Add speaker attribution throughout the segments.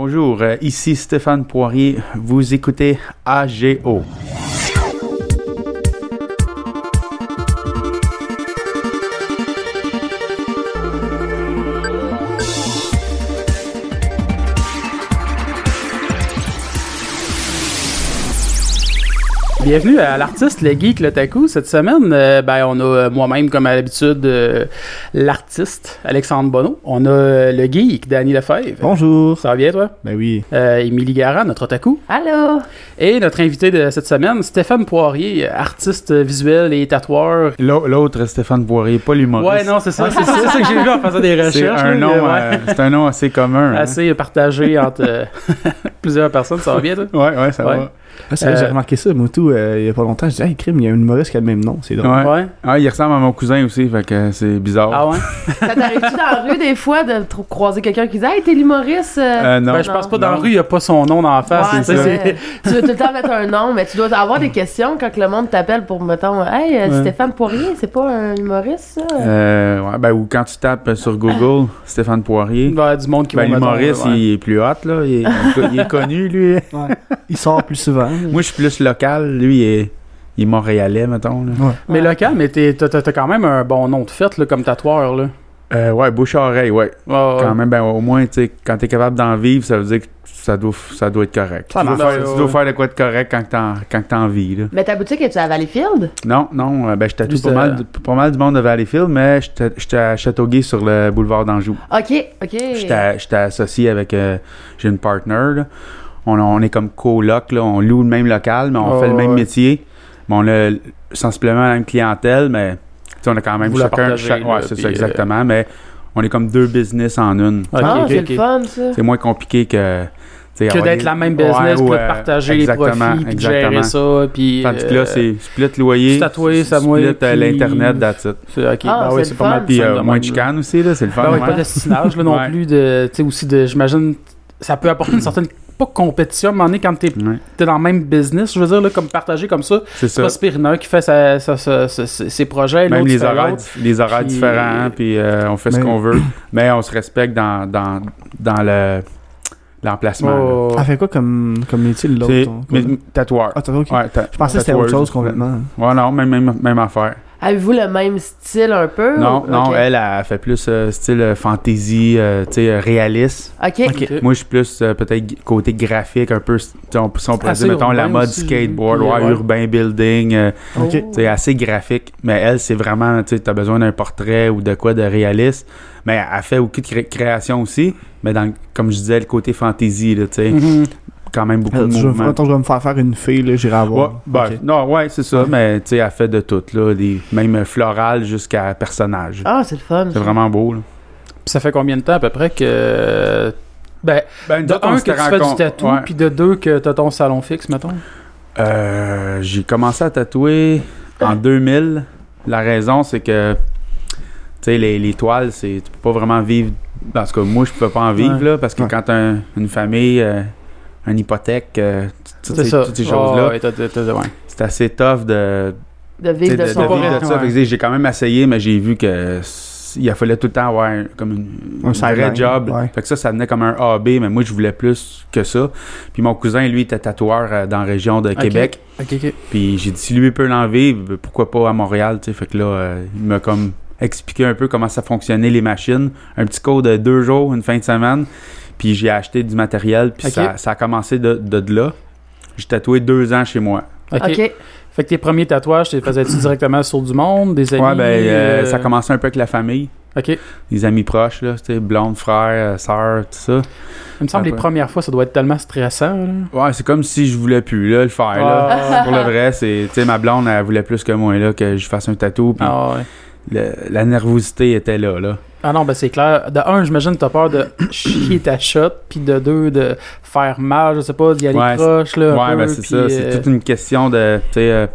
Speaker 1: Bonjour, euh, ici Stéphane Poirier, vous écoutez AGO.
Speaker 2: Bienvenue à l'artiste, le geek, le taku. Cette semaine, euh, ben, on a euh, moi-même, comme à l'habitude, euh, l'artiste, Alexandre Bonneau. On a euh, le geek, Danny Lefebvre.
Speaker 3: Bonjour.
Speaker 2: Ça va bien, toi?
Speaker 3: Ben oui.
Speaker 2: Euh, Émilie Gara, notre otaku.
Speaker 4: Allô?
Speaker 2: Et notre invité de cette semaine, Stéphane Poirier, artiste visuel et tatoueur.
Speaker 1: L'au- L'autre Stéphane Poirier, pas l'humoriste.
Speaker 2: Ouais, non, c'est ça. C'est c'est ça que j'ai vu en faisant des recherches.
Speaker 1: c'est un,
Speaker 2: là,
Speaker 1: nom,
Speaker 2: mais ouais. Ah,
Speaker 1: euh, c'est un nom assez commun. hein.
Speaker 2: assez partagé entre euh, plusieurs personnes. Ça va bien, toi?
Speaker 1: Ouais, ouais, ça
Speaker 2: Ouais.
Speaker 1: va.
Speaker 3: Ah, c'est vrai,
Speaker 2: Euh,
Speaker 3: j'ai remarqué ça, Moutou, euh, il y a pas longtemps. Je disais, hey, crime, il y a une humoriste qui a le même nom, c'est drôle.
Speaker 1: Ouais. Ah, il ressemble à mon cousin aussi, fait que c'est bizarre.
Speaker 2: Ah ouais?
Speaker 4: Ça t'arrive-tu dans la rue des fois de tro- croiser quelqu'un qui dit Hey, t'es l'humoriste? euh?
Speaker 1: Euh, non.
Speaker 2: Ben, je pense pas, dans
Speaker 1: Non.
Speaker 2: la rue, il n'y a pas son nom dans la face.
Speaker 4: Ouais,
Speaker 2: tu sais,
Speaker 4: c'est
Speaker 2: c'est-
Speaker 4: vrai. tu veux tout le temps mettre un nom, mais tu dois avoir des questions quand que le monde t'appelle pour, mettons, Hey, euh,
Speaker 1: Ouais.
Speaker 4: Stéphane Poirier, c'est pas un humoriste, ça?
Speaker 1: Euh, ouais, ben, ou quand tu tapes sur Google Stéphane Poirier,
Speaker 2: Ouais, du monde qui
Speaker 1: ben,
Speaker 2: va
Speaker 1: l'humoriste,
Speaker 2: mettons, ouais.
Speaker 1: il est plus hot, là. Il est, il est connu, lui.
Speaker 3: Il sort plus souvent.
Speaker 1: Moi, je suis plus local. Lui, il est, il est montréalais, mettons. Là.
Speaker 2: Mais local, mais t'es- t'as t'as- t'as quand même un bon nom de fête là, comme tatoueur. Là.
Speaker 1: Euh, ouais, bouche-oreille, ouais. Quand même, ben, au moins, tu sais, quand t'es capable d'en vivre, ça veut dire que ça doit, ça doit être correct.
Speaker 2: Ça
Speaker 1: tu dois,
Speaker 2: marche.
Speaker 1: faire,
Speaker 2: Ouais,
Speaker 1: tu dois
Speaker 2: ouais.
Speaker 1: faire de quoi de correct quand t'en, quand t'en vis, là.
Speaker 4: Mais ta boutique est-tu à Valleyfield?
Speaker 1: Non, non, euh, ben, je tatoue
Speaker 2: Juste,
Speaker 1: pas, mal,
Speaker 2: euh,
Speaker 1: de- pas mal du monde de Valleyfield, mais je ta- j'étais à Châteauguay sur le boulevard d'Anjou.
Speaker 4: Ok, ok.
Speaker 1: J'étais j'étais associé avec. euh, J'ai une partner, là. On, on est comme coloc, là. On loue le même local, mais on
Speaker 2: Oh,
Speaker 1: fait le même
Speaker 2: ouais.
Speaker 1: métier. Mais on a sensiblement la même clientèle, mais tu sais, on a quand même
Speaker 2: Vous la
Speaker 1: chacun.
Speaker 2: partagez,
Speaker 1: chaque-
Speaker 2: là,
Speaker 1: ouais, c'est
Speaker 2: puis,
Speaker 1: ça,
Speaker 2: euh,
Speaker 1: exactement. Mais on est comme deux business en une.
Speaker 4: Ah, c'est le fun, ça.
Speaker 1: C'est moins compliqué que.
Speaker 2: Que d'être la même business, puis de partager les profits, puis de gérer ça. Puis,
Speaker 1: Tandis que
Speaker 2: euh,
Speaker 1: là, c'est split loyer,
Speaker 2: se tatouer,
Speaker 1: split
Speaker 2: s'amouiller,
Speaker 1: euh,
Speaker 2: puis-
Speaker 1: l'internet, that's it.
Speaker 2: c'est- ok,
Speaker 4: Ah,
Speaker 2: ben ouais,
Speaker 4: c'est
Speaker 2: c'est
Speaker 4: le
Speaker 2: pas mal.
Speaker 4: fun.
Speaker 1: Puis
Speaker 2: fun
Speaker 1: euh,
Speaker 2: de
Speaker 1: moins de
Speaker 2: même, là.
Speaker 1: chicane aussi, là, c'est le fun.
Speaker 2: Ben ouais,
Speaker 1: ouais.
Speaker 2: pas de stinage là, non
Speaker 1: Ouais.
Speaker 2: plus. De, tu sais, aussi, de, j'imagine, ça peut apporter une certaine pas compétition, mais on est quand t'es
Speaker 1: Ouais,
Speaker 2: t'es dans le même business, je veux dire, là, comme partager comme ça.
Speaker 1: C'est
Speaker 2: C'est
Speaker 1: ça.
Speaker 2: pas si pire, il y en a un qui fait sa- sa- sa- sa- ses ses projets,
Speaker 1: Même
Speaker 2: l'autre qui
Speaker 1: les
Speaker 2: fait
Speaker 1: horaires,
Speaker 2: l'autre.
Speaker 1: dif- les horaires
Speaker 2: Puis-
Speaker 1: différents, puis euh, on fait ce
Speaker 3: Mais-
Speaker 1: qu'on veut, mais on se respecte dans, dans, dans le l'emplacement. là. Ah,
Speaker 2: Oh. hein.
Speaker 3: Elle fait quoi comme, comme métier, l'autre
Speaker 1: C'est
Speaker 3: ton-
Speaker 1: mais- tatoueur.
Speaker 3: Ah, t'as ok.
Speaker 1: Ouais, ta-
Speaker 3: Je pensais que c'était
Speaker 1: tatoueuse.
Speaker 3: autre chose complètement.
Speaker 1: Ouais, non, même, même, même affaire.
Speaker 4: Avez-vous le même style un
Speaker 2: Oh,
Speaker 4: peu?
Speaker 1: Non,
Speaker 4: Ok.
Speaker 1: non, elle, elle fait plus euh, style euh, fantasy, euh, tu sais, euh, réaliste.
Speaker 4: Ok.
Speaker 2: Ok.
Speaker 1: Moi, je suis plus euh, peut-être g- côté graphique, un peu, tu sais, on, si on pourrait
Speaker 2: Assez
Speaker 1: dire, mettons, la
Speaker 2: urbain
Speaker 1: mode
Speaker 2: aussi,
Speaker 1: skateboard,
Speaker 2: puis,
Speaker 1: ouais,
Speaker 2: ouais.
Speaker 1: urbain building, euh,
Speaker 3: Ok.
Speaker 4: Oh.
Speaker 1: tu sais, assez graphique. Mais elle, c'est vraiment, tu sais, t'as besoin d'un portrait ou de quoi de réaliste. Mais elle fait beaucoup de cré- création aussi, mais dans, comme je disais, le côté fantasy, là, tu sais,
Speaker 2: Mhm.
Speaker 1: quand même beaucoup
Speaker 3: Euh,
Speaker 1: de
Speaker 3: Mm. je, vais-
Speaker 1: mouvement.
Speaker 3: mettons, je vais me faire faire une fille, là, j'irai
Speaker 1: Ouais,
Speaker 3: avoir.
Speaker 1: ben,
Speaker 3: Ok.
Speaker 1: non, ouais, c'est ça,
Speaker 3: Ouais.
Speaker 1: mais tu sais, elle fait de tout, là, des, même floral jusqu'à personnage.
Speaker 4: Ah, c'est le fun.
Speaker 1: C'est vraiment beau, là.
Speaker 2: Puis ça fait combien de temps à peu près que. Ben,
Speaker 1: Ben,
Speaker 2: de un, que tu fais du tatou, puis de deux, que t'as ton salon fixe, mettons.
Speaker 1: Euh, j'ai commencé à tatouer en 2000. La raison, c'est que, tu sais, les, les toiles, c'est, tu peux pas vraiment vivre. Parce que moi, je peux pas en vivre,
Speaker 2: Ouais.
Speaker 1: là, parce que
Speaker 3: Ouais.
Speaker 1: quand t'as un- une famille, euh, une hypothèque, euh, t- toutes
Speaker 2: C'est
Speaker 1: ces-
Speaker 2: ça.
Speaker 1: toutes ces choses-là,
Speaker 2: Ah, ouais, t'as- t'as- t'as- ouais.
Speaker 1: c'est assez tough de,
Speaker 4: De
Speaker 1: tu sais,
Speaker 4: vivre
Speaker 1: de-
Speaker 4: de
Speaker 1: de
Speaker 4: son
Speaker 2: pas
Speaker 1: vivre
Speaker 2: vrai.
Speaker 1: de ça.
Speaker 2: Ouais.
Speaker 1: Fait que, tu sais, j'ai quand même essayé, mais j'ai vu que s- il fallait tout le temps avoir un- comme une,
Speaker 3: Un
Speaker 1: un vrai
Speaker 3: sideline,
Speaker 1: job.
Speaker 3: ouais.
Speaker 1: Fait que ça, ça venait comme un AB, mais moi, je voulais plus que ça. Puis mon cousin, lui, était tatoueur euh, dans la région de Québec.
Speaker 2: Ok, ok.
Speaker 1: Puis j'ai dit, si lui peut l'enlever, ben, pourquoi pas à Montréal, tu sais. Fait que là, euh, il m'a comme expliqué un peu comment ça fonctionnait les machines. Un petit code de deux jours, une fin de semaine. Puis j'ai acheté du matériel, puis
Speaker 2: Ok.
Speaker 1: ça, ça a commencé de, de, de là. J'ai tatoué deux ans chez moi.
Speaker 2: Ok.
Speaker 4: Ok.
Speaker 2: Fait que tes premiers tatouages, tu les faisais-tu directement sur du monde, des amis
Speaker 1: ouais, ben, euh,
Speaker 2: euh,
Speaker 1: ça commençait un peu avec la famille,
Speaker 2: Ok.
Speaker 1: les amis proches, là, tu sais, blonde, frère, euh, sœur, tout ça.
Speaker 2: Il me semble
Speaker 1: Ouais,
Speaker 2: les
Speaker 1: ouais.
Speaker 2: premières fois, ça doit être tellement stressant. Là.
Speaker 1: Ouais, c'est comme si je voulais plus, là, le faire, là.
Speaker 2: Ah,
Speaker 1: Pour le vrai, c'est, tu sais, ma blonde, elle voulait plus que moi, là, que je fasse un tatou, puis
Speaker 2: ah, ouais.
Speaker 1: le- la nervosité était là, là.
Speaker 2: Ah non, ben c'est clair. De un, j'imagine que t'as peur de chier ta shot, puis de deux, de faire mal, je sais pas, d'y aller
Speaker 1: Ouais,
Speaker 2: croche. Là, un
Speaker 1: ouais,
Speaker 2: peu,
Speaker 1: ben c'est
Speaker 2: puis,
Speaker 1: ça. C'est
Speaker 2: euh,
Speaker 1: toute une question de. Tu sais, euh,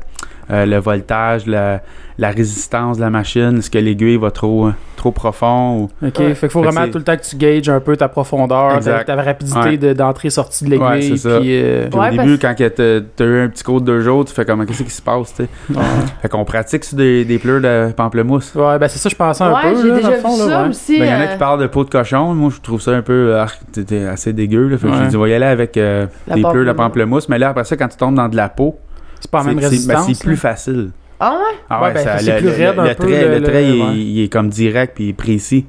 Speaker 1: euh, le voltage, la, la résistance de la machine, est-ce que l'aiguille va trop, euh, trop profond ou
Speaker 2: OK, fait
Speaker 4: Ouais.
Speaker 2: qu'il faut
Speaker 1: Fait que
Speaker 2: vraiment
Speaker 1: c'est-
Speaker 2: tout le temps que tu gages un peu ta profondeur, ta,
Speaker 1: Exact.
Speaker 2: ta rapidité
Speaker 1: Ouais.
Speaker 2: de- d'entrée-sortie de
Speaker 1: Ouais,
Speaker 2: l'aiguille.
Speaker 1: c'est ça.
Speaker 2: puis, euh,
Speaker 1: Puis
Speaker 4: Ouais,
Speaker 1: au début,
Speaker 4: parce-
Speaker 1: quand que t'as t'as eu un petit cours de deux jours, tu fais comme qu'est-ce qui se passe, tu sais. Fait qu'on pratique sur des, des pleurs de pamplemousse.
Speaker 2: ouais, ben c'est ça, je pensais un
Speaker 4: ouais,
Speaker 2: peu. là,
Speaker 4: j'ai
Speaker 2: dans
Speaker 4: déjà
Speaker 2: le fond,
Speaker 4: vu
Speaker 2: là,
Speaker 4: ça
Speaker 2: ouais.
Speaker 4: aussi.
Speaker 1: Ben, il y en a
Speaker 4: euh,
Speaker 1: qui parlent de peau de cochon. Moi, je trouve ça un peu euh, arc- t'es- t'es assez dégueu. Là. Fait que
Speaker 2: Ouais.
Speaker 1: j'ai dit, on va y aller avec euh,
Speaker 4: La
Speaker 1: des pleurs de
Speaker 4: pamplemousse.
Speaker 1: pamplemousse. Mais là, après ça, quand tu tombes dans de la peau,
Speaker 2: C'est pas en
Speaker 1: c'est-
Speaker 2: même
Speaker 1: c'est- ben,
Speaker 2: résistance.
Speaker 1: c'est plus facile.
Speaker 4: Ah ouais?
Speaker 1: Ah
Speaker 2: Ouais,
Speaker 1: ouais,
Speaker 2: ben,
Speaker 1: ça-
Speaker 2: c'est
Speaker 1: le,
Speaker 2: plus
Speaker 1: le-
Speaker 2: raide
Speaker 1: le-
Speaker 2: un
Speaker 1: le
Speaker 2: peu,
Speaker 1: trait,
Speaker 2: le-
Speaker 1: le trait,
Speaker 2: le-
Speaker 1: il,
Speaker 2: ouais.
Speaker 1: il est comme direct puis il est précis.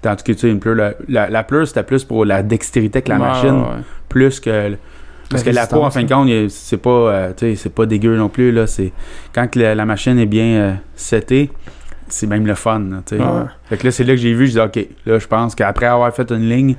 Speaker 1: Tandis que tu sais, une pleure, la, la, la pleure, c'était plus pour la dextérité que la
Speaker 2: Ouais,
Speaker 1: machine,
Speaker 2: ouais. hein.
Speaker 1: plus que. le- Parce que la peau, en fin de compte, il- c'est pas, euh, tu sais, c'est pas dégueu non plus. Là, c'est, quand que la, la machine est bien euh, setée, c'est même le fun. là, tu sais.
Speaker 2: Ouais.
Speaker 1: Fait que là, c'est là que j'ai vu, je dis, OK, là, je pense qu'après avoir fait une ligne,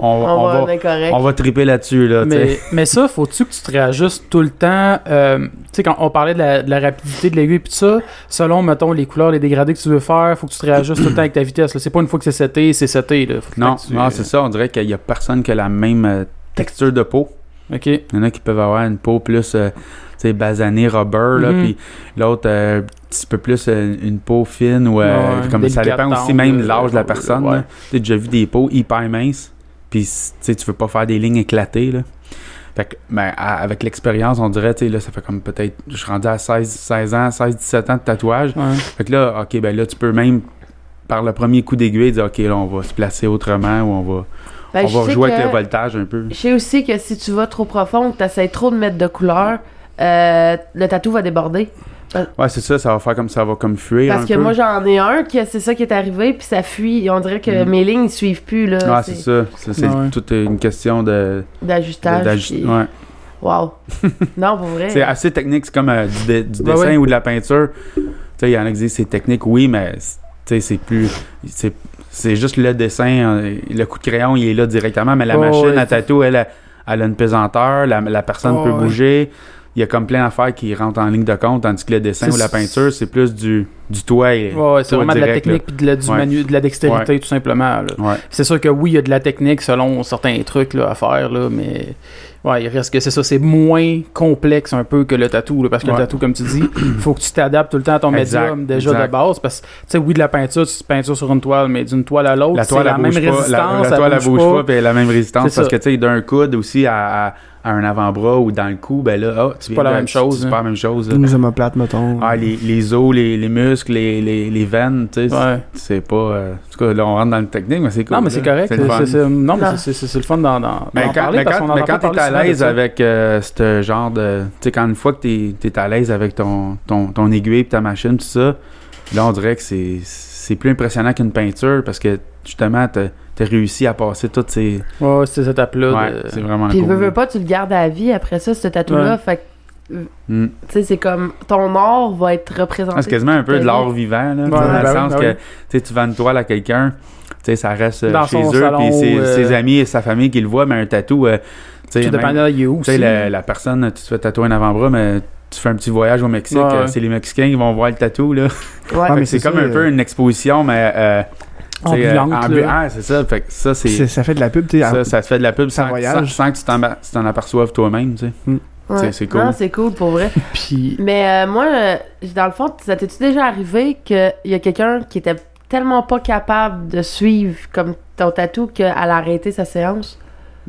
Speaker 1: on,
Speaker 4: On,
Speaker 1: on
Speaker 4: va,
Speaker 1: va,
Speaker 4: on est correct.
Speaker 1: on va triper là-dessus. Là, tu sais.
Speaker 2: Mais, mais ça, faut-tu que tu te réajustes tout le temps? euh, tu sais, quand on parlait de la, de la rapidité de l'aiguille puis tout ça, selon, mettons, les couleurs, les dégradés que tu veux faire, faut que tu te réajustes tout le temps avec ta vitesse. là. C'est pas une fois que c'est seté, c'est seté. Là. Faut tout le
Speaker 1: non,
Speaker 2: temps que tu- euh,
Speaker 1: non, c'est ça. On dirait qu'il n'y a personne qui a la même euh, texture de peau.
Speaker 2: OK.
Speaker 1: Il y en a qui peuvent avoir une peau plus euh, tu sais, basanée, rubber, là,
Speaker 2: Mhm.
Speaker 1: puis l'autre, euh, un petit peu plus euh, une peau fine. Ou, euh,
Speaker 2: Ouais,
Speaker 1: comme ça
Speaker 2: délicate,
Speaker 1: dépend aussi
Speaker 2: tendre,
Speaker 1: même de
Speaker 2: euh,
Speaker 1: l'âge de la
Speaker 2: tendre,
Speaker 1: personne.
Speaker 2: ouais.
Speaker 1: là. Tu as déjà vu des peaux hyper minces, puis tu sais, tu veux pas faire des lignes éclatées. Là. Fait que, ben, à- avec l'expérience, on dirait, tu sais, là, ça fait comme peut-être, je suis rendu à 16, 16 ans, 16-17 ans de tatouage.
Speaker 2: Ouais.
Speaker 1: Fait que là, OK, ben là, tu peux même, par le premier coup d'aiguille, dire, OK, là, on va se placer autrement ou on va,
Speaker 4: Ben, je
Speaker 1: on va
Speaker 4: sais
Speaker 1: jouer
Speaker 4: que-
Speaker 1: avec le voltage un peu.
Speaker 4: Je sais aussi que si tu vas trop profond, que tu essaies trop de mettre de couleur, euh, le tatou va déborder.
Speaker 1: Ouais, c'est ça, ça va faire comme ça, va comme fuir
Speaker 4: Parce
Speaker 1: un
Speaker 4: que
Speaker 1: peu.
Speaker 4: moi, j'en ai un que c'est ça qui est arrivé, puis ça fuit. Et on dirait que
Speaker 1: Mm.
Speaker 4: mes lignes ne suivent plus, là.
Speaker 1: Ah,
Speaker 4: c'est
Speaker 1: c'est ça. C'est, c'est
Speaker 2: Ouais.
Speaker 1: toute une question de, de-
Speaker 4: D'ajustage.
Speaker 1: d'ajust-
Speaker 4: puis-
Speaker 1: ouais.
Speaker 4: Wow. non, pour vrai.
Speaker 1: C'est assez technique, c'est comme euh, du, dé- du
Speaker 2: Ouais,
Speaker 1: dessin
Speaker 2: ouais.
Speaker 1: ou de la peinture. Tu sais, il y en a qui disent c'est technique, oui, mais c'est- tu sais, c'est plus. C'est, c'est juste le dessin, euh, le coup de crayon, il est là directement, mais la
Speaker 2: Oh,
Speaker 1: machine
Speaker 2: ouais.
Speaker 1: à tatou, elle, elle, a une pesanteur, la, la personne
Speaker 2: Oh,
Speaker 1: peut
Speaker 2: ouais.
Speaker 1: bouger. Il y a comme plein d'affaires qui rentrent en ligne de compte, tandis que le dessin
Speaker 2: C'est-
Speaker 1: ou la peinture, c'est plus du, du toit. et-
Speaker 2: Ouais, ouais, c'est
Speaker 1: Toi,
Speaker 2: vraiment de la
Speaker 1: direct, là.
Speaker 2: technique puis de la, du
Speaker 1: Ouais.
Speaker 2: manu- de la dextérité, tout simplement. là.
Speaker 1: Ouais.
Speaker 2: C'est sûr que oui, il y a de la technique selon certains trucs là, à faire, là, mais ouais, il reste que c'est ça, c'est moins complexe un peu que le tatou, là, parce que le
Speaker 1: Ouais.
Speaker 2: tatou, comme tu dis, faut que tu t'adaptes tout le temps à ton
Speaker 1: Exact,
Speaker 2: médium déjà
Speaker 1: exact.
Speaker 2: de base, parce que tu sais, oui, de la peinture, tu peintures sur une toile, mais d'une toile à l'autre,
Speaker 1: la
Speaker 2: Oh, c'est
Speaker 1: toile
Speaker 2: la,
Speaker 1: elle
Speaker 2: même
Speaker 1: bouge
Speaker 2: résistance,
Speaker 1: pas, la- la,
Speaker 2: elle
Speaker 1: toile elle bouge pas puis elle a la même
Speaker 2: C'est
Speaker 1: résistance
Speaker 2: ça.
Speaker 1: parce que tu sais d'un coude aussi à, à- à un avant-bras ou dans le cou ben là ah, tu
Speaker 2: pas la
Speaker 1: viens de-
Speaker 2: même chose,
Speaker 1: c'est
Speaker 2: hein.
Speaker 1: pas la même chose là.
Speaker 3: Nous omoplates, mettons.
Speaker 1: euh, ah, les, les os les, les muscles les, les, les veines tu sais
Speaker 2: Ouais.
Speaker 1: c'est pas euh, en tout cas là on rentre dans le technique mais c'est cool
Speaker 2: non, mais c'est
Speaker 1: là.
Speaker 2: correct.
Speaker 1: le fun.
Speaker 2: c'est- c'est- non, mais
Speaker 4: Non.
Speaker 2: c'est- c'est c'est- c'est le fun d'en d'en-
Speaker 1: mais
Speaker 2: d'en
Speaker 1: quand,
Speaker 2: parler
Speaker 1: mais
Speaker 2: parce
Speaker 1: quand-
Speaker 2: qu'on en
Speaker 1: mais
Speaker 2: entend
Speaker 1: quand
Speaker 2: parler
Speaker 1: t'es à
Speaker 2: souvent de
Speaker 1: l'aise
Speaker 2: ça.
Speaker 1: avec euh, ce genre de tu sais quand une fois que t'es t'es à l'aise avec ton ton, ton aiguille pis ta machine tout ça là on dirait que c'est c'est plus impressionnant qu'une peinture parce que justement t'as t'as réussi à passer toutes ces
Speaker 2: Ouais, ces étapes-là.
Speaker 1: Ouais,
Speaker 2: de-
Speaker 1: c'est vraiment
Speaker 4: Puis
Speaker 1: cool.
Speaker 4: veux, veux pas, tu le gardes à vie après ça, ce tatou-là.
Speaker 2: Ouais.
Speaker 4: Fait que,
Speaker 1: Mm.
Speaker 4: tu sais, c'est comme ton art va être représenté.
Speaker 1: Ah, C'est quasiment un peu de l'art vivant, là, dans
Speaker 2: ben
Speaker 1: le
Speaker 2: oui,
Speaker 1: sens
Speaker 2: ben
Speaker 1: que
Speaker 2: oui.
Speaker 1: tu sais, tu vends une toile à quelqu'un, tu sais, ça reste euh,
Speaker 2: Dans
Speaker 1: chez
Speaker 2: son
Speaker 1: eux,
Speaker 2: salon,
Speaker 1: puis ses,
Speaker 2: euh,
Speaker 1: ses amis et sa famille qui le voient, mais un tatou, euh, tu sais,
Speaker 2: Tout
Speaker 1: même-
Speaker 2: dépendant de où
Speaker 1: tu sais,
Speaker 2: aussi.
Speaker 1: la, la personne, tu te fais tatouer un avant-bras, mais tu fais un petit voyage au Mexique,
Speaker 2: Ouais, ouais.
Speaker 1: euh, c'est les Mexicains qui vont voir le tatou, là.
Speaker 4: Ouais.
Speaker 3: Ah, mais
Speaker 1: Fait que c'est
Speaker 3: c'est
Speaker 1: comme
Speaker 3: ça,
Speaker 1: un peu
Speaker 3: euh,
Speaker 1: une exposition, mais... euh, tu sais, euh,
Speaker 2: ambulante. là.
Speaker 1: ambu- ah, c'est ça, fait que ça,
Speaker 3: Puis c'est-
Speaker 1: c'est...
Speaker 3: Ça fait de la pub, tu sais. ah,
Speaker 1: Ça, ça te fait de la pub
Speaker 3: Ça
Speaker 1: sans, sans,
Speaker 3: voyage.
Speaker 1: sans que tu t'en, tu t'en aperçoives toi-même, tu sais.
Speaker 4: Ouais.
Speaker 1: c'est- c'est cool.
Speaker 4: Non, c'est cool pour vrai.
Speaker 2: Puis
Speaker 4: Mais euh, moi, euh, dans le fond, ça t'es-tu déjà arrivé qu'il y a quelqu'un qui était tellement pas capable de suivre comme ton tatou qu'elle a arrêté sa séance?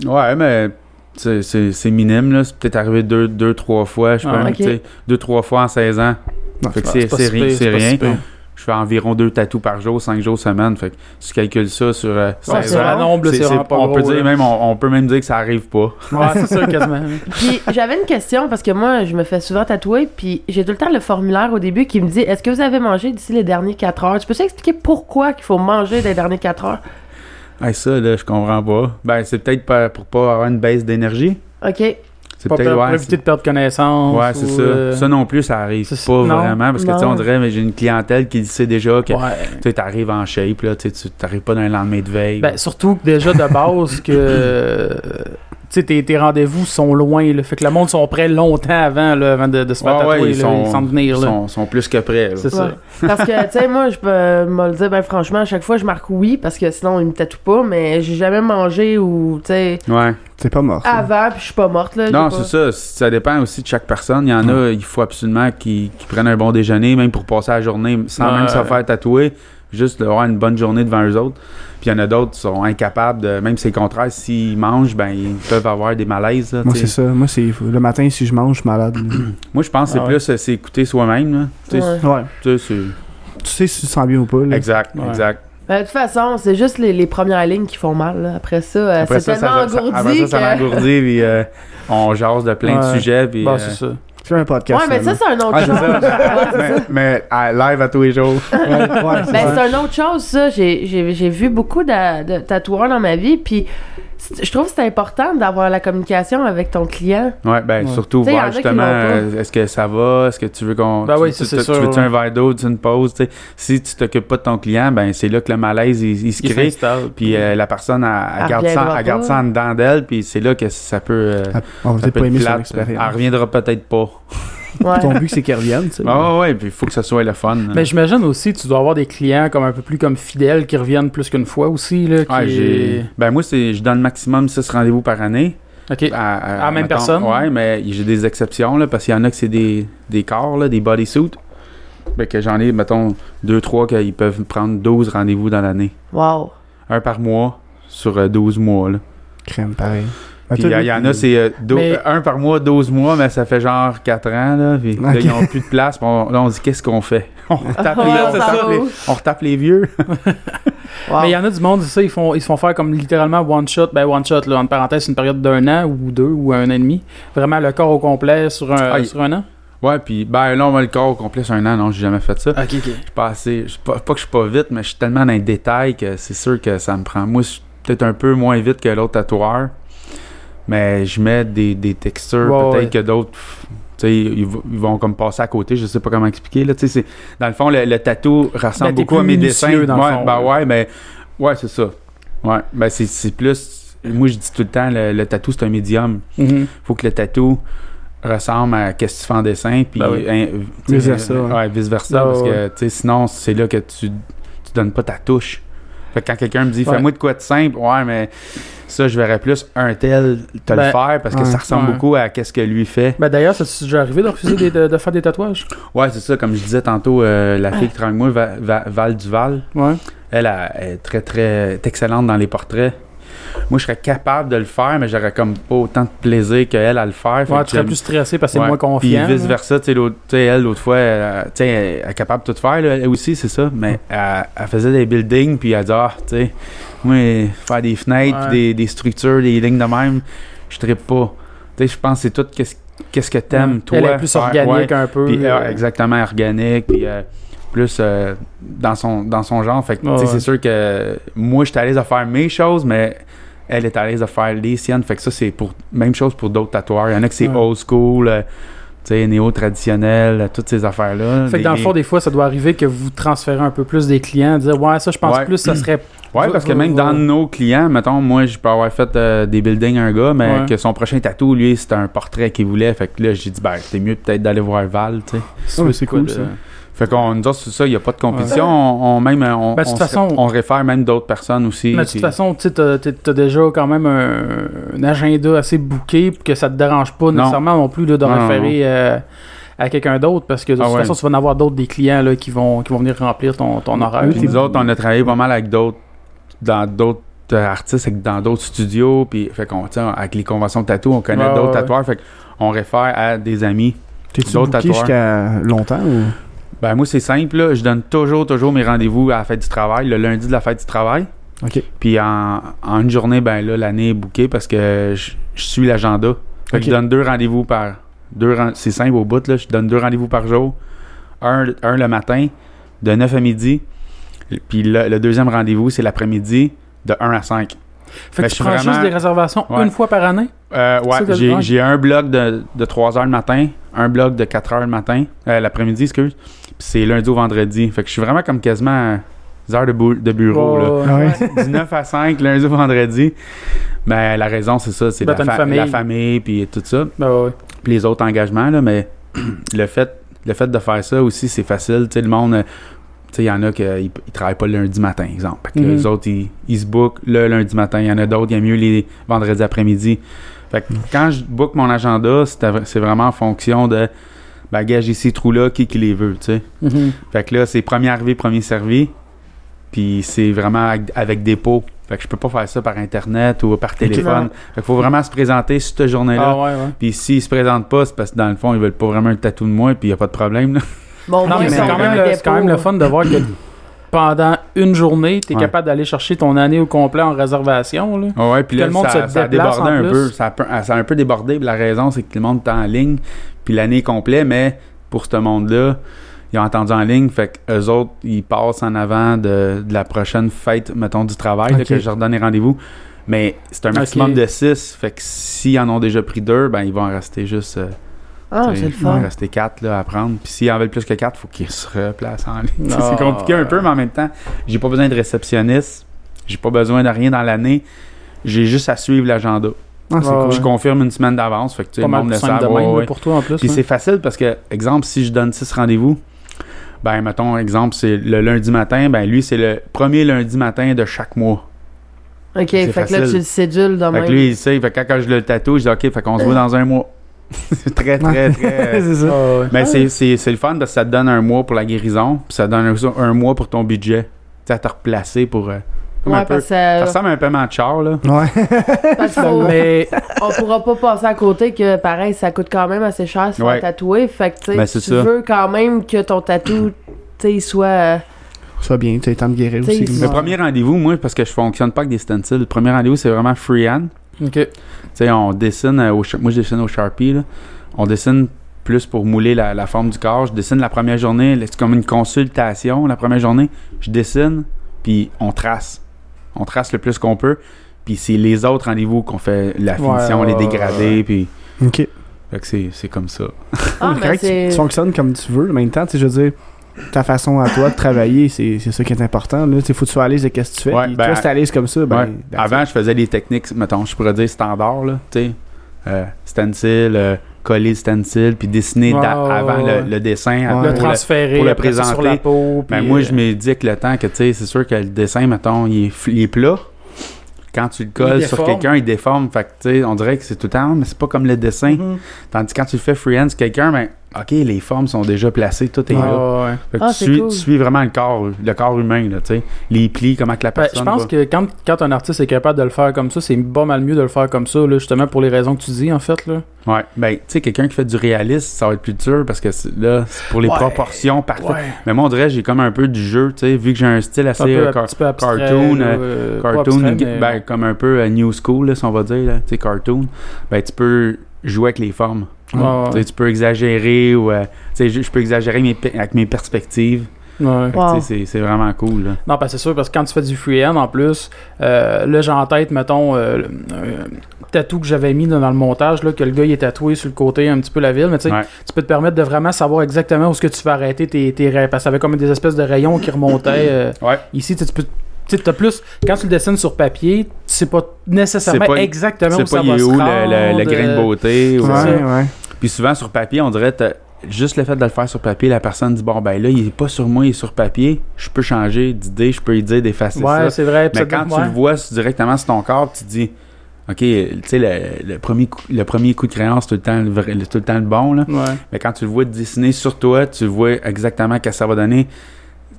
Speaker 1: Ouais, mais c'est- c'est c'est minime, là. C'est peut-être arrivé deux, deux trois fois, je
Speaker 2: Ah,
Speaker 1: pense.
Speaker 4: ok.
Speaker 1: tu sais. Deux, trois fois en 16 ans.
Speaker 3: Non,
Speaker 1: fait que
Speaker 2: c'est
Speaker 1: c'est
Speaker 2: pas
Speaker 1: c'est
Speaker 2: si
Speaker 1: ri-
Speaker 2: pire,
Speaker 1: c'est
Speaker 2: c'est pas si
Speaker 1: rien.
Speaker 2: pire.
Speaker 1: Je fais environ deux tatous par jour, cinq jours semaine. Fait que si tu calcules ça sur euh,
Speaker 2: Ouais,
Speaker 1: 16
Speaker 2: sur
Speaker 1: ans,
Speaker 2: un nombre, là,
Speaker 1: c'est-
Speaker 2: c'est
Speaker 1: c'est-
Speaker 2: vraiment pas
Speaker 1: on, peut
Speaker 2: gros,
Speaker 1: dire
Speaker 2: là.
Speaker 1: même, on, on peut même dire que ça arrive pas.
Speaker 2: Ouais, c'est ça, quasiment.
Speaker 4: Puis j'avais une question parce que moi, je me fais souvent tatouer, puis j'ai tout le temps le formulaire au début qui me dit Est-ce que vous avez mangé d'ici les dernières 4 heures? Tu peux-tu expliquer pourquoi qu'il faut manger des dernières 4 heures?
Speaker 1: Hey, ça, là, je comprends pas. Ben, c'est peut-être pas- pour pas avoir une baisse d'énergie.
Speaker 4: OK.
Speaker 1: C'est
Speaker 2: Pas
Speaker 1: peut-être.
Speaker 2: peur- pour
Speaker 1: Ouais,
Speaker 2: éviter
Speaker 1: c'est
Speaker 2: de perdre connaissance.
Speaker 1: ouais, c'est
Speaker 2: ou,
Speaker 1: ça.
Speaker 2: euh,
Speaker 1: Ça non plus, ça arrive
Speaker 2: c'est-
Speaker 1: pas
Speaker 2: non,
Speaker 1: vraiment. Parce que, tu sais,
Speaker 4: non.
Speaker 1: on dirait, mais j'ai une clientèle qui le sait déjà que.
Speaker 2: ouais.
Speaker 1: Tu sais, t'arrives en shape, là, tu sais, tu- t'arrives pas dans le lendemain de veille.
Speaker 2: Ben, surtout que déjà de base que euh, sais, tes, tes rendez-vous sont loin, là. Fait que le monde sont prêts longtemps avant, là, avant de, de se faire
Speaker 1: Ah Ouais, ouais,
Speaker 2: tatouer,
Speaker 1: ils
Speaker 2: là.
Speaker 1: sont-
Speaker 2: Ils s'en
Speaker 1: Ils
Speaker 2: venir, là.
Speaker 1: sont, sont plus que prêts. là.
Speaker 2: C'est
Speaker 4: Ouais.
Speaker 2: ça.
Speaker 4: Parce que, tu sais, moi, je peux me le dire, ben franchement, à chaque fois, je marque oui, parce que sinon, ils me tatouent pas, mais j'ai jamais mangé ou, tu sais,
Speaker 1: Ouais.
Speaker 3: T'es pas mort. ça.
Speaker 4: avant, puis je suis pas morte, là. j'ai
Speaker 1: Non,
Speaker 4: pas-
Speaker 1: c'est ça. Ça dépend aussi de chaque personne. Il y en a, il faut absolument qu'ils qu'ils prennent un bon déjeuner, même pour passer la journée, sans
Speaker 2: Ouais.
Speaker 1: même se faire tatouer. Juste avoir une bonne journée devant eux autres. Puis il y en a d'autres qui sont incapables de. Même si c'est le contraire, s'ils mangent, ben ils peuvent avoir des malaises.
Speaker 4: Ah,
Speaker 1: là,
Speaker 3: Moi,
Speaker 1: t'sais.
Speaker 3: c'est ça. Moi, c'est le matin, si je mange, je suis malade.
Speaker 1: Moi, je pense que c'est
Speaker 2: Ah ouais.
Speaker 1: plus euh, s'écouter soi-même. là. T'sais,
Speaker 4: Ouais.
Speaker 3: ouais.
Speaker 1: t'sais, c'est-
Speaker 3: Tu sais si tu te sens bien ou pas. Là.
Speaker 1: Exact,
Speaker 2: Mm. Ouais.
Speaker 1: exact.
Speaker 4: Ben, de toute façon, c'est juste les, les premières lignes qui font mal, là. Après ça, euh,
Speaker 1: Après
Speaker 4: c'est
Speaker 1: ça,
Speaker 4: tellement
Speaker 1: ça, ça-
Speaker 4: engourdi
Speaker 1: après ça, ça
Speaker 4: que...
Speaker 1: m'engourdit, puis euh, on jase de plein
Speaker 2: Ouais.
Speaker 1: de sujets. Puis,
Speaker 2: Bah,
Speaker 1: euh,
Speaker 2: c'est ça.
Speaker 3: C'est un podcast.
Speaker 4: ouais, mais ça,
Speaker 3: finalement.
Speaker 4: c'est un autre
Speaker 1: Ah, c'est
Speaker 4: chose.
Speaker 1: ça. mais, mais, à- live à tous les jours.
Speaker 3: Ouais, ouais, c'est ça.
Speaker 4: Ben, c'est une autre chose, ça. J'ai- J'ai j'ai vu beaucoup de, de tatoueurs dans ma vie, puis c'est- je trouve que c'est important d'avoir la communication avec ton client.
Speaker 1: Ouais, ben
Speaker 3: Ouais.
Speaker 1: surtout
Speaker 4: T'sais, y en
Speaker 1: voir
Speaker 4: a qui
Speaker 1: justement,
Speaker 4: l'ont pas.
Speaker 1: euh, est-ce que ça va, est-ce que tu veux qu'on,
Speaker 2: Ben
Speaker 1: tu,
Speaker 2: oui,
Speaker 1: tu-
Speaker 2: ça, c'est
Speaker 1: tu-
Speaker 2: sûr,
Speaker 1: tu veux
Speaker 2: ouais.
Speaker 1: un verre d'eau, tu une pause, tu sais. Si tu t'occupes pas de ton client, ben c'est là que le malaise il, il se
Speaker 2: Ils
Speaker 1: crée,
Speaker 2: s'installent.
Speaker 1: puis euh, la personne elle, elle
Speaker 4: Elle
Speaker 1: garde ça,
Speaker 4: reviendra
Speaker 1: elle garde
Speaker 4: pas.
Speaker 1: ça en dedans d'elle, puis c'est là que ça peut, euh,
Speaker 3: Ah, On va
Speaker 1: ça
Speaker 3: peut-être
Speaker 1: peut
Speaker 3: pas
Speaker 1: être
Speaker 3: aimer son
Speaker 1: plate. Elle
Speaker 3: expérience.
Speaker 1: reviendra peut-être pas.
Speaker 4: Ouais.
Speaker 3: Ton but, c'est qu'elle revienne, tu sais.
Speaker 1: Ah ouais, ouais, puis il faut que ça soit le fun.
Speaker 2: Mais j'imagine aussi, tu dois avoir des clients comme un peu plus comme fidèles qui reviennent plus qu'une fois aussi, là. Qui...
Speaker 1: Ouais, j'ai- ben moi c'est, je donne maximum 6 rendez-vous par année.
Speaker 2: Ok.
Speaker 1: À,
Speaker 2: À la même personne?
Speaker 1: Ouais, mais j'ai des exceptions, là, parce qu'il y en a que c'est des, des corps, là, des bodysuits. Fait que j'en ai, mettons, deux, trois qu'ils peuvent prendre 12 rendez-vous dans l'année.
Speaker 4: Wow.
Speaker 1: Un par mois sur euh, 12 mois, là.
Speaker 3: Crème, pareil. Ah,
Speaker 1: Puis il y, a- il y en a, c'est euh, dou-
Speaker 2: Mais-
Speaker 1: un par mois, 12 mois, mais ça fait genre 4 ans, là. Puis là,
Speaker 3: Ok.
Speaker 1: ils n'ont plus de place. puis on, là, on dit, qu'est-ce qu'on fait? On retape,
Speaker 2: Ah,
Speaker 4: Ouais,
Speaker 1: les, on
Speaker 4: on s'en
Speaker 1: retape
Speaker 4: va
Speaker 1: les-
Speaker 4: où?
Speaker 1: on retape les vieux.
Speaker 4: Wow.
Speaker 2: Mais il y en a du monde, ça, ils, font, ils se font faire comme littéralement one shot, ben one shot, là, entre parenthèses, une période d'un an ou deux ou un an et demi. Vraiment le corps au complet sur un,
Speaker 1: Ah, il-
Speaker 2: sur un an.
Speaker 1: Ouais, puis ben là, on va le corps au complet sur un an. Non, j'ai jamais fait ça.
Speaker 2: Ok, ok.
Speaker 1: suis pas assez- je suis pas, pas que je suis pas vite, mais je suis tellement dans les détails que c'est sûr que ça me prend. Moi, je suis peut-être un peu moins vite que l'autre tatoueur, mais je mets des, des textures,
Speaker 2: Ouais,
Speaker 1: peut-être
Speaker 2: ouais.
Speaker 1: que d'autres. pff, tu sais, ils, vont- ils vont comme passer à côté, je sais pas comment expliquer. Là, Tu sais, c'est, dans le fond, le, le tatou ressemble
Speaker 2: Ben, t'es
Speaker 1: beaucoup à
Speaker 2: plus
Speaker 1: mes
Speaker 2: minutieux,
Speaker 1: dessins.
Speaker 2: dans le
Speaker 1: ouais,
Speaker 2: fond,
Speaker 1: ben
Speaker 2: là.
Speaker 1: ouais, mais ouais, c'est ça. Ouais, ben c'est, c'est plus. Moi, je dis tout le temps, le, le tatou, c'est un médium.
Speaker 2: Mhm.
Speaker 1: faut que le tatou ressemble à qu'est-ce que tu fais en dessin puis
Speaker 2: Ben oui.
Speaker 1: hein, tu sais,
Speaker 3: Vice-versa,
Speaker 1: euh,
Speaker 3: ouais.
Speaker 1: ouais, vice versa
Speaker 2: Ah,
Speaker 1: parce
Speaker 2: ouais,
Speaker 1: que tu sais, sinon c'est là que tu tu donnes pas ta touche fait que quand quelqu'un me dit
Speaker 2: Ouais.
Speaker 1: fais-moi de quoi de simple ouais mais ça je verrais plus un tel te le
Speaker 2: Ben,
Speaker 1: faire parce que
Speaker 3: ouais,
Speaker 1: ça ressemble
Speaker 2: ouais.
Speaker 1: beaucoup à qu'est-ce que lui fait
Speaker 2: Ben d'ailleurs, ça t'est déjà arrivé de refuser des- de, de faire des tatouages?
Speaker 1: ouais c'est ça comme je disais tantôt euh, la fille qui travaille avec moi Va- Va- Val Duval
Speaker 2: Ouais.
Speaker 1: elle, elle, elle est très, très est excellente dans les portraits. Moi, je serais capable de le faire, mais j'aurais comme pas autant de plaisir qu'elle à le faire. Fait
Speaker 2: Ouais,
Speaker 1: que
Speaker 2: tu serais
Speaker 1: j'aime-
Speaker 2: plus stressé parce que c'est
Speaker 1: Ouais.
Speaker 2: moins confiant.
Speaker 1: Puis
Speaker 2: là.
Speaker 1: vice versa, tu sais, l'autre- tu sais, elle, l'autre fois, elle, tu sais, elle, elle est capable de tout faire, là, elle aussi, c'est ça.
Speaker 2: Mm.
Speaker 1: Mais elle, elle faisait des buildings, puis elle dit, ah, tu sais, moi, faire des fenêtres,
Speaker 2: Ouais.
Speaker 1: puis des, des structures, des lignes de même, je trippe pas. Tu sais, je pense que c'est tout qu'est-ce qu'est-ce que t'aimes,
Speaker 3: Mm.
Speaker 2: Ouais.
Speaker 1: toi.
Speaker 2: Elle est plus
Speaker 1: faire,
Speaker 2: organique
Speaker 1: ouais.
Speaker 2: un peu.
Speaker 1: Puis, euh,
Speaker 2: euh,
Speaker 1: exactement, organique, puis euh, plus euh, dans, son, dans son genre. Fait que,
Speaker 2: Ouais,
Speaker 1: tu sais,
Speaker 2: ouais.
Speaker 1: c'est sûr que moi, j'étais à l'aise de faire mes choses, mais elle est à l'aise de faire les siennes. Fait que ça, c'est pour même chose pour d'autres tatoueurs. Il y en a que c'est
Speaker 2: Ouais.
Speaker 1: old school, euh, tu sais, néo-traditionnel, euh, toutes ces affaires-là.
Speaker 2: Fait que
Speaker 1: Des-
Speaker 2: dans le fond, des fois, ça doit arriver que vous transférez un peu plus des clients, dire ouais, ça, je pense
Speaker 1: Ouais.
Speaker 2: plus, ça serait.
Speaker 1: Ouais, parce que même dans nos clients, mettons, moi, je peux avoir fait euh, des buildings à un gars, mais
Speaker 2: Ouais.
Speaker 1: que son prochain tatou, lui, c'était un portrait qu'il voulait. Fait que là, j'ai dit, ben, c'est mieux peut-être d'aller voir Val, tu sais.
Speaker 3: Ah, mais c'est
Speaker 2: quoi
Speaker 3: cool,
Speaker 2: de-
Speaker 3: ça.
Speaker 1: Fait qu'on nous autres, c'est ça, il n'y a pas de compétition. On, on même, euh, on,
Speaker 2: Ben, de
Speaker 1: on
Speaker 2: toute
Speaker 1: se-
Speaker 2: façon-
Speaker 1: on réfère même d'autres personnes aussi.
Speaker 2: Mais de toute
Speaker 1: puis-
Speaker 2: façon, tu sais, t'as- t'as t'as déjà quand même un, un agenda assez bouqué pour que ça te dérange pas nécessairement non plus là, de
Speaker 1: Non, non,
Speaker 2: référer euh, à quelqu'un d'autre parce que de
Speaker 1: Ah
Speaker 2: toute
Speaker 1: ouais.
Speaker 2: façon, tu vas en avoir d'autres des clients là, qui, vont, qui vont venir remplir ton,
Speaker 1: Mm-hmm.
Speaker 2: ton horaire.
Speaker 1: ah, Puis nous autres, on a travaillé pas mal avec d'autres, dans d'autres euh, artistes, avec- dans d'autres studios. Puis, fait qu'on, tu sais, avec les conventions de tatou, on connaît
Speaker 2: Ouais,
Speaker 1: d'autres
Speaker 2: ouais, ouais.
Speaker 1: tatoueurs. Fait qu'on réfère à des amis.
Speaker 3: T'es-tu
Speaker 1: D'autres
Speaker 3: booké
Speaker 1: tatoueurs.
Speaker 3: jusqu'à longtemps ou...
Speaker 1: Ben, moi, c'est simple, là. Je donne toujours, toujours mes rendez-vous à la fête du travail, le lundi de la fête du travail.
Speaker 3: Ok.
Speaker 1: Puis en, en une journée, ben là, l'année est bouquée parce que je, je suis l'agenda. Fait que
Speaker 3: Ok.
Speaker 1: je donne deux rendez-vous par. Deux, ren- c'est simple au bout, là. Je donne deux rendez-vous par jour. Un, un le matin, de 9 à midi. Puis le, le deuxième rendez-vous, c'est l'après-midi, de 1 à 5.
Speaker 2: Fait
Speaker 1: Ben, je
Speaker 2: que tu
Speaker 1: suis
Speaker 2: prends juste
Speaker 1: vraiment-
Speaker 2: des réservations
Speaker 1: Ouais.
Speaker 2: une fois par année.
Speaker 1: Euh, ouais,
Speaker 2: Ça, t'as-
Speaker 1: j'ai,
Speaker 2: ouais.
Speaker 1: j'ai un bloc de, de 3 heures le matin, un bloc de 4 heures le matin, euh, l'après-midi, excuse. Puis c'est lundi au vendredi. Fait que je suis vraiment comme quasiment heures de, bou- de bureau. là.
Speaker 2: Ouais,
Speaker 3: Ah
Speaker 2: Bah, ouais.
Speaker 3: ouais.
Speaker 1: du 9 à 5, lundi au vendredi. Ben, la raison, c'est ça, c'est
Speaker 2: Ben,
Speaker 1: la,
Speaker 2: t'as une
Speaker 1: fa-
Speaker 2: famille.
Speaker 1: la famille, puis tout ça.
Speaker 2: Ben ouais, ouais.
Speaker 1: Puis les autres engagements, là, mais le fait, le fait de faire ça aussi, c'est facile. Tu sais, le monde, euh, tu sais, il y en a qui ils, ils travaillent pas le lundi matin, exemple. Fait que
Speaker 2: Mhm.
Speaker 1: les autres, ils, ils se bookent le lundi matin. Il y en a d'autres, il y a mieux les vendredis après-midi. Fait que quand je book mon agenda, c'est av- c'est vraiment en fonction de, ben, gage ici, trous-là, qui qui les veut, tu sais.
Speaker 2: Mhm.
Speaker 1: Fait que là, c'est premier arrivé, premier servi. Puis c'est vraiment ag- avec des pots. Fait que je peux pas faire ça par Internet ou par téléphone.
Speaker 4: Non.
Speaker 1: Fait qu'il faut vraiment se présenter cette journée-là.
Speaker 2: Ah ouais, ouais.
Speaker 1: Puis s'ils se présentent pas, c'est parce que dans le fond, ils veulent pas vraiment un tatou de moi, puis y a pas de problème, là.
Speaker 4: Bon,
Speaker 2: Non,
Speaker 4: moi,
Speaker 2: mais
Speaker 4: ils
Speaker 2: c'est
Speaker 4: sont
Speaker 2: quand, même
Speaker 4: un
Speaker 2: le,
Speaker 4: dépôt.
Speaker 2: c'est quand même le fun de voir que pendant une journée, tu es
Speaker 1: Ouais.
Speaker 2: capable d'aller chercher ton année au complet en réservation. Là.
Speaker 1: Ah ouais, puis
Speaker 2: Que
Speaker 1: là,
Speaker 2: le monde
Speaker 1: ça,
Speaker 2: se
Speaker 1: ça a
Speaker 2: déplace
Speaker 1: débordé
Speaker 2: en
Speaker 1: un
Speaker 2: plus.
Speaker 1: peu. Ça a, peu- ça a un peu débordé, puis la raison, c'est que le monde est en ligne, puis l'année est complète, mais pour ce monde-là, ils ont entendu en ligne, fait qu'eux autres, ils passent en avant de, de la prochaine fête, mettons, du travail, là,
Speaker 3: Ok.
Speaker 1: que je leur donne les rendez-vous. Mais c'est un
Speaker 2: Ok.
Speaker 1: maximum de 6, fait que s'ils en ont déjà pris deux, ben ils vont en rester juste... euh,
Speaker 4: Ah,
Speaker 1: tu sais,
Speaker 4: c'est le
Speaker 1: Il va en
Speaker 4: fun.
Speaker 1: rester 4 à prendre. Puis s'il en veulent plus que 4, il faut qu'ils se replacent en ligne.
Speaker 2: Ah.
Speaker 1: c'est compliqué un peu, mais en même temps, j'ai pas besoin de réceptionniste. J'ai pas besoin de rien dans l'année. J'ai juste à suivre l'agenda.
Speaker 3: Ah, c'est
Speaker 2: Ouais,
Speaker 3: cool.
Speaker 1: Je confirme une semaine d'avance. Fait que tu sais,
Speaker 2: Pas
Speaker 1: le
Speaker 2: mal
Speaker 1: monde
Speaker 2: plus
Speaker 1: le
Speaker 2: simple
Speaker 1: savent.
Speaker 2: de
Speaker 1: ouais,
Speaker 2: même là,
Speaker 1: ouais.
Speaker 2: pour toi en plus. hein.
Speaker 1: Puis
Speaker 2: ouais.
Speaker 1: c'est facile parce que, exemple, si je donne 6 rendez-vous, ben mettons, exemple, c'est le lundi matin, ben lui, c'est le premier lundi matin de chaque mois.
Speaker 4: OK, fait que là,
Speaker 1: facile.
Speaker 4: tu le cédules
Speaker 2: Ah,
Speaker 4: dans
Speaker 1: Fait que
Speaker 4: même.
Speaker 1: lui, il sait, fait que quand je le tatoue, je dis OK, fait qu'on se voit dans un mois. c'est très, très, très.
Speaker 3: c'est ça.
Speaker 2: Ah ouais.
Speaker 1: Mais c'est- c'est c'est le fun parce que ça te donne un mois pour la guérison, puis ça te donne aussi un mois pour ton budget. Tu sais, à te replacer pour. euh, comme un
Speaker 4: Ouais,
Speaker 1: peu-
Speaker 4: parce
Speaker 1: Ça
Speaker 4: que euh,
Speaker 1: ressemble à un paiement de char, là.
Speaker 3: Ouais.
Speaker 4: parce
Speaker 2: Ah,
Speaker 4: que faut-
Speaker 2: Mais
Speaker 4: on pourra pas passer à côté que, pareil, ça coûte quand même assez cher se
Speaker 1: Ouais.
Speaker 4: faire tatouer. Fait que, tu sais,
Speaker 1: Ben, c'est
Speaker 4: tu
Speaker 1: ça.
Speaker 4: veux quand même que ton tatou, tu sais, il soit... euh,
Speaker 2: Oh,
Speaker 3: Ça va bien, tu as le temps de guérir
Speaker 4: T'sais,
Speaker 3: aussi.
Speaker 4: ils
Speaker 1: Le
Speaker 4: Ouais.
Speaker 1: premier rendez-vous, moi, parce que je fonctionne pas avec des stencils, le premier rendez-vous, c'est vraiment freehand.
Speaker 2: ok.
Speaker 1: Tu sais, on dessine, euh, au, Shar- moi, je dessine au Sharpie, là. On dessine plus pour mouler la, la forme du corps. Je dessine la première journée, là, c'est comme une consultation. La première journée, je dessine, puis on trace. On trace le plus qu'on peut. Puis c'est les autres rendez-vous qu'on fait la
Speaker 2: Ouais,
Speaker 1: finition,
Speaker 2: ouais,
Speaker 1: les dégradés,
Speaker 2: ouais.
Speaker 1: puis...
Speaker 3: Ok.
Speaker 1: Fait que c'est c'est comme ça.
Speaker 4: Ah,
Speaker 3: C'est
Speaker 4: mais
Speaker 3: correct, tu,
Speaker 4: c'est...
Speaker 3: tu fonctionnes comme tu veux. En même temps, tu sais, je veux dire, ta façon à toi de travailler, c'est c'est ça qui est important. Là. Tu sais, faut que tu sois à l'aise de qu'est-ce que tu fais.
Speaker 1: Ouais,
Speaker 3: Puis
Speaker 1: ben,
Speaker 3: toi, si t'es à l'aise comme ça, ben,
Speaker 1: Ouais.
Speaker 3: that's
Speaker 1: Avant, je faisais des techniques, mettons, je pourrais dire standard, là, tu sais, euh, stencil, euh, coller le stencil, puis dessiner
Speaker 2: Ouais,
Speaker 1: d'a-
Speaker 2: ouais,
Speaker 1: avant
Speaker 2: ouais.
Speaker 1: le, le dessin.
Speaker 3: Le
Speaker 1: avant
Speaker 2: Le
Speaker 1: pour le-
Speaker 2: transférer
Speaker 1: pour le
Speaker 2: après ça, sur
Speaker 1: présenter.
Speaker 2: la peau.
Speaker 1: Ben,
Speaker 2: puis,
Speaker 1: moi,
Speaker 2: euh,
Speaker 1: je me dis que le temps que, tu sais, c'est sûr que le dessin, mettons, il est, fl- il est plat. Quand tu le colles sur
Speaker 2: déforme.
Speaker 1: quelqu'un, il déforme. Fait que, tu sais, on dirait que c'est tout le temps, Ah, mais c'est pas comme le dessin.
Speaker 2: Mhm.
Speaker 1: Tandis que quand tu le fais freehand sur quelqu'un, ben, OK, les formes sont déjà placées, tout est
Speaker 2: Ah,
Speaker 1: là.
Speaker 2: ouais.
Speaker 1: Fait que
Speaker 4: Ah,
Speaker 1: tu,
Speaker 4: c'est
Speaker 1: suis,
Speaker 4: cool.
Speaker 1: tu suis vraiment le corps, le corps humain, là, tu sais. Les plis, comment que la
Speaker 2: Ben,
Speaker 1: personne
Speaker 2: je pense
Speaker 1: va.
Speaker 2: que quand, quand un artiste est capable de le faire comme ça, c'est pas mal mieux de le faire comme ça, là, justement pour les raisons que tu dis en fait. Là.
Speaker 1: Ouais, ben, tu sais, quelqu'un qui fait du réalisme, ça va être plus dur parce que c'est- là, c'est pour les
Speaker 2: Ouais.
Speaker 1: proportions parfaites. Mais moi, on dirait, j'ai comme un peu du jeu, tu sais, vu que j'ai un style assez
Speaker 2: un peu,
Speaker 1: euh,
Speaker 2: un
Speaker 1: car-
Speaker 2: petit peu abstrait,
Speaker 1: cartoon,
Speaker 2: là,
Speaker 1: euh,
Speaker 2: euh, pas
Speaker 1: cartoon,
Speaker 2: abstrait, mais-
Speaker 1: ben, comme un peu euh, new school, là, si on va dire, là, tu sais, cartoon. Ben, tu peux jouer avec les formes.
Speaker 2: Ouais,
Speaker 1: Tu sais,
Speaker 2: ouais,
Speaker 1: Tu peux exagérer ou, euh, tu sais, je je peux exagérer mes pe- avec mes perspectives.
Speaker 2: ouais.
Speaker 1: Fait que, tu sais,
Speaker 4: Wow.
Speaker 1: c'est- C'est vraiment cool, là.
Speaker 2: Non, parce que c'est sûr, parce que quand tu fais du freehand en plus, euh, là j'ai en tête, mettons, euh, le- un tatou que j'avais mis là, dans le montage, là, que le gars il est tatoué sur le côté un petit peu la ville, mais tu sais,
Speaker 1: Ouais.
Speaker 2: tu peux te permettre de vraiment savoir exactement où est-ce que tu vas arrêter tes, tes raies, parce que t'avais comme des espèces de rayons qui remontaient euh,
Speaker 1: Ouais.
Speaker 2: ici, tu sais, tu peux. Tu sais, t'as plus, quand tu le dessines sur papier, tu sais pas nécessairement
Speaker 1: C'est pas-
Speaker 2: exactement où
Speaker 1: C'est
Speaker 2: ça
Speaker 1: pas
Speaker 2: va
Speaker 1: il est
Speaker 2: se
Speaker 1: où le, le-
Speaker 2: rendre,
Speaker 1: le grain de
Speaker 2: euh,
Speaker 1: beauté.
Speaker 3: it.
Speaker 1: ou-
Speaker 3: Ouais,
Speaker 2: ça.
Speaker 3: ouais.
Speaker 1: Puis souvent sur papier, on dirait t'as- juste le fait de le faire sur papier, la personne dit bon ben là, il est pas sur moi, il est sur papier, je peux changer d'idée, je peux lui dire d'effacer
Speaker 2: Ouais,
Speaker 1: ça.
Speaker 2: c'est vrai. puis
Speaker 1: Mais
Speaker 2: ça
Speaker 1: quand
Speaker 2: te-
Speaker 1: tu
Speaker 2: ouais.
Speaker 1: le vois sur- directement sur ton corps, tu te dis OK, tu sais le, le premier coup, le premier coup de crayon, c'est tout le temps le, vrai- le- tout le temps le bon là.
Speaker 2: Ouais.
Speaker 1: Mais quand tu le vois dessiner sur toi, tu vois exactement ce que ça va donner.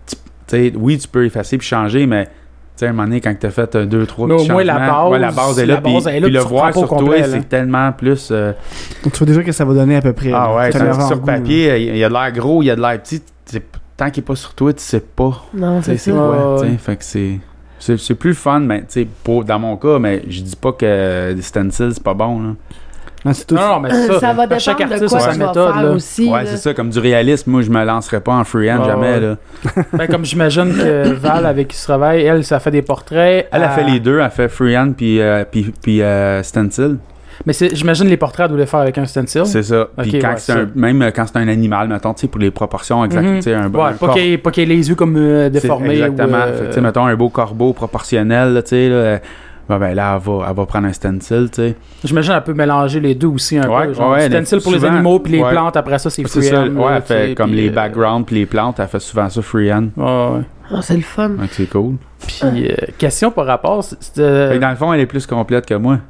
Speaker 1: Tu- tu sais, oui, tu peux effacer puis changer, mais tu sais, à un moment donné, quand tu as fait un, deux, trois
Speaker 2: Mais au
Speaker 1: petits
Speaker 2: moins, la
Speaker 1: changements, ouais, la
Speaker 2: base-
Speaker 1: base est
Speaker 2: la
Speaker 1: là. puis-
Speaker 2: base est là,
Speaker 1: puis
Speaker 2: puis
Speaker 1: le
Speaker 2: tu reprends
Speaker 1: voir
Speaker 2: pas au
Speaker 1: sur toi,
Speaker 2: complet, là.
Speaker 1: c'est tellement plus. euh,
Speaker 3: Donc, tu vois déjà que ça va donner à peu près.
Speaker 1: ah
Speaker 3: là.
Speaker 1: ouais,
Speaker 3: Ça
Speaker 1: tandis
Speaker 3: met
Speaker 1: que
Speaker 3: en
Speaker 1: sur
Speaker 3: goût,
Speaker 1: papier, il il a de l'air gros, il a de l'air petit. tu sais, Tant qu'il n'est pas sur toi, tu sais pas.
Speaker 4: Non,
Speaker 1: tu sais,
Speaker 4: c'est
Speaker 1: C'est
Speaker 4: ça.
Speaker 1: quoi,
Speaker 2: Ouais,
Speaker 1: tu
Speaker 2: ouais.
Speaker 1: sais. Fait que c'est. C'est c'est plus fun, mais tu sais, pour- dans mon cas, mais je dis pas que des stencils, c'est pas bon. là.
Speaker 3: là. Non, Ah, c'est tout.
Speaker 2: Non, non, mais c'est ça.
Speaker 4: Euh, Ça va
Speaker 2: à chaque
Speaker 4: dépendre de
Speaker 2: artiste
Speaker 4: quoi
Speaker 2: a sa
Speaker 4: tu vas
Speaker 2: méthode.
Speaker 4: faire
Speaker 2: là.
Speaker 4: aussi.
Speaker 1: Ouais,
Speaker 4: là.
Speaker 1: c'est ça. Comme du réalisme, moi, je me lancerais pas en freehand
Speaker 2: Ah,
Speaker 1: jamais.
Speaker 2: ouais.
Speaker 1: Là.
Speaker 2: Ben, comme j'imagine que Val, avec qui se travaille, elle, ça fait des portraits.
Speaker 1: Elle a
Speaker 2: à-
Speaker 1: fait les deux. Elle fait freehand puis, euh, puis, puis euh, stencil.
Speaker 2: Mais c'est- j'imagine les portraits doivent les faire avec un stencil.
Speaker 1: C'est ça. Puis
Speaker 2: Oh. Ok,
Speaker 1: quand
Speaker 2: ouais,
Speaker 1: c'est
Speaker 2: ça.
Speaker 1: un- même euh, quand c'est un animal, mettons, tu sais, pour les proportions exactes,
Speaker 2: Mhm.
Speaker 1: tu sais, un, bon
Speaker 2: Ouais, pas qu'il y ait- pas qu'il y ait les yeux comme euh, déformés.
Speaker 1: Exactement.
Speaker 2: ou, euh,
Speaker 1: Fait que, tu sais, mettons un beau corbeau proportionnel, là, tu sais, là, euh, ben, ben, là, elle va, elle va prendre un stencil, tu sais.
Speaker 2: J'imagine un peu mélanger les deux aussi un
Speaker 1: Ouais,
Speaker 2: peu. Genre,
Speaker 1: ouais,
Speaker 2: stencil pour les
Speaker 1: souvent,
Speaker 2: animaux, puis les
Speaker 1: ouais.
Speaker 2: plantes, après ça, c'est
Speaker 1: C'est
Speaker 2: free
Speaker 1: ça,
Speaker 2: hand,
Speaker 1: ouais,
Speaker 2: là,
Speaker 1: elle
Speaker 2: tu sais,
Speaker 1: fait comme
Speaker 2: puis,
Speaker 1: les
Speaker 2: euh,
Speaker 1: backgrounds puis les plantes, elle fait souvent ça freehand.
Speaker 2: ouais, ouais.
Speaker 4: Oh, c'est le fun.
Speaker 1: Donc c'est cool.
Speaker 2: Puis, euh, question par rapport, c'est- c'est,
Speaker 1: Fait
Speaker 2: euh,
Speaker 1: que dans le fond, elle est plus complète que moi.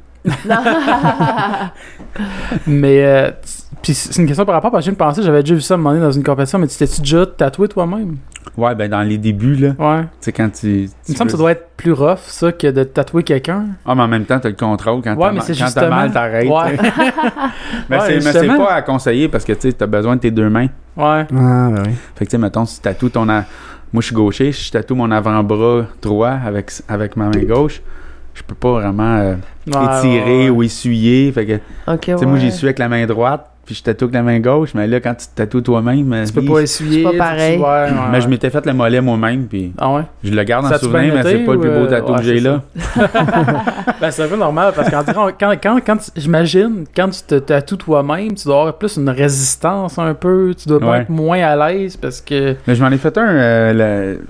Speaker 2: mais euh, t- puis c'est une question par rapport parce que je viens de penser, j'avais déjà vu ça à un moment donné dans une compétition, mais tu t'es-tu déjà tatoué toi-même?
Speaker 1: Ouais, ben dans les débuts, là, tu
Speaker 2: Ouais.
Speaker 1: sais, quand tu. tu
Speaker 2: Il me semble que ça
Speaker 1: veux-
Speaker 2: doit être plus rough, ça, que de tatouer quelqu'un.
Speaker 1: Ah, mais en même temps, t'as le contrôle. Quand
Speaker 2: Ouais,
Speaker 1: t'as
Speaker 2: mais
Speaker 1: ma-
Speaker 2: c'est
Speaker 1: quand t'as
Speaker 2: justement-
Speaker 1: mal, t'arrêtes.
Speaker 2: Ouais.
Speaker 1: tu sais. mais
Speaker 2: Ouais,
Speaker 1: c'est- mais c'est
Speaker 2: justement.
Speaker 1: pas à conseiller parce que, tu sais, t'as besoin de tes deux mains.
Speaker 2: ouais.
Speaker 3: Ah, ben oui.
Speaker 1: Fait que, tu sais, mettons, si tu tatoues ton. a- Moi, je suis gaucher, si je tatoue mon avant-bras droit avec, avec ma main gauche, je peux pas vraiment euh,
Speaker 2: Ouais,
Speaker 1: étirer
Speaker 2: ouais, ouais.
Speaker 1: ou essuyer. Fait que, tu
Speaker 4: Ok,
Speaker 1: sais,
Speaker 4: ouais.
Speaker 1: moi, j'essuie avec la main droite, puis je tatoue avec la main gauche, mais là, quand tu te tatoues toi-même. euh,
Speaker 2: Tu peux
Speaker 1: hi-
Speaker 2: pas essuyer.
Speaker 4: pas
Speaker 2: tu-
Speaker 4: pareil.
Speaker 2: ouais, ouais, ouais.
Speaker 1: Mais je m'étais fait le mollet moi-même, puis
Speaker 2: Ah ouais?
Speaker 1: je le garde
Speaker 2: Ça
Speaker 1: en
Speaker 2: a-tu bien
Speaker 1: souvenir, mais c'est
Speaker 2: été
Speaker 1: pas le plus
Speaker 2: ou,
Speaker 1: beau
Speaker 2: euh,
Speaker 1: tatou
Speaker 2: ouais,
Speaker 1: que j'ai
Speaker 2: c'est
Speaker 1: là.
Speaker 2: Ben, c'est un peu normal parce qu'en dirait, quand, quand, quand tu- j'imagine, quand tu te tatoues toi-même, tu dois avoir plus une résistance un peu, tu dois pas
Speaker 1: Ouais.
Speaker 2: être moins à l'aise parce que.
Speaker 1: Mais je m'en ai fait un, euh, le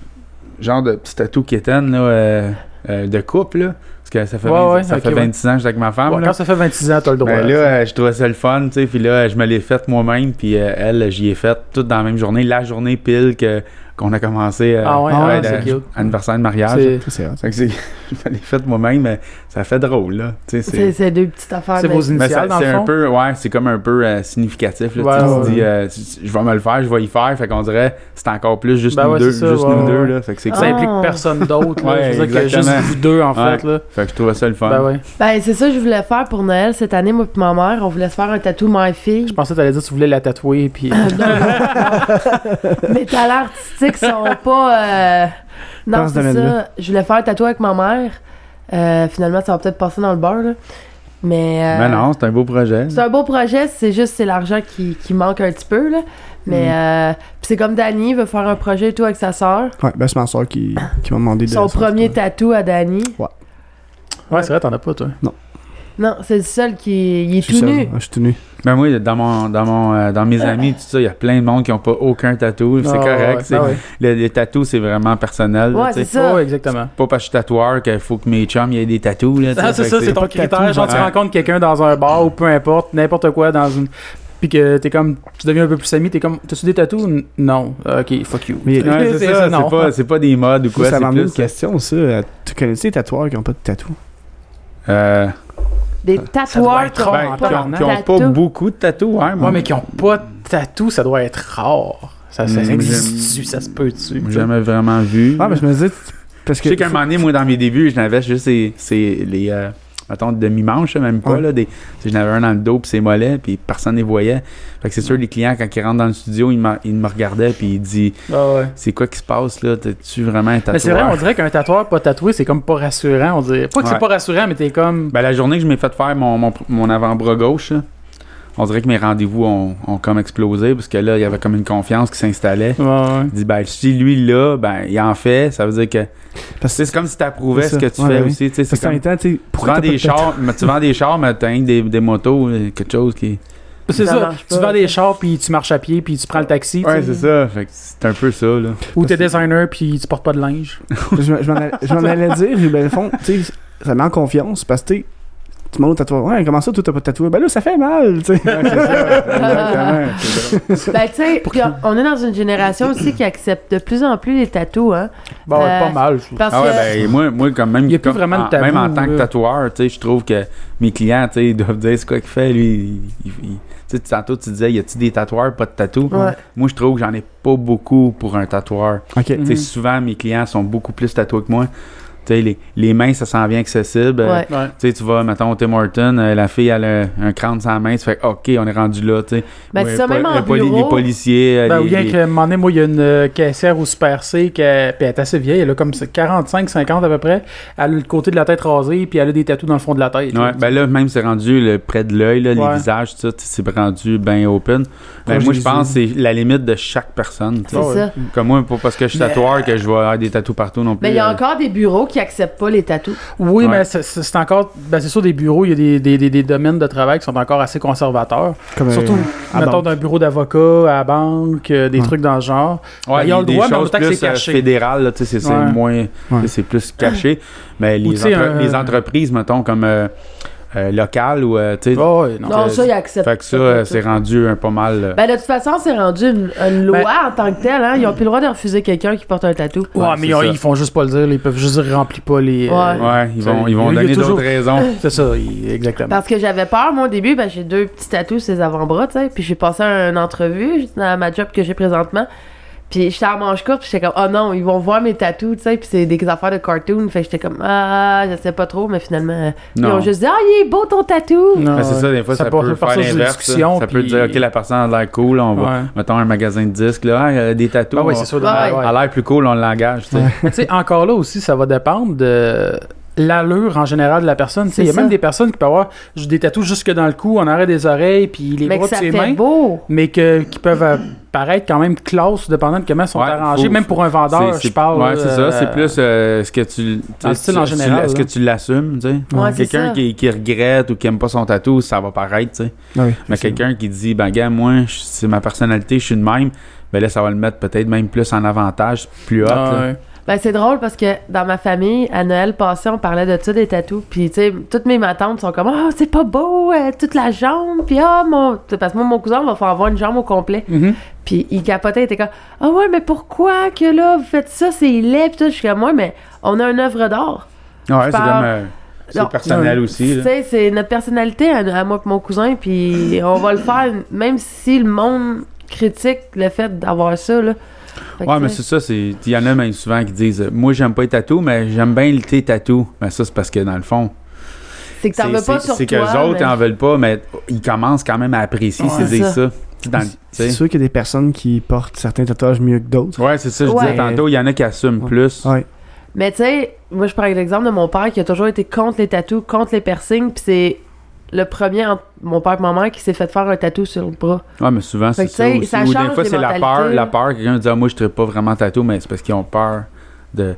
Speaker 1: genre de petit tatou quétaine, là, euh, euh, de couple, là. Parce que ça fait,
Speaker 2: Ouais,
Speaker 1: 20
Speaker 2: ouais,
Speaker 1: ça
Speaker 2: ok,
Speaker 1: fait
Speaker 2: ouais.
Speaker 1: 26 ans que j'étais avec ma femme.
Speaker 2: Ouais,
Speaker 1: Ah, là.
Speaker 2: quand ça fait 26 ans, t'as le droit.
Speaker 1: Ben
Speaker 2: tu
Speaker 1: là,
Speaker 2: sais.
Speaker 1: euh, je trouvais ça le fun, tu sais. Puis là, je me l'ai faite moi-même. Puis euh, elle, j'y ai faite toute dans la même journée, la journée pile que qu'on a commencé euh,
Speaker 2: ah ouais,
Speaker 3: ah
Speaker 2: ah ouais,
Speaker 1: le-
Speaker 2: c'est cute.
Speaker 1: anniversaire de mariage.
Speaker 2: C'est-
Speaker 3: Ça, c'est hot.
Speaker 1: Fait que c'est- je me l'ai faite moi-même, mais ça fait drôle, là. Tu sais,
Speaker 4: C'est
Speaker 1: c'est.
Speaker 4: Ah, ben, c'est deux petites affaires.
Speaker 2: C'est
Speaker 4: mais-
Speaker 2: vos
Speaker 1: mais ça-
Speaker 2: initiales, dans
Speaker 1: c'est
Speaker 2: le
Speaker 1: un
Speaker 2: fond.
Speaker 1: peu, ouais, c'est comme un peu euh, significatif. Là, tu sais,
Speaker 2: Ouais,
Speaker 1: tu
Speaker 3: ouais.
Speaker 1: dis, euh, tu- je vais me le faire, je vais y faire. Fait qu'on dirait, c'est encore plus juste
Speaker 2: Ben
Speaker 1: nous
Speaker 2: ouais,
Speaker 1: deux.
Speaker 2: c'est ça,
Speaker 1: juste
Speaker 2: ouais,
Speaker 1: nous
Speaker 2: ouais.
Speaker 1: deux, là. Fait que c'est
Speaker 4: Ah.
Speaker 2: Ça
Speaker 1: cool.
Speaker 2: implique personne d'autre, là.
Speaker 1: Ouais,
Speaker 2: je veux dire que juste
Speaker 1: exactement.
Speaker 2: vous deux, en
Speaker 1: Ouais.
Speaker 2: fait, là.
Speaker 1: Fait que je trouvais ça le fun.
Speaker 2: Ben ouais.
Speaker 4: Ben, c'est ça que je voulais faire pour Noël cette année, moi et ma mère. On voulait se faire un tatou My Fille.
Speaker 2: Je pensais que t'allais dire que tu voulais la tatouer, puis. euh,
Speaker 4: Mes talents artistiques sont pas. euh, Non,
Speaker 3: Dans ce
Speaker 4: c'est
Speaker 3: domaine-là.
Speaker 4: ça. Je voulais faire un tatou avec ma mère. Euh, finalement, ça va peut-être passer dans le bar, là. Mais. euh,
Speaker 1: Mais non, c'est un beau projet.
Speaker 4: C'est un beau projet, c'est juste c'est l'argent qui, qui manque un petit peu, là. Mais
Speaker 1: Mm.
Speaker 4: euh, pis c'est comme Danny veut faire un projet et tout avec sa sœur.
Speaker 3: Ouais, ben c'est ma soeur qui, qui m'a demandé de.
Speaker 4: Son premier tatou à Danny.
Speaker 2: Ouais, c'est vrai, t'en as pas, toi.
Speaker 4: Non, c'est le seul qui il est
Speaker 3: Je suis
Speaker 4: tout nu.
Speaker 3: seul. Ah, Je suis tout nu.
Speaker 1: Ben moi, dans mon, dans mon, euh, dans mes amis, tout ça, il y a plein de monde qui n'ont pas aucun tatou. C'est
Speaker 2: Ah,
Speaker 1: correct.
Speaker 2: ouais,
Speaker 1: c'est-
Speaker 2: ah ouais.
Speaker 1: le, le tatou, c'est vraiment personnel. là,
Speaker 4: Ouais,
Speaker 1: tu sais.
Speaker 4: Ah, c'est ça.
Speaker 2: Ouais, exactement.
Speaker 1: Pas parce que je suis tatoueur qu'il faut que mes chums aient des tatous. là, tu sais.
Speaker 2: Ah, c'est
Speaker 1: Fait
Speaker 2: ça,
Speaker 1: que
Speaker 2: c'est ton
Speaker 3: pas de tatou,
Speaker 2: critère. Genre, tu
Speaker 1: ouais.
Speaker 2: rencontres quelqu'un dans un bar ou peu importe, n'importe quoi, dans une. Puis que t'es comme. Tu deviens un peu plus ami, t'es comme. T'as-tu des tatous N- Non. Ah, Ok, fuck you.
Speaker 3: Mais-
Speaker 1: Ouais, c'est ça, c'est pas, c'est pas des modes ou quoi.
Speaker 3: ça
Speaker 1: C'est
Speaker 3: m'a amené une
Speaker 1: plus.
Speaker 3: question, ça. Euh, Tu connais-tu les tatoueurs qui n'ont pas de tatou?
Speaker 1: Euh,
Speaker 4: Des
Speaker 2: doit
Speaker 4: tatoueurs
Speaker 2: être
Speaker 4: qui ont
Speaker 1: ben,
Speaker 2: rare,
Speaker 4: pas
Speaker 1: qui ont,
Speaker 4: de
Speaker 1: qui ont
Speaker 4: tatou.
Speaker 1: pas beaucoup de tatous, hein, moi.
Speaker 2: Ouais, mais qui ont pas de tatou, ça doit être rare. Ça, ça, ça
Speaker 1: Mm,
Speaker 2: existe-tu Ça se peut-tu
Speaker 1: J'ai Jamais vraiment vu.
Speaker 3: Ah, mais je me disais. Parce
Speaker 1: Je
Speaker 3: que.
Speaker 1: sais qu'à un moment donné, moi, dans mes débuts, je n'avais juste ces, ces- les. euh, mettons, demi-manche, même pas,
Speaker 3: Ouais.
Speaker 1: là. Des, tu sais, j'en avais un dans le dos, puis ses mollets, puis personne ne les voyait. Fait que c'est sûr, les clients, quand ils rentrent dans le studio, ils, m'a- ils me regardaient, puis ils disent
Speaker 2: Ah ouais.
Speaker 1: C'est quoi qui se passe, là T'es-tu vraiment un
Speaker 2: Mais c'est vrai,
Speaker 1: tatoueur
Speaker 2: on dirait qu'un tatoueur pas tatoué, c'est comme pas rassurant. On dirait pas que
Speaker 1: Ouais.
Speaker 2: c'est pas rassurant, mais t'es comme.
Speaker 1: Ben, la journée que je m'ai fait faire mon, mon, mon avant-bras gauche, là, on dirait que mes rendez-vous ont, ont comme explosé, parce que là, il y avait comme une confiance qui s'installait.
Speaker 2: Ouais, ouais.
Speaker 1: Il dit, ben, si lui, là, ben, il en fait, ça veut dire que. Parce que c'est comme si tu approuvais ce
Speaker 3: C'est
Speaker 1: que
Speaker 3: ça.
Speaker 1: tu
Speaker 3: Ouais,
Speaker 1: fais
Speaker 3: ouais.
Speaker 1: aussi, tu sais.
Speaker 3: Parce
Speaker 1: C'est
Speaker 3: que en
Speaker 1: comme.
Speaker 3: même temps, tu sais,
Speaker 1: Tu
Speaker 3: pourquoi
Speaker 1: vends
Speaker 3: t'as pas
Speaker 1: des
Speaker 3: de tatou?
Speaker 1: chars, mais tu vends des chars, mais t'as rien que des, des motos, euh, quelque chose qui.
Speaker 2: C'est
Speaker 4: Ça
Speaker 2: ça.
Speaker 4: marche
Speaker 2: Tu
Speaker 4: pas.
Speaker 2: vends des chars, puis tu marches à pied, puis tu prends le taxi.
Speaker 1: Ouais,
Speaker 2: tu
Speaker 1: c'est
Speaker 2: sais.
Speaker 1: ça. Fait que c'est un peu ça, là.
Speaker 2: Ou t'es designer, puis tu portes pas de linge.
Speaker 3: je m'en- je m'en allais- je m'en allais dire, ben, au fond, tu sais, ça met en confiance parce que tu sais, tu demandes au tatoueur, ouais, comment ça, toi, t'as pas de tatoué? Ben là, ça fait mal, tu sais.
Speaker 1: Exactement. C'est drôle.
Speaker 4: Ben, tu sais, puis on- on est dans une génération aussi qui accepte de plus en plus les tatous, hein.
Speaker 2: Bah ouais,
Speaker 4: Euh,
Speaker 2: pas mal. je trouve.
Speaker 4: Parce
Speaker 1: Ah ouais,
Speaker 4: que
Speaker 1: ben, moi, moi quand même,
Speaker 2: Il y a plus
Speaker 1: comme-
Speaker 2: vraiment de
Speaker 1: en-
Speaker 2: tabou,
Speaker 1: même en tant que
Speaker 2: là.
Speaker 1: tatoueur, tu sais, je trouve que mes clients, tu sais, ils doivent dire c'est quoi qu'il fait, lui. il- il- il- tu sais, tantôt, tu disais, y a-tu des tatoueurs, pas de tatou?
Speaker 4: Ouais.
Speaker 1: Moi, je trouve que j'en ai pas beaucoup pour un tatoueur.
Speaker 3: Ok.
Speaker 4: Mm.
Speaker 1: Tu sais, souvent, mes clients sont beaucoup plus tatoués que moi. Tu sais, les, les mains, ça s'en vient accessible. Euh,
Speaker 4: Ouais.
Speaker 2: Ouais.
Speaker 1: Tu sais, tu vas, mettons, au Tim Hortons, euh, la fille, elle a un crâne sans main, tu fais « OK, on est rendu là », tu sais.
Speaker 4: Ben, c'est ça, même en
Speaker 1: le poli-
Speaker 4: bureau.
Speaker 1: Les policiers, euh,
Speaker 2: Ben,
Speaker 1: les-
Speaker 2: ou bien
Speaker 1: les-
Speaker 2: que, à un moment donné, moi, il y a une euh, caissière au Super C, qui a- puis elle est assez vieille, elle a comme 45-50 à peu près, elle a le côté de la tête rasée, puis elle a des tatous dans le fond de la tête.
Speaker 1: Ouais, ben là, même, c'est rendu le, près de l'œil, là,
Speaker 2: Ouais.
Speaker 1: les visages, tout ça, tu sais, c'est rendu bien open. Ben,
Speaker 3: Proche
Speaker 1: moi,
Speaker 3: des
Speaker 1: je pense que c'est la limite de chaque personne. tu sais.
Speaker 4: C'est ça.
Speaker 1: Comme moi, pas parce que je suis
Speaker 2: Mais-
Speaker 1: tatoueur que je vais avoir des tatous partout non plus.
Speaker 4: Mais Ben, il y a
Speaker 1: euh,
Speaker 4: encore des bureaux qui acceptent pas les tatous.
Speaker 2: Oui,
Speaker 1: Ouais.
Speaker 2: mais c'est- c'est c'est encore. Ben, c'est sûr, des bureaux, il y a des, des, des, des domaines de travail qui sont encore assez conservateurs.
Speaker 3: Comme, euh,
Speaker 2: Surtout,
Speaker 3: à
Speaker 2: mettons,
Speaker 3: banque.
Speaker 2: d'un bureau d'avocat à la banque, euh, des
Speaker 3: Ouais.
Speaker 2: trucs dans le genre. Ben,
Speaker 1: Ouais,
Speaker 2: ils ont
Speaker 1: des-
Speaker 2: le
Speaker 1: des
Speaker 2: droit, mais en
Speaker 1: choses
Speaker 2: même temps que
Speaker 1: plus,
Speaker 2: c'est
Speaker 1: euh,
Speaker 2: caché.
Speaker 1: fédérales, là, tu sais, c'est c'est
Speaker 2: Ouais.
Speaker 1: moins, tu sais, c'est plus caché. Mais
Speaker 2: Ou,
Speaker 1: les,
Speaker 2: tu sais,
Speaker 1: entre-
Speaker 2: un- euh,
Speaker 1: les entreprises, mettons, comme euh, euh, locales ou, euh, tu sais,
Speaker 2: Ah ouais, non.
Speaker 4: Non,
Speaker 1: euh,
Speaker 4: ça, ils acceptent.
Speaker 1: fait que ça,
Speaker 4: pas
Speaker 1: euh,
Speaker 4: tout.
Speaker 1: c'est Ben, rendu un pas mal. euh,
Speaker 4: Ben, de toute façon, c'est rendu une, une loi en tant que telle. Hein. Ils ont plus le droit de refuser quelqu'un qui porte un tatou.
Speaker 2: Ouais,
Speaker 1: Ouais,
Speaker 2: mais
Speaker 1: c'est
Speaker 2: ils, ont-
Speaker 1: ça.
Speaker 2: ils font juste pas le dire. là, Ils peuvent juste dire remplis pas les.
Speaker 4: Ben,
Speaker 2: euh,
Speaker 1: ouais, ils vont,
Speaker 2: il y
Speaker 1: ils
Speaker 2: a-
Speaker 1: vont
Speaker 2: il y a
Speaker 1: donner
Speaker 2: toujours-
Speaker 1: d'autres raisons.
Speaker 2: C'est ça, ils- exactement.
Speaker 4: Parce que j'avais peur, moi, au début, ben, j'ai deux petits tatous sur les avant-bras, tu sais. Puis j'ai passé une entrevue dans ma job que j'ai présentement. Puis j'étais en manche courte, puis j'étais comme, oh non, ils vont voir mes tatous, tu sais. Puis c'est des affaires de cartoon. Fait que j'étais comme, ah, je sais pas trop, mais finalement, euh,
Speaker 1: Non.
Speaker 4: ils ont juste dit, ah, il est beau ton tatou.
Speaker 2: Non,
Speaker 1: Ben, c'est ça, des fois, ça, peut faire
Speaker 2: partir sur des
Speaker 1: l'inverse.
Speaker 2: discussions,
Speaker 1: Ça, Ça peut
Speaker 2: puis-
Speaker 1: dire, OK, la personne a l'air cool, on va,
Speaker 2: Ouais.
Speaker 1: mettons, un magasin de disques, là, Ah, il y a des tatous.
Speaker 2: Ben ouais,
Speaker 1: on-
Speaker 2: c'est sûr.
Speaker 4: Ouais,
Speaker 2: ouais,
Speaker 4: ouais.
Speaker 2: ouais.
Speaker 1: a l'air plus cool, on l'engage, tu sais.
Speaker 3: Ouais.
Speaker 2: Mais tu sais, encore là aussi, ça va dépendre de l'allure en général de la personne. Tu sais, Il y a
Speaker 4: C'est ça.
Speaker 2: même des personnes qui peuvent avoir ju- des tatous jusque dans le cou, en arrêt des oreilles, puis les
Speaker 4: mais
Speaker 2: bras
Speaker 4: que
Speaker 2: de
Speaker 4: ça
Speaker 2: ses
Speaker 4: fait
Speaker 2: mains,
Speaker 4: beau.
Speaker 2: mais que, qui peuvent euh, paraître quand même classe, dépendant de comment ils sont
Speaker 1: Ouais,
Speaker 2: arrangés.
Speaker 1: faut-
Speaker 2: même pour un vendeur,
Speaker 1: C'est-
Speaker 2: je parle.
Speaker 1: Ouais, c'est
Speaker 2: euh,
Speaker 1: ça. C'est plus euh, ce que tu. tu
Speaker 2: dans le
Speaker 1: sais,
Speaker 2: style en
Speaker 1: tu- tu-
Speaker 2: général,
Speaker 1: Est-ce
Speaker 2: là.
Speaker 1: que tu l'assumes, tu sais?
Speaker 4: Ouais, c'est
Speaker 1: quelqu'un
Speaker 4: ça.
Speaker 1: qui, qui regrette ou qui aime pas son tatou, ça va paraître, tu sais.
Speaker 3: Ah oui,
Speaker 1: Mais quelqu'un qui dit, ben, gars, moi, je- c'est ma personnalité, je suis de même, ben là, ça va le mettre peut-être même plus en avantage, plus haut.
Speaker 2: Ah,
Speaker 1: là.
Speaker 2: ouais.
Speaker 4: Ben, c'est drôle parce que dans ma famille, à Noël passé, on parlait de ça, des tatous. Puis, tu sais, toutes mes matantes sont comme, ah, c'est pas beau, euh, toute la jambe. Puis, ah, mon. tu sais, Parce que moi, mon cousin, on va faire avoir une jambe au complet.
Speaker 1: Mm-hmm.
Speaker 2: Mhm.
Speaker 4: Puis, il capotait, il était comme, ah, ouais, mais pourquoi que là, vous faites ça, c'est laid. Puis, tout, je suis comme, ouais, mais on a une œuvre d'art.
Speaker 1: Ouais, c'est
Speaker 4: parle-
Speaker 1: comme. euh,
Speaker 4: Non.
Speaker 1: c'est personnel aussi,
Speaker 4: Tu
Speaker 1: là.
Speaker 4: sais, c'est notre personnalité à, à moi et mon cousin. Puis, on va le faire, même si le monde critique le fait d'avoir ça, là. Fait que,
Speaker 1: Ouais,
Speaker 4: tu
Speaker 1: mais
Speaker 4: sais,
Speaker 1: c'est ça, c'est. Il y en a même souvent qui disent euh, Moi j'aime pas les tatous, mais j'aime bien le thé tatou. Mais ça, c'est parce que dans le fond,
Speaker 4: c'est que t'en
Speaker 1: C'est-
Speaker 4: veux pas
Speaker 1: c'est-
Speaker 4: sur toi.
Speaker 1: C'est que les autres
Speaker 4: mais-
Speaker 1: en veulent pas, mais ils commencent quand même à apprécier
Speaker 2: Ouais.
Speaker 1: s'ils
Speaker 4: C'est
Speaker 1: disent
Speaker 4: ça.
Speaker 1: ça. Dans- tu sais.
Speaker 3: C'est sûr qu'il y a des personnes qui portent certains tatouages mieux que d'autres.
Speaker 1: Ouais, c'est ça, je
Speaker 4: Ouais.
Speaker 1: disais tantôt, il y en a qui assument
Speaker 3: Ouais.
Speaker 1: plus.
Speaker 3: Ouais.
Speaker 4: Mais tu sais, moi je prends l'exemple de mon père qui a toujours été contre les tatous, contre les piercings, puis c'est le premier entre mon père et ma mère qui s'est fait faire un tatou sur le bras.
Speaker 1: Ouais, mais souvent, c'est
Speaker 4: Fait que,
Speaker 1: ça
Speaker 4: tu sais,
Speaker 1: aussi.
Speaker 4: ça
Speaker 1: Ou des
Speaker 4: change
Speaker 1: fois,
Speaker 4: les
Speaker 1: c'est la peur.
Speaker 4: mentalités.
Speaker 1: La peur, quelqu'un dit ah, Moi, je ne pas vraiment tatou, mais c'est parce qu'ils ont peur de,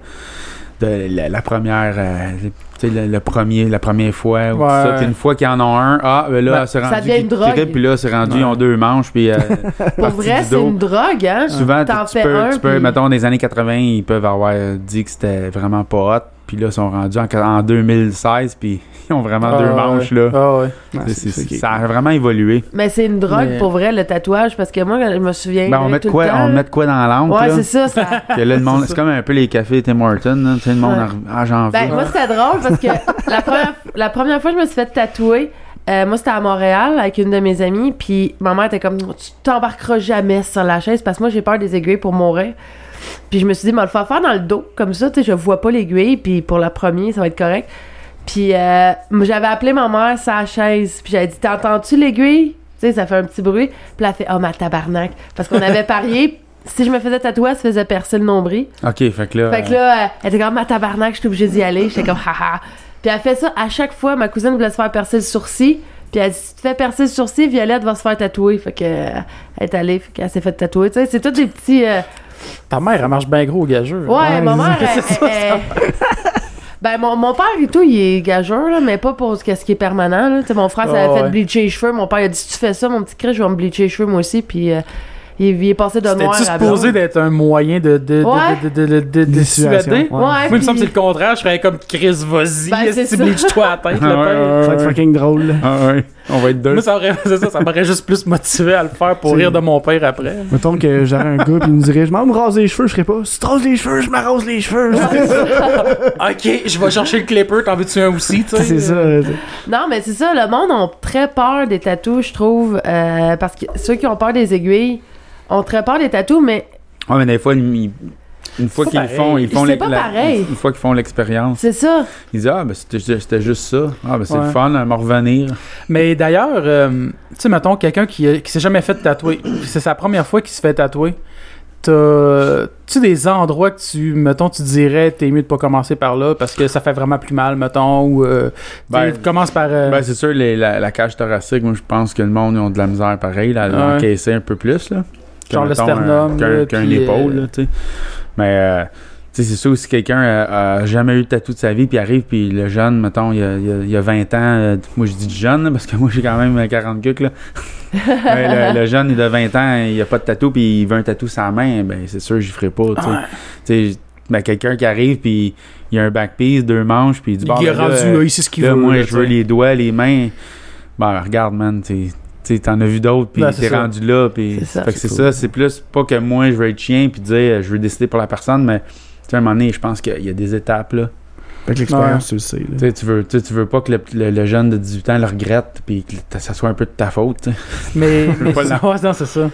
Speaker 1: de la, la première. euh, tu sais, le, le premier, la première fois, ou tout
Speaker 2: Ouais.
Speaker 1: ça. Puis une fois qu'ils en ont un, ah, ben là,
Speaker 2: Ben,
Speaker 1: c'est
Speaker 4: ça
Speaker 1: rendu.
Speaker 4: devient une
Speaker 1: qu'ils
Speaker 4: drogue.
Speaker 1: trippent, Puis là, c'est rendu,
Speaker 2: Ouais.
Speaker 1: ils ont deux manches, puis. euh,
Speaker 4: Pour
Speaker 1: partie
Speaker 4: vrai,
Speaker 1: du
Speaker 4: c'est
Speaker 1: dos.
Speaker 4: une drogue, hein?
Speaker 1: Souvent, tu,
Speaker 4: T'en
Speaker 1: tu
Speaker 4: fais
Speaker 1: peux,
Speaker 4: un,
Speaker 1: tu peux
Speaker 4: puis-
Speaker 1: mettons, dans les années 80, ils peuvent avoir dit que c'était vraiment pas hot. Puis là, ils sont rendus en, en 2016, puis ils ont vraiment
Speaker 2: Ah,
Speaker 1: deux
Speaker 2: ouais.
Speaker 1: manches, là.
Speaker 2: Ah, ouais.
Speaker 3: Ouais,
Speaker 1: C'est-
Speaker 3: c'est-
Speaker 1: c'est-
Speaker 3: c'est-
Speaker 1: ça a vraiment évolué.
Speaker 4: Mais c'est une drogue
Speaker 2: Mais-
Speaker 4: pour vrai, le tatouage, parce que moi je me souviens.
Speaker 1: Ben, on,
Speaker 4: là,
Speaker 1: met de
Speaker 4: Eh tout
Speaker 1: quoi,
Speaker 4: le temps,
Speaker 1: on met de quoi dans l'encre,
Speaker 4: Ouais,
Speaker 1: là?
Speaker 4: c'est ça. ça...
Speaker 1: Que là, le monde- c'est comme un peu les cafés Tim Hortons, là. Tu sais, le monde,
Speaker 4: Ouais.
Speaker 1: en- ah, j'en veux.
Speaker 4: ben, moi c'était drôle parce que la première, la première fois que je me suis fait tatouer, euh, moi c'était à Montréal avec une de mes amies, puis ma mère était comme Tu t'embarqueras jamais sur la chaise parce que moi j'ai peur des aiguilles pour mourir. Puis je me suis dit, mais le faire faire dans le dos, comme ça, tu sais, je vois pas l'aiguille, puis pour la première, ça va être correct. Puis euh, moi, j'avais appelé ma mère sa chaise, puis j'avais dit, t'entends-tu l'aiguille? Tu sais, ça fait un petit bruit. Puis elle a fait, oh ma tabarnak. Parce qu'on avait parié, si je me faisais tatouer, elle se faisait percer le nombril.
Speaker 1: OK, fait que là...
Speaker 4: Fait que là, euh, elle était comme, ma tabarnak, je suis obligée d'y aller. J'étais comme, haha. Puis elle fait ça à chaque fois. Ma cousine voulait se faire percer le sourcil. Puis elle dit, si tu te fais percer le sourcil, Violette va se faire tatouer. Fait que, euh, elle est allée, fait qu'elle s'est fait tatouer. Tu sais, c'est tous des petits. euh,
Speaker 2: Ta mère, elle marche bien gros au gageux. hein.
Speaker 4: Ouais,
Speaker 3: Ouais,
Speaker 4: ma mère,
Speaker 2: c'est
Speaker 4: elle-
Speaker 2: ça,
Speaker 4: elle- Ben, mon, mon père et tout, il est gageur, là, mais pas pour ce qu'est- ce qui est permanent. Là. Tu sais, Mon frère, ça
Speaker 2: Ah,
Speaker 4: avait
Speaker 2: ouais.
Speaker 4: fait bleacher les cheveux. Mon père, il a dit Si tu fais ça, mon petit Chris, je vais me bleacher les cheveux, moi aussi. Puis euh, il, il est passé de noir
Speaker 2: C'était-tu
Speaker 4: à blanc.
Speaker 2: supposé d'être un moyen de, de,
Speaker 4: Ouais.
Speaker 2: de, de, de, de, de, de
Speaker 3: Dissuasion.
Speaker 2: dissuader?
Speaker 3: Ouais.
Speaker 4: Ouais,
Speaker 2: Moi, il me semble que
Speaker 4: puis-
Speaker 2: c'est le contraire. Je serais comme Chris, vas-y,
Speaker 4: Ben, c'est
Speaker 2: si
Speaker 4: ça.
Speaker 2: bleach-toi à la tête.
Speaker 1: Ah,
Speaker 2: le
Speaker 1: ouais,
Speaker 2: père.
Speaker 1: ouais,
Speaker 3: Ça va être
Speaker 1: ouais.
Speaker 3: fucking drôle. là.
Speaker 1: Ah, ouais. On va être deux.
Speaker 2: Moi, ça aurait- c'est ça, ça m'aurait juste plus motivé à le faire pour
Speaker 3: C'est-
Speaker 2: rire de mon père après.
Speaker 3: Mettons que j'aurais un gars pis il me dirait Je m'en vais me raser les cheveux, je serais pas. Si tu te rases les cheveux, je m'arrose les cheveux.
Speaker 2: ok, je vais chercher le clipper, t'en veux-tu un aussi, tu sais?
Speaker 3: c'est ça. là, c'est-
Speaker 4: Non, mais c'est ça, le monde a très peur des tatous, je trouve. euh, parce que ceux qui ont peur des aiguilles ont très peur des tatous, mais
Speaker 1: Ouais, mais des fois, ils- une fois
Speaker 2: C'est
Speaker 1: qu'ils
Speaker 2: pas
Speaker 1: le font, ils
Speaker 4: pareil.
Speaker 1: font
Speaker 4: C'est
Speaker 1: les-
Speaker 4: pas
Speaker 1: la-
Speaker 4: pareil.
Speaker 1: Une fois qu'ils font l'expérience,
Speaker 4: c'est ça.
Speaker 1: ils disent Ah, ben c'était c'était juste ça. Ah, ben c'est
Speaker 2: Ouais.
Speaker 1: le fun, à m'en revenir.
Speaker 2: Mais d'ailleurs, euh, tu sais, mettons, quelqu'un qui, euh, qui s'est jamais fait tatouer, puis c'est sa première fois qu'il se fait tatouer, t'as-tu des endroits que tu, mettons, tu dirais, t'es mieux de pas commencer par là parce que ça fait vraiment plus mal, mettons, ou euh,
Speaker 1: Ben,
Speaker 2: tu sais, commence par. euh,
Speaker 1: Ben, c'est sûr, les- la, la cage thoracique, moi, je pense que le monde, ils ont de la misère pareil, là, à
Speaker 2: Ouais.
Speaker 1: l'encaisser un peu plus, là. Que,
Speaker 2: Genre le
Speaker 1: mettons,
Speaker 2: sternum,
Speaker 1: un- Qu'un
Speaker 2: là,
Speaker 1: qu'un
Speaker 2: puis,
Speaker 1: épaule,
Speaker 2: euh,
Speaker 1: là, tu sais. Mais, euh, Tu sais, c'est sûr, si quelqu'un a, a jamais eu de tatou de sa vie, puis arrive, puis le jeune, mettons, il y a, il y a- il y a 20 ans, euh, moi je dis du jeune, là, parce que moi j'ai quand même 40 cucs, là. Mais le, le jeune il a 20 ans, il a pas de tatou, puis il veut un tatou sans main, ben c'est sûr, j'y ferai pas, tu sais.
Speaker 2: Ah,
Speaker 1: Tu sais, ben, quelqu'un qui arrive, puis il a un backpiece, deux manches, puis il dit, bon,
Speaker 2: il est
Speaker 1: ben, là,
Speaker 2: rendu
Speaker 1: euh,
Speaker 2: là, il sait ce qu'il
Speaker 1: Là,
Speaker 2: veut.
Speaker 1: moi,
Speaker 2: là,
Speaker 1: je
Speaker 2: tu
Speaker 1: veux
Speaker 2: sais.
Speaker 1: les doigts, les mains. Ben, regarde, man, t'es- t'sais, t'en as vu d'autres, puis
Speaker 2: Ben, c'est
Speaker 1: t'es
Speaker 2: ça.
Speaker 1: rendu là, puis
Speaker 4: C'est ça.
Speaker 1: fait que c'est
Speaker 3: C'est
Speaker 1: ça, c'est plus pas que moi, je veux être chien, puis dire, euh, je veux décider pour la personne, mais tu à un moment donné, je pense qu'il y a des étapes, là.
Speaker 3: Fait que l'expérience, tu le sais. là.
Speaker 1: Tu sais, tu veux, tu sais, tu veux pas que le, le- le jeune de 18 ans le regrette, puis que t- ça soit un peu de ta faute, tu sais.
Speaker 2: Mais, mais
Speaker 1: pas
Speaker 2: c'est- ouais, non, c'est ça.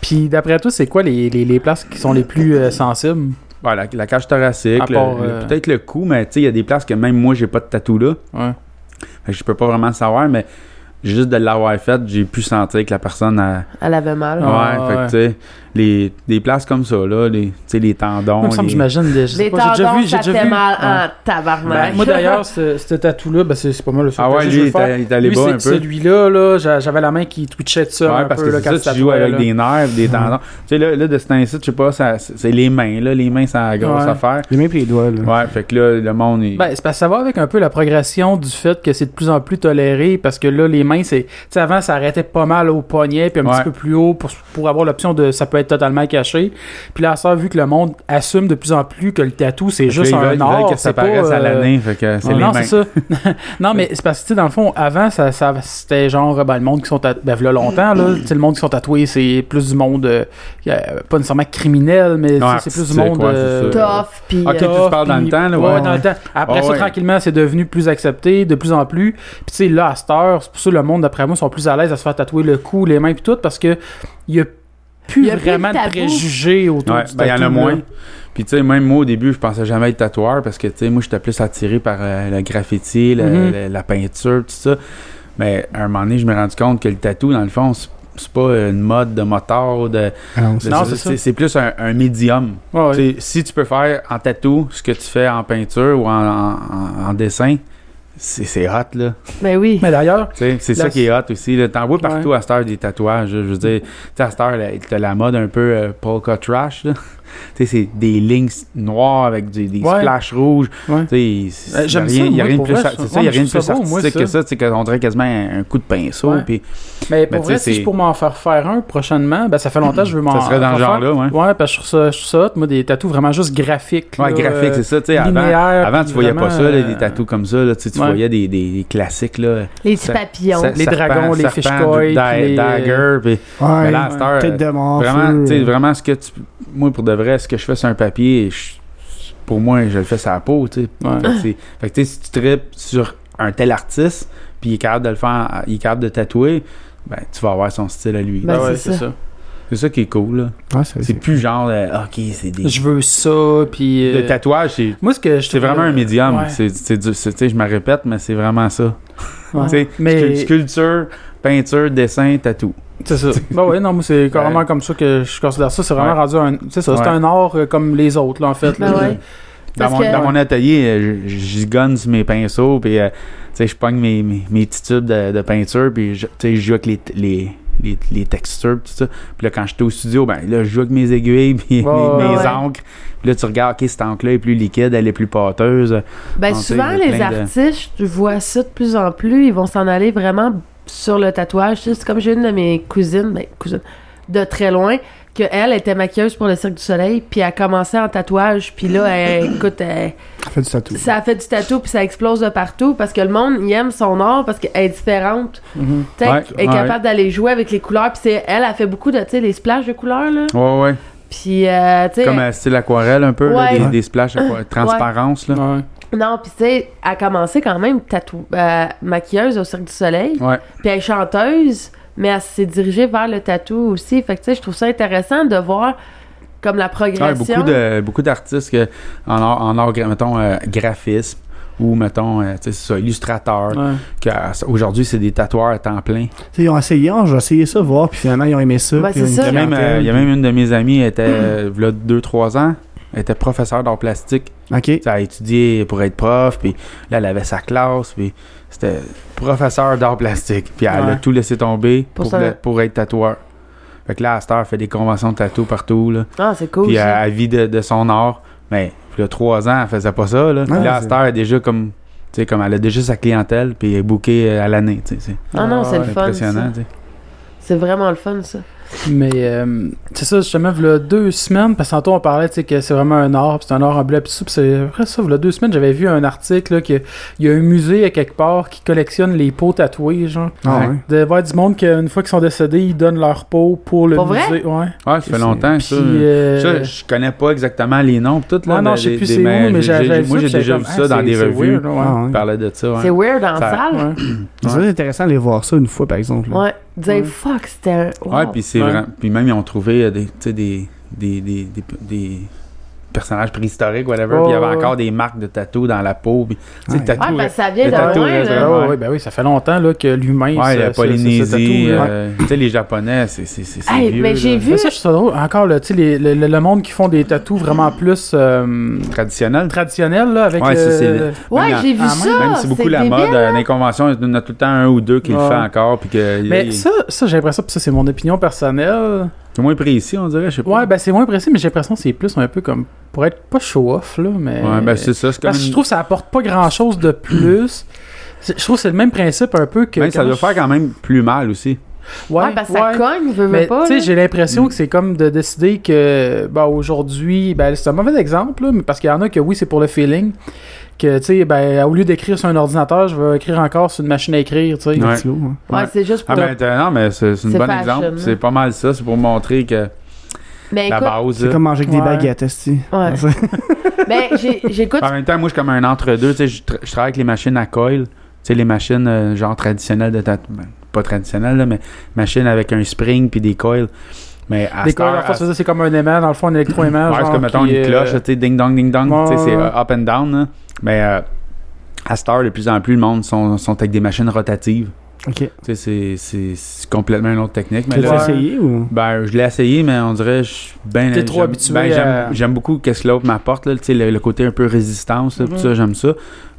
Speaker 2: Puis d'après toi, c'est quoi les, les, les places qui sont les plus euh, sensibles?
Speaker 1: Ouais, Ben, la, la cage
Speaker 2: À
Speaker 1: thoracique, le-
Speaker 2: part,
Speaker 1: le-
Speaker 2: euh,
Speaker 1: peut-être le cou, mais tu sais, il y a des places que même moi, j'ai pas de tatou là.
Speaker 2: Ouais.
Speaker 1: Fait que je peux pas vraiment le savoir, mais juste de l'avoir fait, j'ai pu sentir que la personne a.
Speaker 4: Elle avait mal.
Speaker 1: Ouais,
Speaker 2: Ah,
Speaker 1: fait que
Speaker 2: ouais.
Speaker 1: tu sais, les, des places comme ça, là, les, tu sais, les tendons.
Speaker 2: Moi, il me semble,
Speaker 1: les-
Speaker 2: j'imagine, je sais
Speaker 4: Les
Speaker 2: pas, j'ai déjà
Speaker 4: tendons,
Speaker 2: vu, j'ai
Speaker 4: ça
Speaker 2: déjà
Speaker 4: fait
Speaker 2: vu.
Speaker 4: mal hein.
Speaker 2: Ouais.
Speaker 4: en tabarnak.
Speaker 2: Ben, moi d'ailleurs, ce, ce tatou-là, ben, c'est c'est pas mal le seul
Speaker 1: Ah ouais,
Speaker 2: tatou que
Speaker 1: lui,
Speaker 2: je
Speaker 1: il
Speaker 2: veux
Speaker 1: est
Speaker 2: faire.
Speaker 1: allé- il est allé
Speaker 2: Lui,
Speaker 1: bas
Speaker 2: c'est
Speaker 1: un
Speaker 2: que
Speaker 1: peu.
Speaker 2: Celui-là, là, j'a- j'avais la main qui twitchait de ça.
Speaker 1: Ouais,
Speaker 2: un
Speaker 1: parce
Speaker 2: peu,
Speaker 1: que
Speaker 2: là, quand
Speaker 1: c'est ça, tu joues
Speaker 2: tatouais,
Speaker 1: avec
Speaker 2: là. Mm.
Speaker 1: des nerfs, des tendons. Tu sais, là, là, de cet instant, je sais pas, ça- c'est c'est les mains, là. Les mains, c'est la grosse
Speaker 2: Ouais.
Speaker 1: affaire.
Speaker 3: Les mains pris les doigts, là.
Speaker 1: Ouais, fait que là, le monde, il...
Speaker 2: Ben, c'est parce que ça va avec un peu la progression du fait que c'est de plus en plus toléré parce que là, les mains, c'est. Tu sais, avant, ça arrêtait pas mal au poignet puis un petit
Speaker 1: Ouais.
Speaker 2: peu plus haut pour, pour avoir l'option de ça peut être totalement caché. Puis là, ça, vu que le monde assume de plus en plus que le tatou, c'est
Speaker 1: Fait que
Speaker 2: juste
Speaker 1: là, ils veulent-
Speaker 2: un
Speaker 1: ils veulent
Speaker 2: art.
Speaker 1: que ça
Speaker 2: c'est pas,
Speaker 1: paraisse à
Speaker 2: euh,
Speaker 1: l'année, fait que c'est
Speaker 2: non,
Speaker 1: les mains.
Speaker 2: c'est ça. non, mais c'est parce que, tu sais, dans le fond, avant, ça, ça- c'était genre, ben, le monde qui sont tatoués, ben, là, longtemps, là, tu sais, le monde qui sont tatoués, c'est plus du monde, euh, euh, pas nécessairement criminel, mais tu sais, c'est plus du
Speaker 1: artistique,
Speaker 2: monde.
Speaker 1: ouais,
Speaker 2: euh,
Speaker 1: c'est ça.
Speaker 4: Tough, puis.
Speaker 1: Ok,
Speaker 4: euh,
Speaker 1: tu te parles dans
Speaker 2: puis-
Speaker 1: le temps, là,
Speaker 2: ouais,
Speaker 1: ouais,
Speaker 2: dans le
Speaker 1: ouais.
Speaker 2: temps. Après
Speaker 1: Ah
Speaker 2: ça,
Speaker 1: ouais.
Speaker 2: tranquillement, c'est devenu plus accepté, de plus en plus. Puis tu sais, là, à cette heure, c'est pour ça que le monde, d'après moi, sont plus à l'aise à se faire tatouer le cou, les mains, puis tout, parce que il y a plus
Speaker 4: Il y a plus de
Speaker 2: vraiment de,
Speaker 4: tabou.
Speaker 2: préjugés autour
Speaker 1: Ouais,
Speaker 2: du
Speaker 1: ben, il y en
Speaker 2: tatou,
Speaker 1: a
Speaker 2: là.
Speaker 1: moins. Puis, tu sais, même moi, au début, je pensais jamais être tatoueur parce que, tu sais, moi, j'étais plus attiré par euh, le graffiti, le-
Speaker 2: Mhm.
Speaker 1: le- la peinture, tout ça. Mais à un moment donné, je me suis rendu compte que le tatou, dans le fond, c'est c'est pas une mode de motard, ou de,
Speaker 3: Ah non, c'est
Speaker 2: Non,
Speaker 3: ça.
Speaker 2: c'est ça.
Speaker 1: c'est c'est plus un, un médium.
Speaker 2: Ouais, ouais.
Speaker 1: Tu sais, Si tu peux faire en tatou ce que tu fais en peinture ou en, en- en- en dessin, c'est c'est hot, là.
Speaker 4: Ben oui.
Speaker 2: Mais d'ailleurs,
Speaker 1: Tu sais, C'est
Speaker 2: La-
Speaker 1: ça qui est hot aussi. là. T'en vois partout à cette heure des tatouages. là. Je veux dire, tu sais, à cette heure, là, t'as la mode un peu euh, polka trash. là. Tu sais, c'est des lignes noires avec des, des
Speaker 2: Ouais.
Speaker 1: splashes rouges.
Speaker 2: Ouais.
Speaker 1: Tu sais, c'est-
Speaker 2: Euh, j'aime
Speaker 1: y a rien-
Speaker 2: ça,
Speaker 1: y a
Speaker 2: moi,
Speaker 1: rien de
Speaker 2: pour
Speaker 1: plus,
Speaker 2: vrai,
Speaker 1: ar-
Speaker 2: ça.
Speaker 1: c'est
Speaker 2: Ouais,
Speaker 1: ça, y a
Speaker 2: je
Speaker 1: rien de
Speaker 2: trouve
Speaker 1: plus
Speaker 2: ça beau, moi,
Speaker 1: artistique
Speaker 2: ça.
Speaker 1: que ça. C'est qu'on dirait quasiment un, un coup de pinceau.
Speaker 2: Ouais.
Speaker 1: puis
Speaker 2: mais pour
Speaker 1: Ben, tu
Speaker 2: vrai,
Speaker 1: sais,
Speaker 2: si je
Speaker 1: c'est-
Speaker 2: pour m'en faire faire un prochainement, ben ça fait longtemps que je veux m'en
Speaker 1: ça serait dans le
Speaker 2: m'en faire.
Speaker 1: genre-là. hein? Ouais.
Speaker 2: Ouais, parce que je trouve ça, je trouve ça hot, moi, des tatous vraiment juste graphiques.
Speaker 1: Ouais,
Speaker 2: là,
Speaker 1: graphique,
Speaker 2: euh,
Speaker 1: c'est ça. tu sais, avant,
Speaker 2: linéaires,
Speaker 1: avant,
Speaker 2: puis
Speaker 1: tu voyais pas
Speaker 2: vraiment,
Speaker 1: ça, là,
Speaker 2: euh,
Speaker 1: des tatous comme ça. là, tu sais, tu
Speaker 2: ouais.
Speaker 1: voyais des, des- des classiques. Là,
Speaker 4: Les petits
Speaker 1: Ça-
Speaker 4: papillons.
Speaker 1: Sa-
Speaker 2: Les
Speaker 1: serpent-
Speaker 2: dragons, les
Speaker 1: serpent,
Speaker 2: fish-coy,
Speaker 1: da-
Speaker 2: puis les-
Speaker 1: Dagger. puis- mais là, à cette heure,
Speaker 3: Tête de mort.
Speaker 1: Vraiment,
Speaker 3: feu. euh.
Speaker 1: tu sais, vraiment, ce que tu. Moi, pour de vrai, ce que je fais sur un papier, je- pour moi, je le fais sur la peau, tu sais.
Speaker 2: Ouais.
Speaker 1: Fait que c'est- Fait que, tu sais, si tu tripes sur un tel artiste, puis il est capable de le faire, il est capable de tatouer, ben, tu vas avoir son style à lui.
Speaker 4: Ben,
Speaker 2: Ah ouais,
Speaker 4: c'est
Speaker 2: c'est
Speaker 4: ça.
Speaker 2: ça.
Speaker 1: C'est ça qui est cool, là.
Speaker 3: Ouais, c'est-
Speaker 1: C'est plus genre, euh, OK, c'est des.
Speaker 2: Je veux ça, puis. euh,
Speaker 1: Le tatouage, c'est.
Speaker 2: Moi, ce que je
Speaker 1: C'est
Speaker 2: trouve-
Speaker 1: vraiment un médium.
Speaker 2: Ouais.
Speaker 1: C'est, c'est du- c'est- tu sais, je me répète, mais c'est vraiment ça.
Speaker 2: Ouais.
Speaker 1: Tu sais,
Speaker 2: Mais-
Speaker 1: scu- Sculpture, peinture, dessin, tatou.
Speaker 2: C'est ça. bah ouais, non, moi c'est carrément
Speaker 1: Ouais.
Speaker 2: comme ça que je considère ça. C'est vraiment
Speaker 1: Ouais.
Speaker 2: rendu un. C'est ça, c'est
Speaker 1: Ouais.
Speaker 2: un art euh, comme les autres, là, en fait. là.
Speaker 4: Ben ouais.
Speaker 1: Dans
Speaker 4: Parce
Speaker 1: mon,
Speaker 4: que-
Speaker 1: dans mon atelier, euh, je- je gonne sur mes pinceaux, puis euh, tu sais, je pogne mes, mes, mes petits tubes de, de peinture, puis je, tu sais, je joue avec les, les, les, les textures, puis tout ça. Puis là, quand j'étais au studio, ben là, je joue avec mes aiguilles, puis
Speaker 2: Ouais,
Speaker 1: mes, mes
Speaker 4: ouais.
Speaker 1: encres. Puis là, tu regardes, OK, cette encre-là est plus liquide, elle est plus pâteuse.
Speaker 4: Ben
Speaker 1: On sait,
Speaker 4: souvent,
Speaker 1: il y a
Speaker 4: les
Speaker 1: plein de-
Speaker 4: artistes, je vois ça de plus en plus. Ils vont s'en aller vraiment sur le tatouage. Tu sais, C'est comme j'ai une de mes cousines, ben, cousine, de très loin, que elle était maquilleuse pour le Cirque du Soleil, puis elle commençait en tatouage. Puis là, elle, écoute, elle-
Speaker 3: Fais du tatou.
Speaker 4: ça a fait du tatou, puis ça explose de partout, parce que le monde, il aime son art, parce qu'elle est différente.
Speaker 2: Mhm.
Speaker 4: Tu sais,
Speaker 1: Ouais,
Speaker 4: elle est
Speaker 1: ouais.
Speaker 4: capable d'aller jouer avec les couleurs. Puis c'est- elle, a fait beaucoup de, tu sais, les splashes de couleurs, là.
Speaker 1: Ouais, ouais.
Speaker 4: Puis, euh, tu sais,
Speaker 1: Comme euh, style aquarelle, un peu, là,
Speaker 4: Ouais.
Speaker 1: des,
Speaker 3: Ouais.
Speaker 1: des splashes, aqua- transparence, là.
Speaker 2: Ouais.
Speaker 4: Non, puis tu sais, elle a commencé quand même tatou euh, maquilleuse au Cirque du Soleil.
Speaker 1: Ouais.
Speaker 4: Puis elle est chanteuse, mais elle s'est dirigée vers le tatou aussi. Fait que tu sais, je trouve ça intéressant de voir comme la
Speaker 1: Ouais,
Speaker 4: progression.
Speaker 1: beaucoup de beaucoup d'artistes que en art, en art gra- mettons euh, graphisme ou mettons euh, tu sais, c'est ça, illustrateur
Speaker 2: Ouais.
Speaker 1: que, euh, aujourd'hui c'est des tatoueurs à temps plein.
Speaker 3: Tu sais, Ils ont essayé, ah, j'ai essayé ça, voir, puis finalement, ils ont aimé ça.
Speaker 4: Ouais,
Speaker 3: puis ils ont une
Speaker 4: c'est ça.
Speaker 1: Il y a même
Speaker 3: clientèle,
Speaker 1: euh, il y a
Speaker 3: puis-
Speaker 1: même une de mes amies elle était euh, v'là 2 3 ans, elle était professeure d'art plastique,
Speaker 3: Ok.
Speaker 1: elle a étudié pour être prof puis là elle avait sa classe puis c'était professeur d'art plastique puis elle a
Speaker 2: Ouais.
Speaker 1: tout laissé tomber
Speaker 4: Pour
Speaker 1: pour
Speaker 4: ça.
Speaker 1: le- pour être tatoueur. Fait que là, à cette heure, elle fait des conventions de tatou partout là.
Speaker 4: Ah, c'est cool.
Speaker 1: Puis euh,
Speaker 4: ça.
Speaker 1: elle, elle vit de, de son art. Mais Puis là, trois ans, elle faisait pas ça. Là, Puis
Speaker 3: Ah,
Speaker 1: là, à
Speaker 3: c'est-
Speaker 1: cette heure, elle est déjà comme. Tu sais, comme elle a déjà sa clientèle, puis elle est bookée euh, à l'année. tu sais, C'est
Speaker 4: Ah non, c'est le fun.
Speaker 1: impressionnant.
Speaker 4: ça.
Speaker 1: tu sais.
Speaker 4: C'est vraiment le fun, ça.
Speaker 2: Mais euh, c'est ça, justement, v'là deux semaines, parce que tantôt on parlait tu sais, que c'est vraiment un art, puis c'est un art en bleu, puis ça, puis c'est après ça, v'là deux semaines, j'avais vu un article, là, qu'il y a un musée à quelque part qui collectionne les peaux tatouées, genre.
Speaker 3: Ah ouais.
Speaker 2: Il doit y avoir du monde qu'une fois qu'ils sont décédés, ils donnent leur peau pour le
Speaker 4: Pour vrai?
Speaker 2: musée. Ouais.
Speaker 1: Ouais, ça fait
Speaker 3: C'est-
Speaker 1: longtemps,
Speaker 2: Puis,
Speaker 1: ça.
Speaker 2: euh,
Speaker 1: Ça, je connais pas exactement les noms. pis Tout, là,
Speaker 2: ouais, non,
Speaker 1: mais
Speaker 2: je sais
Speaker 1: des-
Speaker 2: plus
Speaker 1: des-
Speaker 2: c'est où,
Speaker 1: mais j'ai-
Speaker 2: mais j'avais
Speaker 1: j'ai-
Speaker 2: vu
Speaker 1: Moi,
Speaker 2: ça,
Speaker 1: j'ai
Speaker 2: j'étais
Speaker 1: déjà
Speaker 2: comme,
Speaker 1: vu
Speaker 2: Ah,
Speaker 1: ça dans
Speaker 2: c'est-
Speaker 1: des
Speaker 2: c'est
Speaker 1: revues.
Speaker 2: weird, là, ouais.
Speaker 3: Ah ouais.
Speaker 1: On parlait de ça. ouais.
Speaker 4: C'est weird en
Speaker 1: Ça-
Speaker 4: salle.
Speaker 2: Ouais.
Speaker 3: C'est vrai, intéressant d'aller voir ça une fois, par exemple. là.
Speaker 4: Ouais. Dire
Speaker 2: Ouais.
Speaker 4: fuck, c'était un. wow.
Speaker 1: Ouais, puis c'est
Speaker 2: Ouais.
Speaker 1: vraiment. Puis même, ils ont trouvé euh, des, tu sais, des, des, des, des, des personnages préhistoriques, whatever.
Speaker 2: Ouais,
Speaker 1: puis il y avait
Speaker 2: ouais,
Speaker 1: encore des marques de tatou dans la peau. Puis, tu sais, euh,
Speaker 3: Ouais.
Speaker 1: le tatou.
Speaker 4: Ouais, parce que ça vient euh,
Speaker 1: le
Speaker 4: de
Speaker 1: tatou
Speaker 4: loin,
Speaker 1: reste
Speaker 4: là.
Speaker 1: vraiment-
Speaker 2: Ah
Speaker 1: Ouais.
Speaker 2: ouais, ben oui, ça fait longtemps là, que l'humain.
Speaker 1: ouais, la
Speaker 2: se- se- se- se tatoue,
Speaker 1: Polynésie,
Speaker 2: là.
Speaker 1: euh, tu sais, les Japonais, c'est. c'est, c'est, c'est
Speaker 4: Hey,
Speaker 1: vieux,
Speaker 4: mais j'ai
Speaker 1: là.
Speaker 4: vu.
Speaker 2: Mais ça, je trouve ça drôle. Encore, là, tu sais, les- le, le- le monde qui font des tatous vraiment plus euh,
Speaker 1: Traditionnel.
Speaker 2: traditionnels, là, avec.
Speaker 1: Ouais, ça, c'est le-
Speaker 4: Ouais,
Speaker 1: Même
Speaker 4: j'ai vu
Speaker 2: en-
Speaker 4: ça.
Speaker 1: Même si beaucoup la
Speaker 4: débile.
Speaker 1: mode, euh, dans les conventions, il y en a tout le temps un ou deux qui le
Speaker 2: Ouais.
Speaker 1: fait encore. Puis que.
Speaker 2: Mais
Speaker 1: il-
Speaker 2: ça, ça j'ai l'impression, puis ça, c'est mon opinion personnelle.
Speaker 1: C'est moins précis, on dirait, je sais pas.
Speaker 2: Ouais, ben c'est moins précis, mais j'ai l'impression que c'est plus un peu comme. Pour être pas show-off, là, mais.
Speaker 1: Ouais, ben c'est ça. C'est comme
Speaker 2: Euh, Parce que je
Speaker 1: une-
Speaker 2: trouve que ça apporte pas grand-chose de plus. C'est- Je trouve que c'est le même principe un peu que.
Speaker 1: Ben, ça
Speaker 2: quand
Speaker 1: doit
Speaker 2: je-
Speaker 1: faire quand même plus mal aussi.
Speaker 4: Ouais, parce que Ah, ben, ça
Speaker 2: ouais.
Speaker 4: cogne, veux, veux
Speaker 2: Mais
Speaker 4: pas.
Speaker 2: tu sais,
Speaker 4: là.
Speaker 2: j'ai l'impression que c'est comme de décider que ben, aujourd'hui, ben, c'est un mauvais exemple, là, mais parce qu'il y en a que oui, c'est pour le feeling. Que tu sais, ben, au lieu d'écrire sur un ordinateur, je vais écrire encore sur une machine à écrire. tu sais.
Speaker 1: Ouais.
Speaker 3: Stylo, hein.
Speaker 4: Ouais, c'est juste
Speaker 1: Ah,
Speaker 4: pour.
Speaker 1: ben, t'as- non, mais c'est c'est
Speaker 4: C'est
Speaker 1: un bon
Speaker 4: fashion,
Speaker 2: hein.
Speaker 1: exemple.
Speaker 4: là.
Speaker 1: C'est pas mal ça. C'est pour montrer que
Speaker 4: Mais
Speaker 1: la
Speaker 4: écoute,
Speaker 1: base.
Speaker 3: C'est
Speaker 1: là.
Speaker 3: comme manger avec des
Speaker 2: Ouais.
Speaker 3: baguettes, esti.
Speaker 4: Ouais. ben, j'ai- j'écoute.
Speaker 1: En même temps, moi, je suis comme un entre-deux. Tu sais, je, tra- je travaille avec les machines à coil. Tu sais, les machines euh, genre traditionnelles de tatou. ben, pas traditionnelles, là, mais machines avec un spring puis des coils. Mais à
Speaker 2: Des
Speaker 1: cette heure,
Speaker 2: coils, en
Speaker 1: à
Speaker 2: fait, ça, c'est comme un aimant, dans le fond, un électroaimant.
Speaker 1: Ouais, c'est
Speaker 2: genre,
Speaker 1: comme mettons
Speaker 2: qui,
Speaker 1: une
Speaker 2: euh,
Speaker 1: cloche, tu sais, ding dong, ding dong.
Speaker 2: ouais,
Speaker 1: Tu sais, c'est
Speaker 2: ouais.
Speaker 1: euh, up and down. là. Mais euh, à Star, de plus en plus, le monde sont, sont avec des machines rotatives.
Speaker 3: Ok.
Speaker 1: Tu sais, c'est- c'est c'est complètement une autre technique. Mais
Speaker 3: Tu
Speaker 1: là,
Speaker 3: l'as essayé ou.
Speaker 1: ben, je l'ai essayé, mais on dirait, je suis ben.
Speaker 2: T'es trop
Speaker 1: j'aime-
Speaker 2: habitué
Speaker 1: ben, j'aime,
Speaker 2: à-
Speaker 1: j'aime beaucoup qu'est-ce que l'autre m'apporte, là, tu sais, le, le côté un peu résistance, là,
Speaker 2: Mhm.
Speaker 1: tout ça, j'aime ça.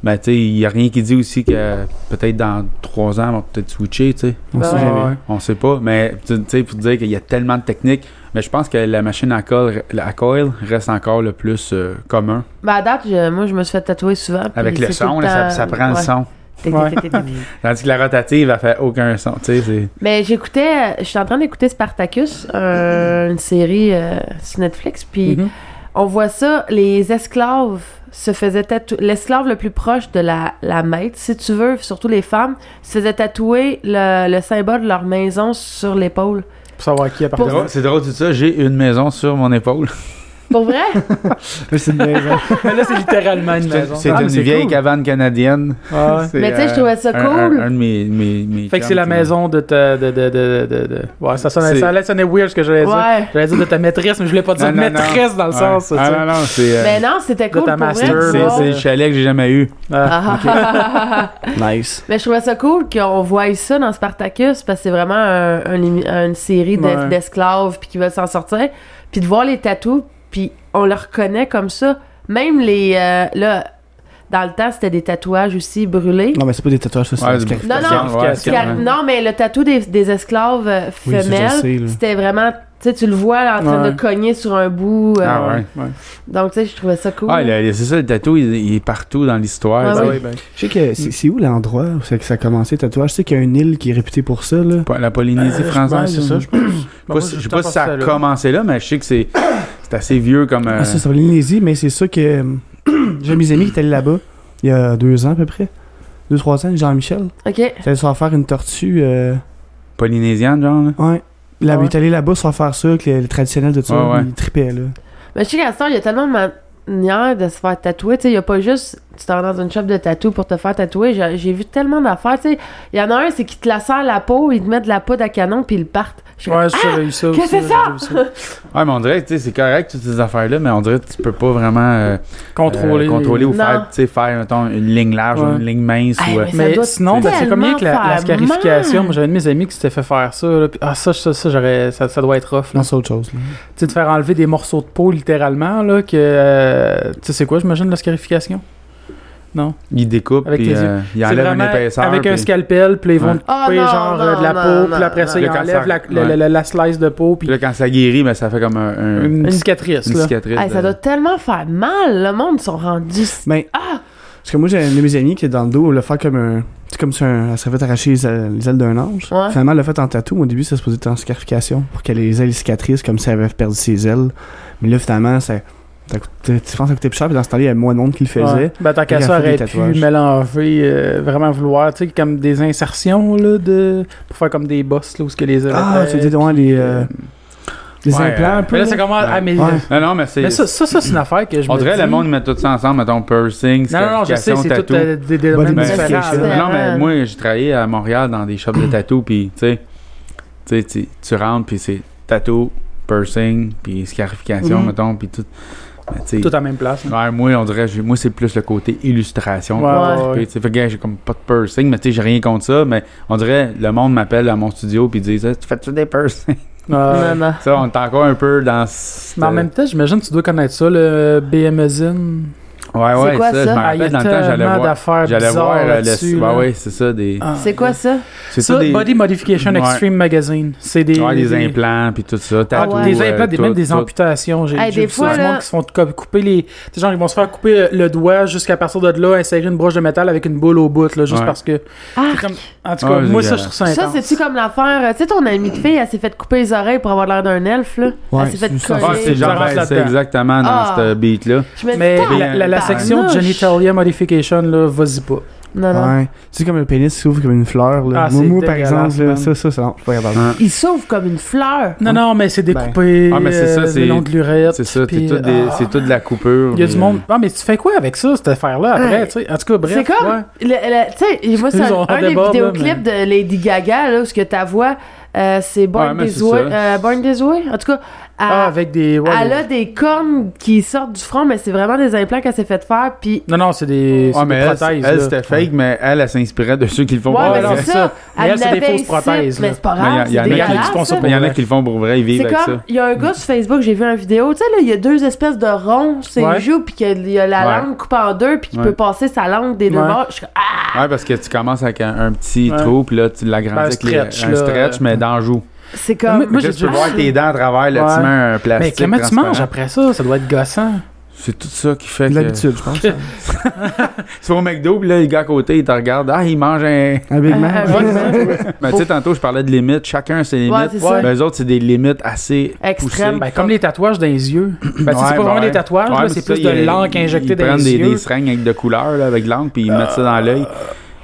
Speaker 1: Ben, tu sais, il n'y a rien qui dit aussi que peut-être dans trois ans, on va peut-être switcher, tu sais.
Speaker 3: On
Speaker 4: Ben
Speaker 3: sait
Speaker 2: ouais,
Speaker 3: jamais.
Speaker 2: ouais.
Speaker 1: On sait pas, mais tu tu sais, pour dire qu'il y a tellement de techniques, mais je pense que la machine à coil, à coil reste encore le plus euh, commun.
Speaker 4: Ben, à date, je- moi, je me suis fait tatouer souvent. puis
Speaker 1: Avec le
Speaker 4: c'est tout
Speaker 1: son, là, ça,
Speaker 4: temps-
Speaker 1: ça prend
Speaker 4: ouais.
Speaker 1: le son.
Speaker 4: Tic,
Speaker 2: Ouais.
Speaker 4: tic, tic, tic, tic.
Speaker 1: Tandis que la rotative, elle fait aucun son, tu sais. c'est-
Speaker 4: Mais j'écoutais, je suis en train d'écouter Spartacus, euh, une série euh, sur Netflix, puis
Speaker 2: Mhm.
Speaker 4: on voit ça, les esclaves se faisaient tatouer, l'esclave le plus proche de la, la maître, si tu veux, surtout les femmes, se faisaient tatouer le, le symbole de leur maison sur l'épaule.
Speaker 2: Pour savoir qui
Speaker 1: C'est
Speaker 2: appartient.
Speaker 1: drôle, c'est drôle tout ça, j'ai une maison sur mon épaule.
Speaker 4: Pour vrai?
Speaker 3: Mais c'est une hein. maison.
Speaker 2: Mais là, c'est littéralement une
Speaker 1: C'est
Speaker 2: maison.
Speaker 1: c'est
Speaker 3: Ah, mais
Speaker 1: une
Speaker 3: c'est
Speaker 1: vieille
Speaker 3: cool.
Speaker 1: cabane canadienne.
Speaker 2: Ah ouais.
Speaker 1: C'est,
Speaker 4: Mais tu sais, je
Speaker 1: euh,
Speaker 4: trouvais ça
Speaker 1: un- un-
Speaker 4: cool.
Speaker 1: un de mes- mes- mes
Speaker 2: Fait que c'est
Speaker 1: chums,
Speaker 2: la
Speaker 1: tu sais.
Speaker 2: maison de ta. De, de, de, de, de- Ouais, ça sonnait,
Speaker 1: C'est-
Speaker 2: ça allait sonner weird ce que j'allais dire.
Speaker 4: ouais.
Speaker 2: J'allais dire de ta maîtresse, mais je voulais pas
Speaker 1: Non,
Speaker 2: dire
Speaker 1: non, non.
Speaker 2: maîtresse dans le
Speaker 1: Ouais.
Speaker 2: sens.
Speaker 1: Ah
Speaker 2: tu sais.
Speaker 1: non, non, c'est. euh,
Speaker 4: Mais non, c'était
Speaker 2: de
Speaker 4: cool
Speaker 2: ta
Speaker 4: pour vrai.
Speaker 1: c'est,
Speaker 2: master,
Speaker 1: c'est-
Speaker 4: tu vois.
Speaker 1: c'est le chalet que j'ai jamais eu.
Speaker 2: Ah.
Speaker 4: Ah.
Speaker 3: Nice.
Speaker 4: Mais je trouvais ça cool qu'on voie ça dans Spartacus parce que c'est vraiment un- un émi- une série d'es-
Speaker 2: Ouais.
Speaker 4: d'esclaves puis qui veulent s'en sortir. Puis de voir les tatous, puis on les reconnaît comme ça. Même les. euh, là, dans le temps, c'était des tatouages aussi brûlés.
Speaker 3: Non, mais c'est pas des tatouages, ça, c'est
Speaker 1: Ouais,
Speaker 3: des
Speaker 1: c'est-
Speaker 3: scarf-
Speaker 4: Non, non,
Speaker 1: ouais,
Speaker 4: Parce qu'à-
Speaker 1: c'est-
Speaker 4: non, mais le tatou des, des esclaves euh,
Speaker 3: Oui, ça, je le
Speaker 4: femelles,
Speaker 3: sais, là.
Speaker 4: c'était vraiment. Tu sais, tu le vois là, en train
Speaker 2: Ouais.
Speaker 4: de cogner sur un bout. euh,
Speaker 1: Ah ouais.
Speaker 4: Donc, tu sais, je trouvais ça cool.
Speaker 1: Ah, le- c'est ça, le tatou, il, il est partout dans l'histoire.
Speaker 4: Ouais,
Speaker 1: tu sais.
Speaker 4: ouais.
Speaker 2: ben.
Speaker 3: Je sais que c'est c'est où l'endroit où c'est que ça a commencé le tatouage? Je sais qu'il y a une île qui est réputée pour ça, là.
Speaker 1: Pa- La Polynésie
Speaker 2: Ouais,
Speaker 1: française.
Speaker 2: c'est ça,
Speaker 1: ou-
Speaker 2: Euh, je pense.
Speaker 1: Je sais pas si- Bah, je sais pas si ça a commencé là, mais je sais que c'est c'est assez vieux comme. euh,
Speaker 3: Ah, ça, c'est en Polynésie, mais c'est ça que. euh, J'ai mes amis qui étaient allés là-bas il y a deux ans à peu près. Deux, trois ans, Jean-Michel.
Speaker 4: OK.
Speaker 3: Ils allaient se faire faire une tortue. euh,
Speaker 1: polynésienne, genre. là.
Speaker 3: Ouais. Là,
Speaker 2: Ah ouais?
Speaker 3: Il est allé là-bas se faire faire ça avec les, les traditionnels de ça.
Speaker 1: Ouais, ouais.
Speaker 3: Il tripait, là.
Speaker 4: Mais je sais qu'à ce temps, il y a tellement de manières de se faire tatouer. Tu sais, il n'y a pas juste tu t'en vas dans une shop de tatou pour te faire tatouer. J'ai j'ai vu tellement d'affaires. Tu sais, il y en a un, c'est qu'ils te lacèrent la peau, ils te mettent de la poudre à canon, puis ils partent. Je suis comme,
Speaker 2: Ouais, j'avais eu ça
Speaker 4: Ah! que
Speaker 2: aussi.
Speaker 4: c'est
Speaker 2: là,
Speaker 4: ça?
Speaker 2: j'avais eu ça.
Speaker 1: Ouais, mais on dirait, tu sais, c'est correct, toutes ces affaires-là, mais on dirait que tu peux pas vraiment euh,
Speaker 2: Contrôler.
Speaker 1: euh, contrôler ou
Speaker 4: Non.
Speaker 1: faire, tu sais, faire, mettons, une ligne large
Speaker 2: Ouais.
Speaker 1: ou une ligne mince.
Speaker 4: Hey,
Speaker 1: ou, euh,
Speaker 4: mais ça
Speaker 2: Mais
Speaker 4: doit
Speaker 2: sinon, ben, c'est comme bien que la, la
Speaker 4: tellement
Speaker 2: scarification.
Speaker 4: faire
Speaker 2: Moi, j'avais un de mes amis qui s'était fait faire ça. là, puis, ah, ça, ça, ça, j'aurais- ça, ça doit être rough. là.
Speaker 3: Non, c'est autre chose, là.
Speaker 2: Tu sais, de faire enlever des morceaux de peau littéralement. là, que, euh, Tu sais, c'est quoi, j'imagine, la scarification? non?
Speaker 1: Ils découpent,
Speaker 2: Avec
Speaker 1: puis
Speaker 2: tes yeux.
Speaker 1: euh, ils
Speaker 2: C'est
Speaker 1: enlèvent une
Speaker 2: vraiment
Speaker 1: épaisseur.
Speaker 2: Avec un
Speaker 1: puis-
Speaker 2: scalpel, puis ils vont
Speaker 1: Ouais.
Speaker 2: te couper
Speaker 4: Ah, non,
Speaker 2: genre euh, de la
Speaker 4: non,
Speaker 2: peau,
Speaker 4: non,
Speaker 2: puis après ça,
Speaker 1: non.
Speaker 2: ils
Speaker 1: Le
Speaker 2: enlèvent la,
Speaker 1: cancer,
Speaker 2: la-
Speaker 1: ouais.
Speaker 2: la- la slice de peau,
Speaker 1: Puis
Speaker 2: puis
Speaker 1: là, quand ça guérit, ben, ça fait comme un- un-
Speaker 2: une,
Speaker 4: Une-
Speaker 2: cicatrice,
Speaker 1: une
Speaker 2: là.
Speaker 1: cicatrice.
Speaker 4: Hey, ça
Speaker 3: euh.
Speaker 1: de-
Speaker 4: doit tellement faire mal. Le monde sont rendus.
Speaker 3: Mais. Parce que moi, j'ai un de mes amis qui est dans le dos, le faire comme un. C'est comme si un- elle s'est fait arracher les ailes, les ailes d'un ange.
Speaker 4: Ouais.
Speaker 3: Finalement, elle l'a fait en tatou. Au début, ça se posait en scarification pour qu'elle ait les ailes cicatrices comme si elle avait perdu ses ailes. Mais là, finalement, ça. ça coûtait- Tu penses que ça coûtait plus cher, puis dans ce temps-là, il y a moins de monde qui le faisait.
Speaker 2: Ouais. Ben, tant qu'à
Speaker 3: Fait
Speaker 2: ça,
Speaker 3: qu'elle a
Speaker 2: aurait
Speaker 3: fait des
Speaker 2: pu
Speaker 3: tatouages.
Speaker 2: mélanger, euh, vraiment vouloir, tu sais, comme des insertions, là, de... pour faire comme des bosses, là, où ce que les
Speaker 3: Ah,
Speaker 2: ailettes-
Speaker 3: tu dis, ouais, les, euh, les
Speaker 1: Ouais,
Speaker 3: implants
Speaker 1: euh,
Speaker 3: un peu.
Speaker 2: Mais là, c'est comment... Ah, mais...
Speaker 3: Ouais.
Speaker 1: Non, non, mais c'est.
Speaker 2: mais ça, ça, ça, c'est une affaire que je
Speaker 1: On
Speaker 2: me
Speaker 1: dirait
Speaker 2: dis-
Speaker 1: le monde met tout ça ensemble, mettons piercing,
Speaker 2: Non, non, non, je sais,
Speaker 1: scarification,
Speaker 2: c'est tout
Speaker 1: tatou.
Speaker 2: euh, des des
Speaker 3: Body
Speaker 2: domaines
Speaker 3: modification.
Speaker 2: différents.
Speaker 4: Ouais.
Speaker 2: là.
Speaker 1: Non, mais moi, j'ai travaillé à Montréal dans des shops de tatou, puis tu sais, tu sais, tu- tu rentres, puis c'est tatou, piercing, puis scarification,
Speaker 2: Mhm.
Speaker 1: mettons, puis tout. Ben, tu sais,
Speaker 2: Tout en même place. là.
Speaker 1: ouais, moi, on dirait, j'ai- moi, c'est plus le côté illustration.
Speaker 2: Ouais,
Speaker 4: Ouais.
Speaker 2: ouais, ouais.
Speaker 1: Puis, tu sais, fait que, gars, j'ai comme pas de piercing, mais tu sais, j'ai rien contre ça, mais on dirait, le monde m'appelle à mon studio, puis ils disent, Hey, tu fais-tu des piercings?
Speaker 2: Ouais.
Speaker 3: Ah,
Speaker 4: Non, non.
Speaker 1: ça, on est encore un peu dans. ce-
Speaker 2: Mais en même temps, j'imagine que tu dois connaître ça, le BMEZIN.
Speaker 1: Ouais,
Speaker 4: C'est
Speaker 1: ouais,
Speaker 4: quoi
Speaker 1: ça,
Speaker 4: ça?
Speaker 1: je me
Speaker 2: Ah, il y a
Speaker 1: rappelle, dans le temps, j'allais
Speaker 2: tellement
Speaker 1: voir.
Speaker 2: d'affaires
Speaker 1: J'allais
Speaker 2: bizarres
Speaker 1: voir euh,
Speaker 2: là-dessus,
Speaker 1: le.
Speaker 2: là.
Speaker 1: Ouais, ouais, c'est ça, des.
Speaker 2: Ah.
Speaker 4: C'est quoi ça?
Speaker 1: C'est
Speaker 2: ça,
Speaker 1: tout des-
Speaker 2: Body Modification
Speaker 1: Ouais.
Speaker 2: Extreme Magazine. C'est des,
Speaker 1: Ouais, des
Speaker 2: des-
Speaker 1: implants, puis tout ça.
Speaker 2: Ah,
Speaker 1: tatou,
Speaker 2: des
Speaker 1: euh,
Speaker 2: implants, des,
Speaker 1: tout,
Speaker 2: même des
Speaker 1: tout.
Speaker 2: amputations. J'ai
Speaker 4: Hey,
Speaker 2: j'ai
Speaker 4: des
Speaker 2: vu
Speaker 4: fois,
Speaker 2: ça, du
Speaker 4: là-
Speaker 2: monde qui se font co- couper les. tu sais, genre, ils vont se faire couper euh, le doigt jusqu'à partir de là, insérer une broche de métal avec une boule au bout, là, juste
Speaker 1: Ouais.
Speaker 2: parce que.
Speaker 4: Ah,
Speaker 2: C'est comme- En tout cas,
Speaker 1: Ouais,
Speaker 2: moi,
Speaker 1: j'ai-
Speaker 2: ça, je trouve ça
Speaker 4: ça,
Speaker 2: intense.
Speaker 4: c'est-tu comme l'affaire. euh, Tu sais, ton amie de fille, elle s'est fait couper les oreilles pour avoir l'air d'un elfe, là.
Speaker 3: Ouais,
Speaker 4: elle s'est fait
Speaker 3: c'est ça.
Speaker 4: coller.
Speaker 1: Ah, c'est genre,
Speaker 2: Je rentre
Speaker 1: ben, c'est
Speaker 2: là-dedans.
Speaker 1: exactement dans
Speaker 4: Ah.
Speaker 1: ce beat-là.
Speaker 4: Je me dis,
Speaker 2: Mais
Speaker 4: tabarnouche.
Speaker 2: la, la- la section de Genitalia Modification, là, vas-y pas.
Speaker 4: Non, non.
Speaker 3: Ouais. Tu sais, comme le pénis s'ouvre comme une fleur. Là.
Speaker 2: Ah,
Speaker 3: moi,
Speaker 2: c'est
Speaker 3: moi, par
Speaker 2: dégueulasse,
Speaker 3: exemple, là,
Speaker 2: man.
Speaker 3: ça, ça, ça, non, je suis pas capable.
Speaker 1: Hein.
Speaker 4: Il s'ouvre comme une fleur.
Speaker 2: Non, non, mais c'est découpé.
Speaker 1: Ah, mais c'est ça,
Speaker 2: euh,
Speaker 1: c'est-
Speaker 2: le long de l'urette.
Speaker 1: C'est ça,
Speaker 2: puis,
Speaker 1: c'est tout, des-
Speaker 2: ah.
Speaker 1: c'est tout de la coupure.
Speaker 2: Il y a du
Speaker 1: puis,
Speaker 2: monde. Ah, mais tu fais quoi avec ça, cette affaire-là, après,
Speaker 4: Ouais.
Speaker 2: tu sais? En tout cas, bref.
Speaker 4: C'est comme-
Speaker 2: ouais.
Speaker 4: Le- le- Tu sais, moi, c'est
Speaker 2: Ils
Speaker 4: un,
Speaker 2: ont
Speaker 4: un des
Speaker 2: déborde, là,
Speaker 4: vidéoclips de Lady Gaga, là, où ce que ta voix, euh, c'est
Speaker 1: Ouais,
Speaker 4: Born
Speaker 1: mais
Speaker 4: This
Speaker 1: c'est
Speaker 4: Way.
Speaker 1: ça.
Speaker 4: euh, Born This Way. En tout cas,
Speaker 2: Ah,
Speaker 4: elle,
Speaker 2: avec des. ouais,
Speaker 4: elle
Speaker 2: des-
Speaker 4: a des cornes qui sortent du front, mais c'est vraiment des implants qu'elle s'est fait faire. Puis
Speaker 2: Non, non, c'est des,
Speaker 1: Ah,
Speaker 2: c'est
Speaker 1: mais
Speaker 2: des
Speaker 1: elle,
Speaker 2: prothèses.
Speaker 1: elle,
Speaker 2: là.
Speaker 1: c'était fake, mais elle, elle s'inspirait de ceux qui le font
Speaker 4: Ouais,
Speaker 1: pour
Speaker 4: mais
Speaker 1: vrai.
Speaker 2: non,
Speaker 4: c'est
Speaker 2: c'est
Speaker 4: ça.
Speaker 2: ça. Mais
Speaker 4: Elle
Speaker 2: elles, c'est des
Speaker 4: l'avait
Speaker 2: fausses
Speaker 4: ici,
Speaker 2: prothèses,
Speaker 4: Mais
Speaker 2: là.
Speaker 4: c'est pas
Speaker 1: Mais
Speaker 4: grave.
Speaker 1: il y,
Speaker 4: C'est
Speaker 1: en a qui le
Speaker 4: dégueulasse,
Speaker 1: font
Speaker 4: ça.
Speaker 1: pour- il y en a qui le font pour vrai, ils vivent
Speaker 4: C'est
Speaker 1: avec
Speaker 4: comme,
Speaker 1: ça.
Speaker 4: il y a un gars sur Facebook, j'ai vu une vidéo, tu sais, là, il y a deux espèces de ronds, c'est
Speaker 2: Ouais.
Speaker 4: le joue, puis qu'il y a la
Speaker 1: Ouais.
Speaker 4: langue coupée en deux, puis qu'il
Speaker 1: Ouais.
Speaker 4: peut passer sa langue des deux
Speaker 2: Ouais.
Speaker 4: bords. Je suis comme, ah,
Speaker 1: Ouais, parce que tu commences avec un, un petit
Speaker 2: Ouais.
Speaker 1: trou, puis là, tu l'agrandis
Speaker 2: Ben, un
Speaker 1: avec les-
Speaker 2: stretch,
Speaker 1: un
Speaker 2: là.
Speaker 1: stretch, mais dans le joue.
Speaker 4: ah, c'est
Speaker 2: Mais-
Speaker 4: comme.
Speaker 2: Moi,
Speaker 1: Moi,
Speaker 2: j'ai
Speaker 1: tu peux
Speaker 2: déjà-
Speaker 1: voir tes dents à travers le
Speaker 2: Ouais.
Speaker 1: petit main, un
Speaker 2: Mais
Speaker 1: plastique.
Speaker 2: comment tu
Speaker 1: transparent.
Speaker 2: manges après ça? Ça doit être gossant.
Speaker 1: C'est tout ça qui fait que.
Speaker 3: De l'habitude, je pense.
Speaker 1: Tu vas au McDo, puis là, le gars à côté, il te regarde. Ah, il mange un.
Speaker 3: Un Big
Speaker 2: Euh,
Speaker 4: Ah,
Speaker 3: Mac.
Speaker 4: ah, oui.
Speaker 1: Mais tu sais, tantôt, je parlais de limites. Chacun a ses limites.
Speaker 4: Ouais, c'est ça.
Speaker 2: Ouais.
Speaker 1: Ben, eux autres, c'est des limites assez
Speaker 4: Extrême.
Speaker 1: poussées.
Speaker 2: Ben, comme les tatouages dans les yeux. Ben, tu sais, c'est
Speaker 1: Ouais,
Speaker 2: pas
Speaker 1: ben
Speaker 2: vraiment
Speaker 1: ouais.
Speaker 2: des tatouages,
Speaker 1: Ouais,
Speaker 2: là,
Speaker 1: mais
Speaker 2: c'est
Speaker 1: ça,
Speaker 2: plus de
Speaker 1: ils-
Speaker 2: l'encre injectée
Speaker 1: ils
Speaker 2: dans
Speaker 1: prennent
Speaker 2: les
Speaker 1: des,
Speaker 2: yeux. Euh,
Speaker 1: des seringues avec de couleurs, là, avec l'encre, puis ils mettent ça dans l'œil.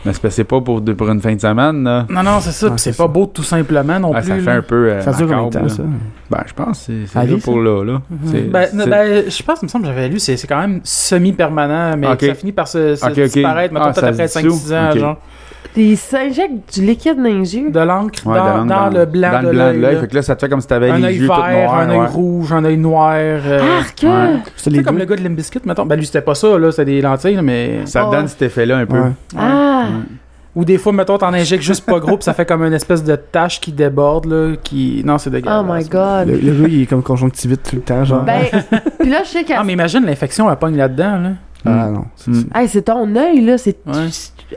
Speaker 1: Mais c'est parce que c'est pas pour, deux- pour une fin de semaine. Là.
Speaker 2: Non, non, c'est ça.
Speaker 3: Ouais,
Speaker 2: puis c'est
Speaker 3: c'est
Speaker 2: pas
Speaker 3: ça.
Speaker 2: beau tout simplement non
Speaker 1: Ah,
Speaker 2: plus.
Speaker 1: ça fait
Speaker 2: là.
Speaker 1: un peu. euh,
Speaker 3: Ça dure combien de
Speaker 1: macabre,
Speaker 3: temps,
Speaker 1: là.
Speaker 3: ça?
Speaker 1: Ben, je pense que c'est-
Speaker 3: À
Speaker 1: c'est là
Speaker 3: vie, Mhm.
Speaker 1: pour là. là. C'est-
Speaker 2: Ben,
Speaker 1: c'est-
Speaker 2: ben, je pense, il me semble, que j'avais lu, c'est c'est quand même semi-permanent, mais
Speaker 1: Ok.
Speaker 2: que ça finit par se, se
Speaker 1: Ok, ok.
Speaker 2: disparaître, mettons,
Speaker 1: Ah,
Speaker 2: peut-être
Speaker 1: ça
Speaker 2: après
Speaker 1: se dissout?
Speaker 2: 5-6 ans,
Speaker 1: Ok.
Speaker 2: genre.
Speaker 4: Ils s'injectent du liquide dans les yeux.
Speaker 2: De l'encre
Speaker 1: Ouais,
Speaker 2: dans,
Speaker 1: de l'encre
Speaker 2: dans le blanc
Speaker 1: dans
Speaker 2: de l'œil. là.
Speaker 1: Fait que là, ça te fait comme si t'avais
Speaker 2: Un
Speaker 1: les
Speaker 2: œil
Speaker 1: yeux tout
Speaker 2: vert,
Speaker 1: noirs.
Speaker 2: un œil
Speaker 1: ouais. Ah!
Speaker 2: rouge, un œil noir. euh,
Speaker 4: Arc!
Speaker 1: Ouais.
Speaker 3: C'était
Speaker 2: Tu
Speaker 3: les
Speaker 2: sais, comme
Speaker 3: deux.
Speaker 2: le gars de Limbiskit, mettons. Ben, lui, c'était pas ça, là, c'était des lentilles, là, mais.
Speaker 1: Ça
Speaker 4: Oh,
Speaker 1: donne
Speaker 4: ouais.
Speaker 1: cet effet-là un peu. Mm.
Speaker 3: Ouais.
Speaker 4: Ah!
Speaker 2: Ou des fois, mettons, t'en injectes juste pas gros, pis ça fait comme une espèce de tache qui déborde, là, qui. Non, c'est
Speaker 4: Oh
Speaker 2: dégueulasse.
Speaker 4: my
Speaker 3: Le,
Speaker 4: god.
Speaker 3: le gars, il est comme conjonctivite tout le temps, genre.
Speaker 4: Ben, puis là, je sais qu'à.
Speaker 2: Ah, mais imagine l'infection, elle pogne là-dedans, là.
Speaker 3: Ah non. c'est-
Speaker 1: Mm.
Speaker 3: c'est-
Speaker 4: Hey, c'est ton œil, là, c'est.
Speaker 2: Ouais.